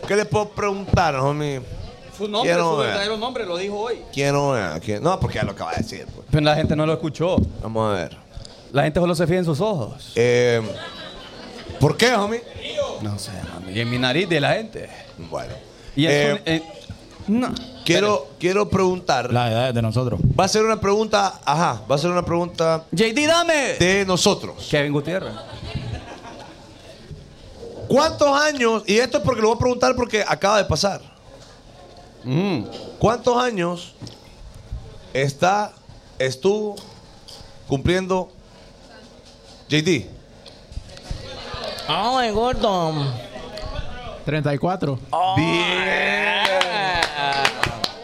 [SPEAKER 1] ¿qué les puedo preguntar, homie?
[SPEAKER 4] Su nombre,
[SPEAKER 1] Quiero
[SPEAKER 4] su
[SPEAKER 1] ver.
[SPEAKER 4] verdadero nombre lo dijo hoy.
[SPEAKER 1] Quiero ver, que- No, porque ya lo acaba de decir. pues.
[SPEAKER 4] Pero la gente no lo escuchó.
[SPEAKER 1] Vamos a ver.
[SPEAKER 4] La gente solo se fija en sus ojos.
[SPEAKER 1] Eh, ¿Por qué, homie?
[SPEAKER 4] No sé, mami. Y en mi nariz de la gente.
[SPEAKER 1] Bueno.
[SPEAKER 4] Y es
[SPEAKER 1] Eh,
[SPEAKER 4] un- eh, no.
[SPEAKER 1] Quiero, quiero preguntar.
[SPEAKER 16] Las edades de nosotros.
[SPEAKER 1] Va a ser una pregunta, ajá, va a ser una pregunta
[SPEAKER 4] JD, dame.
[SPEAKER 1] de nosotros.
[SPEAKER 4] Kevin Gutiérrez.
[SPEAKER 1] ¿Cuántos años? Y esto es porque lo voy a preguntar porque acaba de pasar.
[SPEAKER 4] Mm.
[SPEAKER 1] ¿Cuántos años está, estuvo cumpliendo JD?
[SPEAKER 2] Ay, gordo.
[SPEAKER 7] 34.
[SPEAKER 4] Ah.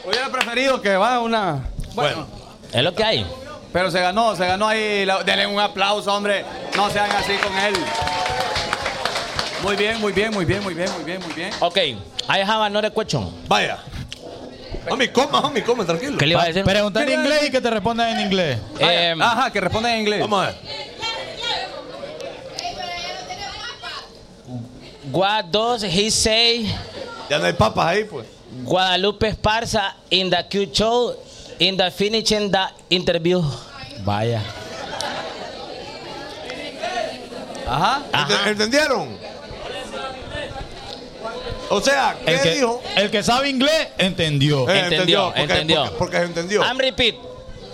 [SPEAKER 4] Hubiera preferido que va una. Bueno.
[SPEAKER 2] Es lo que hay.
[SPEAKER 4] Pero se ganó, se ganó ahí. la- Denle un aplauso, hombre. No sean así con él. Muy bien, muy bien, muy bien, muy bien, muy bien, muy bien.
[SPEAKER 2] Ok, I have another question.
[SPEAKER 1] Vaya. Homie, coma, homie, coma, tranquilo.
[SPEAKER 2] ¿Qué le iba a decir?
[SPEAKER 16] Pregunta en inglés y que te respondan en inglés.
[SPEAKER 2] Eh,
[SPEAKER 4] Ah, Ajá, que responda en inglés.
[SPEAKER 1] Vamos a ver.
[SPEAKER 2] What does he say?
[SPEAKER 1] Ya no hay papas ahí, pues.
[SPEAKER 2] Guadalupe Esparza in the Q show in the finishing the interview.
[SPEAKER 16] Vaya.
[SPEAKER 4] Ajá.
[SPEAKER 1] ¿Ent- ¿Entendieron? O sea, ¿qué
[SPEAKER 16] El que,
[SPEAKER 1] dijo?
[SPEAKER 16] el que sabe inglés entendió.
[SPEAKER 1] Eh,
[SPEAKER 2] Entendió,
[SPEAKER 1] porque-
[SPEAKER 2] entendió.
[SPEAKER 1] Porque, porque entendió.
[SPEAKER 2] I'm repeat.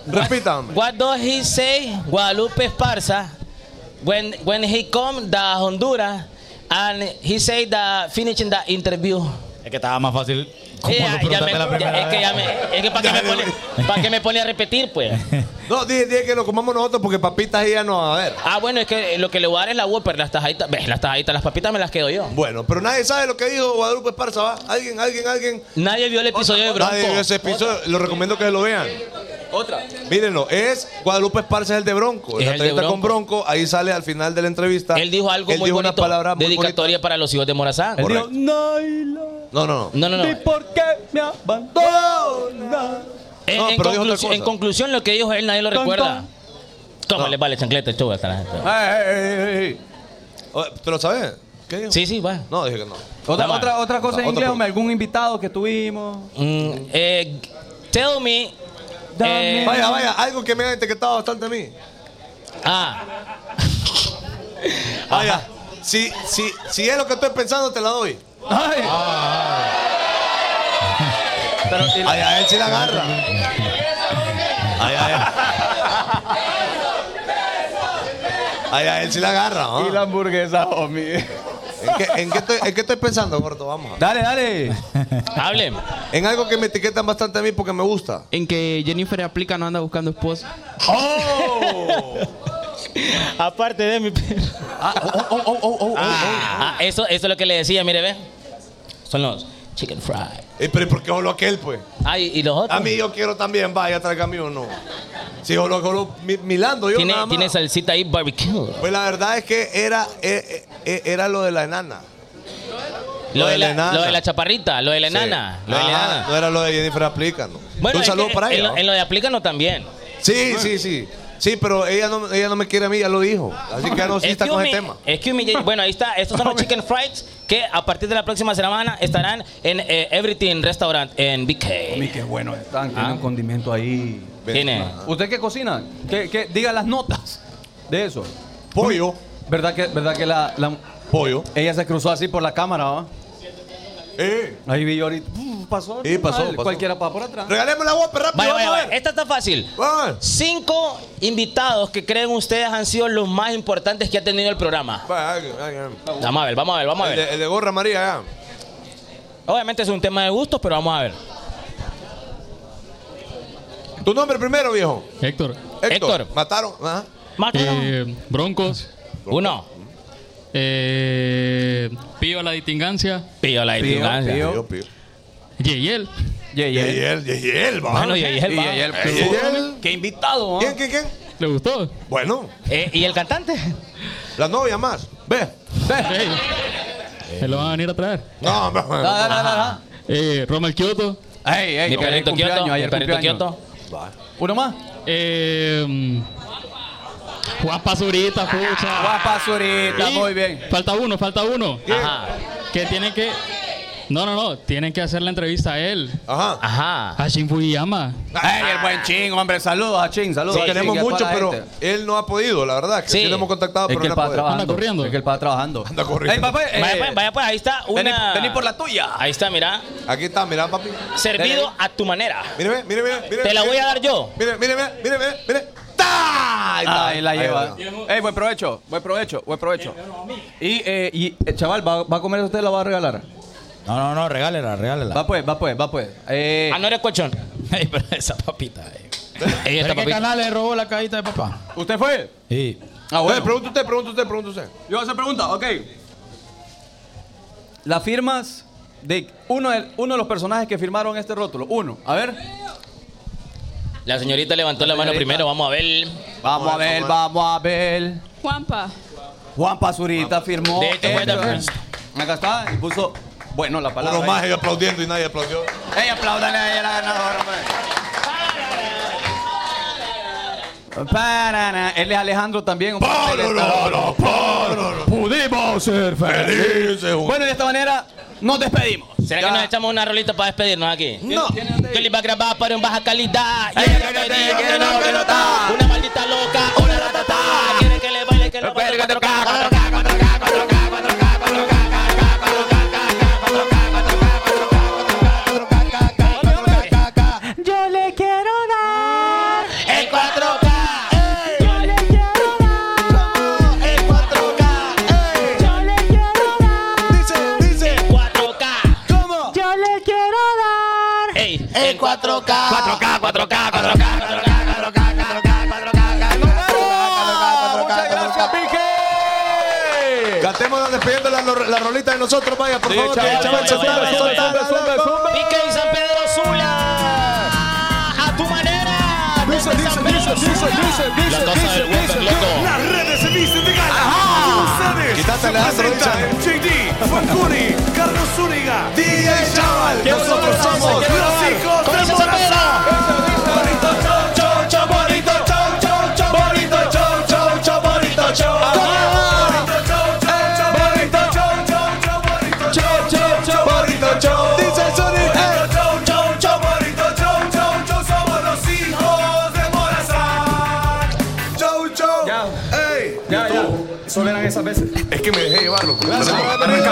[SPEAKER 1] Repítame.
[SPEAKER 2] What does he say, Guadalupe Esparza, when when he come the Honduras and he say the finishing the interview?
[SPEAKER 16] Es que estaba más fácil. como
[SPEAKER 2] Eh,
[SPEAKER 16] lo
[SPEAKER 2] ya- ya me-
[SPEAKER 16] preguntaste la primera
[SPEAKER 2] ya- es que
[SPEAKER 16] vez.
[SPEAKER 2] ya me- es que para qué me pone- pa' qué me pone a repetir pues.
[SPEAKER 1] No, dije, dije que lo comamos nosotros porque papitas ahí ya no va a ver.
[SPEAKER 2] Ah, bueno, es que lo que le voy a dar es la Whopper, las tajaditas, ves, las tajaditas, las papitas me las quedo yo.
[SPEAKER 1] Bueno, pero nadie sabe lo que dijo Guadalupe Esparza, ¿va? Alguien, alguien, alguien.
[SPEAKER 2] Nadie vio el episodio de Bronco.
[SPEAKER 1] Nadie vio ese episodio. Lo recomiendo que lo vean.
[SPEAKER 4] Otra.
[SPEAKER 1] Mírenlo, es Guadalupe Esparza es el de Bronco. En
[SPEAKER 2] Es
[SPEAKER 1] la
[SPEAKER 2] el de
[SPEAKER 1] entrevista con
[SPEAKER 2] Bronco.
[SPEAKER 1] Bronco, ahí sale al final de la entrevista.
[SPEAKER 2] Él dijo algo
[SPEAKER 1] Él
[SPEAKER 2] muy
[SPEAKER 1] dijo
[SPEAKER 2] bonito.
[SPEAKER 1] una palabra muy
[SPEAKER 2] dedicatoria para los hijos de Morazán.
[SPEAKER 1] Él dijo,
[SPEAKER 2] Correcto.
[SPEAKER 4] Naila,
[SPEAKER 1] No, no, no.
[SPEAKER 2] No, no, no.
[SPEAKER 4] ¿y por qué me abandona?
[SPEAKER 2] En,
[SPEAKER 1] No,
[SPEAKER 2] en
[SPEAKER 1] pero dijo otra
[SPEAKER 2] conclusión-
[SPEAKER 1] cosa.
[SPEAKER 2] en conclusión, lo que dijo él nadie lo
[SPEAKER 4] Tan,
[SPEAKER 2] recuerda.
[SPEAKER 4] tan.
[SPEAKER 2] Toma, le vale chancleta, chuga hasta la gente.
[SPEAKER 1] Oh, ¿Te lo sabes? ¿Qué dijo?
[SPEAKER 2] Sí, sí, va.
[SPEAKER 1] No, dije que no.
[SPEAKER 4] Otra,
[SPEAKER 2] Dame.
[SPEAKER 4] otra, otra
[SPEAKER 1] Otra
[SPEAKER 4] cosa en inglés,
[SPEAKER 1] pregunta.
[SPEAKER 4] hombre, algún invitado que tuvimos.
[SPEAKER 2] Mm, eh, tell me.
[SPEAKER 4] Dame.
[SPEAKER 2] eh,
[SPEAKER 1] Vaya, vaya, algo que me ha etiquetado bastante a mí.
[SPEAKER 2] ah,
[SPEAKER 1] Vaya, si, si, si es lo que estoy pensando, te la doy.
[SPEAKER 4] Ay. Ah. Pero, y la-
[SPEAKER 1] Ay, a él sí la agarra. Ay, ay, ay. Ay, a él sí la agarra, ¿no?
[SPEAKER 4] y la hamburguesa, homie.
[SPEAKER 1] ¿En qué, en qué estoy, en qué estoy pensando, gordo? Vamos.
[SPEAKER 4] Dale, dale.
[SPEAKER 2] hable.
[SPEAKER 1] En algo que me etiquetan bastante a mí porque me gusta.
[SPEAKER 5] En que Jennifer aplica no anda buscando esposo.
[SPEAKER 2] Aparte de mi perro. Ah, eso, eso es lo que le decía, mire, ve. Son los chicken fry.
[SPEAKER 1] Eh, pero ¿y por qué voló aquel, pues?
[SPEAKER 2] Ah, y, y los otros.
[SPEAKER 1] A mí yo quiero también, vaya, traiga a mí uno. Si yo lo colo mi- milando yo
[SPEAKER 2] tiene,
[SPEAKER 1] nada más.
[SPEAKER 2] tiene salsita ahí, barbecue.
[SPEAKER 1] Pues la verdad es que era, eh, eh, era lo de la enana.
[SPEAKER 2] Lo de, la,
[SPEAKER 1] enana.
[SPEAKER 2] lo de la chaparrita, lo de la
[SPEAKER 1] Sí.
[SPEAKER 2] enana. Lo de la
[SPEAKER 1] Ajá,
[SPEAKER 2] enana.
[SPEAKER 1] No era lo de Jennifer Aplica, ¿no? Un
[SPEAKER 2] es
[SPEAKER 1] saludo
[SPEAKER 2] que
[SPEAKER 1] para
[SPEAKER 2] en
[SPEAKER 1] ella.
[SPEAKER 2] lo-
[SPEAKER 1] ¿no?
[SPEAKER 2] En lo de aplícanos también.
[SPEAKER 1] Sí, sí, sí. Sí, pero ella no, ella no me quiere a mí, ya lo dijo. Así que ya no sí está
[SPEAKER 2] Excuse
[SPEAKER 1] con el
[SPEAKER 2] me,
[SPEAKER 1] tema.
[SPEAKER 2] excuse me, Jay. bueno, ahí está. Estos son los chicken fries que a partir de la próxima semana estarán en eh, Everything Restaurant en
[SPEAKER 4] Homie,
[SPEAKER 2] BK.
[SPEAKER 4] qué bueno están. Tienen un condimento ahí.
[SPEAKER 2] Tiene
[SPEAKER 1] Ah,
[SPEAKER 4] ¿Usted qué cocina? ¿Qué, qué? Diga las notas de eso.
[SPEAKER 1] Pollo,
[SPEAKER 4] ¿Verdad que, verdad que la, la-
[SPEAKER 1] pollo.
[SPEAKER 4] ella se cruzó así por la cámara, ¿va?
[SPEAKER 1] Eh.
[SPEAKER 4] Ahí vi yo ahorita. Uh, pasó.
[SPEAKER 1] Sí, pasó,
[SPEAKER 4] normal.
[SPEAKER 1] pasó.
[SPEAKER 4] Cualquiera pasa por atrás.
[SPEAKER 1] Regalemos la guapa rápido,
[SPEAKER 2] Vaya,
[SPEAKER 1] vamos
[SPEAKER 2] vaya,
[SPEAKER 1] a
[SPEAKER 2] vaya.
[SPEAKER 1] ver.
[SPEAKER 2] Esta está fácil.
[SPEAKER 1] Vamos a ver.
[SPEAKER 2] Cinco invitados que creen ustedes han sido los más importantes que ha tenido el programa.
[SPEAKER 1] Vaya, ay, ay, ay.
[SPEAKER 2] Vamos a ver, vamos a ver, vamos a
[SPEAKER 1] El, de,
[SPEAKER 2] ver.
[SPEAKER 1] el de gorra María, ya.
[SPEAKER 2] Obviamente es un tema de gustos, pero vamos a ver.
[SPEAKER 1] Tu nombre primero, viejo.
[SPEAKER 14] Héctor,
[SPEAKER 1] Héctor.
[SPEAKER 2] Héctor.
[SPEAKER 1] Mataron. Ajá.
[SPEAKER 2] Mátalo.
[SPEAKER 14] eh, Broncos,
[SPEAKER 2] Uno.
[SPEAKER 14] eh, Pío la distingancia,
[SPEAKER 2] Pío la
[SPEAKER 4] Pío,
[SPEAKER 2] ignorancia.
[SPEAKER 4] pío.
[SPEAKER 1] Yo, pío.
[SPEAKER 14] Yeyel.
[SPEAKER 1] Yeyel,
[SPEAKER 4] Yeyel.
[SPEAKER 1] Yeyel, va.
[SPEAKER 2] Bueno, y ahí es el
[SPEAKER 4] Y
[SPEAKER 2] va.
[SPEAKER 4] Yeyel,
[SPEAKER 1] Yeyel.
[SPEAKER 4] ¡Qué invitado! ¿ah?
[SPEAKER 1] ¿Quién, quién, quién?
[SPEAKER 14] ¿Le gustó?
[SPEAKER 1] Bueno.
[SPEAKER 2] Eh, ¿Y el cantante?
[SPEAKER 1] La novia más. Ve.
[SPEAKER 14] ¿Me lo van a venir a traer?
[SPEAKER 1] No, no,
[SPEAKER 4] no, no, no, no.
[SPEAKER 14] Eh, Roma el Kioto.
[SPEAKER 4] Ey, ey,
[SPEAKER 14] Mi
[SPEAKER 4] ayer
[SPEAKER 14] perrito
[SPEAKER 4] cumpleaños,
[SPEAKER 14] Kioto,
[SPEAKER 4] ayer
[SPEAKER 14] mi perrito
[SPEAKER 4] cumpleaños. ¿Uno más?
[SPEAKER 14] Eh, Guapa Zurita, pucha.
[SPEAKER 4] Guapa Zurita,
[SPEAKER 14] Y
[SPEAKER 4] Ah, muy bien.
[SPEAKER 14] Falta uno, falta uno.
[SPEAKER 4] Ajá.
[SPEAKER 14] Que tienen que. No, no, no. Tienen que hacer la entrevista a él.
[SPEAKER 1] Ajá.
[SPEAKER 14] Ajá. A Shin Fujiyama.
[SPEAKER 4] Ey, el buen ching, hombre, saludos a ching, saludos
[SPEAKER 1] Sí,
[SPEAKER 4] a Ching
[SPEAKER 1] queremos
[SPEAKER 4] y a toda
[SPEAKER 1] mucho,
[SPEAKER 4] la
[SPEAKER 1] pero
[SPEAKER 4] gente.
[SPEAKER 1] él no ha podido, la verdad. Que sí, lo hemos contactado,
[SPEAKER 4] Es
[SPEAKER 1] pero
[SPEAKER 4] que
[SPEAKER 1] no
[SPEAKER 4] el
[SPEAKER 1] ha
[SPEAKER 4] pa
[SPEAKER 1] podido.
[SPEAKER 4] trabajando. Es que el pa trabajando.
[SPEAKER 1] Anda corriendo.
[SPEAKER 4] Ey, papá, eh,
[SPEAKER 2] Vaya pues, vaya pues, ahí está una.
[SPEAKER 4] vení- vení por la tuya.
[SPEAKER 2] Ahí está, mira.
[SPEAKER 1] Aquí está, mira, papi.
[SPEAKER 2] Servido a tu manera.
[SPEAKER 1] Míreme, míreme, míreme.
[SPEAKER 2] Te la voy a dar yo.
[SPEAKER 1] Mire, mire, mire, mire, mire.
[SPEAKER 4] Ah, Ahí,
[SPEAKER 1] está.
[SPEAKER 4] la
[SPEAKER 1] Ahí
[SPEAKER 4] lleva. Ey, buen provecho, buen provecho, buen provecho. Y, eh, y eh, chaval, ¿va, va a comer usted o la va a regalar?
[SPEAKER 16] No, no, no, regálela, regálela.
[SPEAKER 4] Va pues, va pues, va pues. Eh,
[SPEAKER 2] Ah, no eres colchón.
[SPEAKER 16] Ey, pero esa papita. Ey.
[SPEAKER 2] Ey, esta
[SPEAKER 16] ¿Pero ¿Qué
[SPEAKER 2] papita.
[SPEAKER 16] canal le robó la cajita de papá?
[SPEAKER 4] ¿Usted fue?
[SPEAKER 16] Sí.
[SPEAKER 4] Ah, bueno.
[SPEAKER 1] Pregunta usted, pregunta usted, pregunta usted.
[SPEAKER 4] Yo voy a hacer pregunta, ok. Las firmas de uno de, uno de los personajes que firmaron este rótulo. Uno, a ver.
[SPEAKER 2] La señorita levantó la, mano
[SPEAKER 4] señorita.
[SPEAKER 2] primero, vamos a ver.
[SPEAKER 4] Vamos a ver, vamos a ver.
[SPEAKER 10] Juanpa.
[SPEAKER 4] Juan Pazurita firmó.
[SPEAKER 2] De hecho, fue
[SPEAKER 4] esto.
[SPEAKER 2] la first.
[SPEAKER 4] Acá está, y puso. Bueno, la palabra.
[SPEAKER 1] Puro más aplaudiendo y nadie aplaudió.
[SPEAKER 4] ¡Ey, apláudale a ella, la ganadora, hombre! Parana. Él es Alejandro también. un papel está-
[SPEAKER 11] Pudimos ser felices.
[SPEAKER 4] Bueno, de esta manera nos despedimos.
[SPEAKER 2] ¿Será
[SPEAKER 4] Ya.
[SPEAKER 2] que nos echamos una rolita para despedirnos aquí?
[SPEAKER 4] No.
[SPEAKER 2] Yo le iba a grabar para en baja calidad. Y
[SPEAKER 4] Ella
[SPEAKER 2] ella me dijo que no, que no está. Una maldita loca, una ratata. Quiere que le baile, que lo baile.
[SPEAKER 9] Yo le quiero dar.
[SPEAKER 2] El 4K.
[SPEAKER 1] Dice, dice.
[SPEAKER 2] 4K.
[SPEAKER 1] ¿Cómo?
[SPEAKER 9] Yo le quiero dar.
[SPEAKER 2] Ey, el 4K. 4K, 4K, 4K.
[SPEAKER 4] Muchas gracias, Pique.
[SPEAKER 1] Cantemos despidiendo la, la rolita de nosotros, vaya, por favor.
[SPEAKER 4] chaval,
[SPEAKER 1] que-
[SPEAKER 4] chaval,
[SPEAKER 1] soltala,
[SPEAKER 4] chaval,
[SPEAKER 1] soltala,
[SPEAKER 4] chaval,
[SPEAKER 1] soltala, soltala.
[SPEAKER 2] Pique y San Pedro Sula. A tu manera.
[SPEAKER 1] Dice,
[SPEAKER 2] desde
[SPEAKER 1] dice,
[SPEAKER 2] San Pedro
[SPEAKER 1] dice, dice,
[SPEAKER 2] Sula.
[SPEAKER 1] dice, dice,
[SPEAKER 16] La taza
[SPEAKER 1] dice,
[SPEAKER 16] del Whopper,
[SPEAKER 1] dice.
[SPEAKER 16] loco.
[SPEAKER 1] Las redes se dicen de gala. Ustedes Quítate, eh. Alejandro,
[SPEAKER 11] presentan
[SPEAKER 1] JD, Fancuni, Carlos Zúñiga, DJ Chaval. Nosotros somos los hijos de Morazán. Bonito chau, chau, chau, bonito chau, chau, chau, bonito chau, chau, chau, bonito chau. Bonito chau, chau, chau, bonito chau, chau, chau, bonito chau, chau, chau, bonito chau. Dice el sonido. Bonito chau, chau, chau, bonito chau, chau, chau, somos los hijos de Morazán. Chau, chau.
[SPEAKER 4] Ya.
[SPEAKER 1] Ey.
[SPEAKER 4] Ya, ya. Solo eran esas veces.
[SPEAKER 1] Es que me dejé llevarlo.
[SPEAKER 4] Arranca.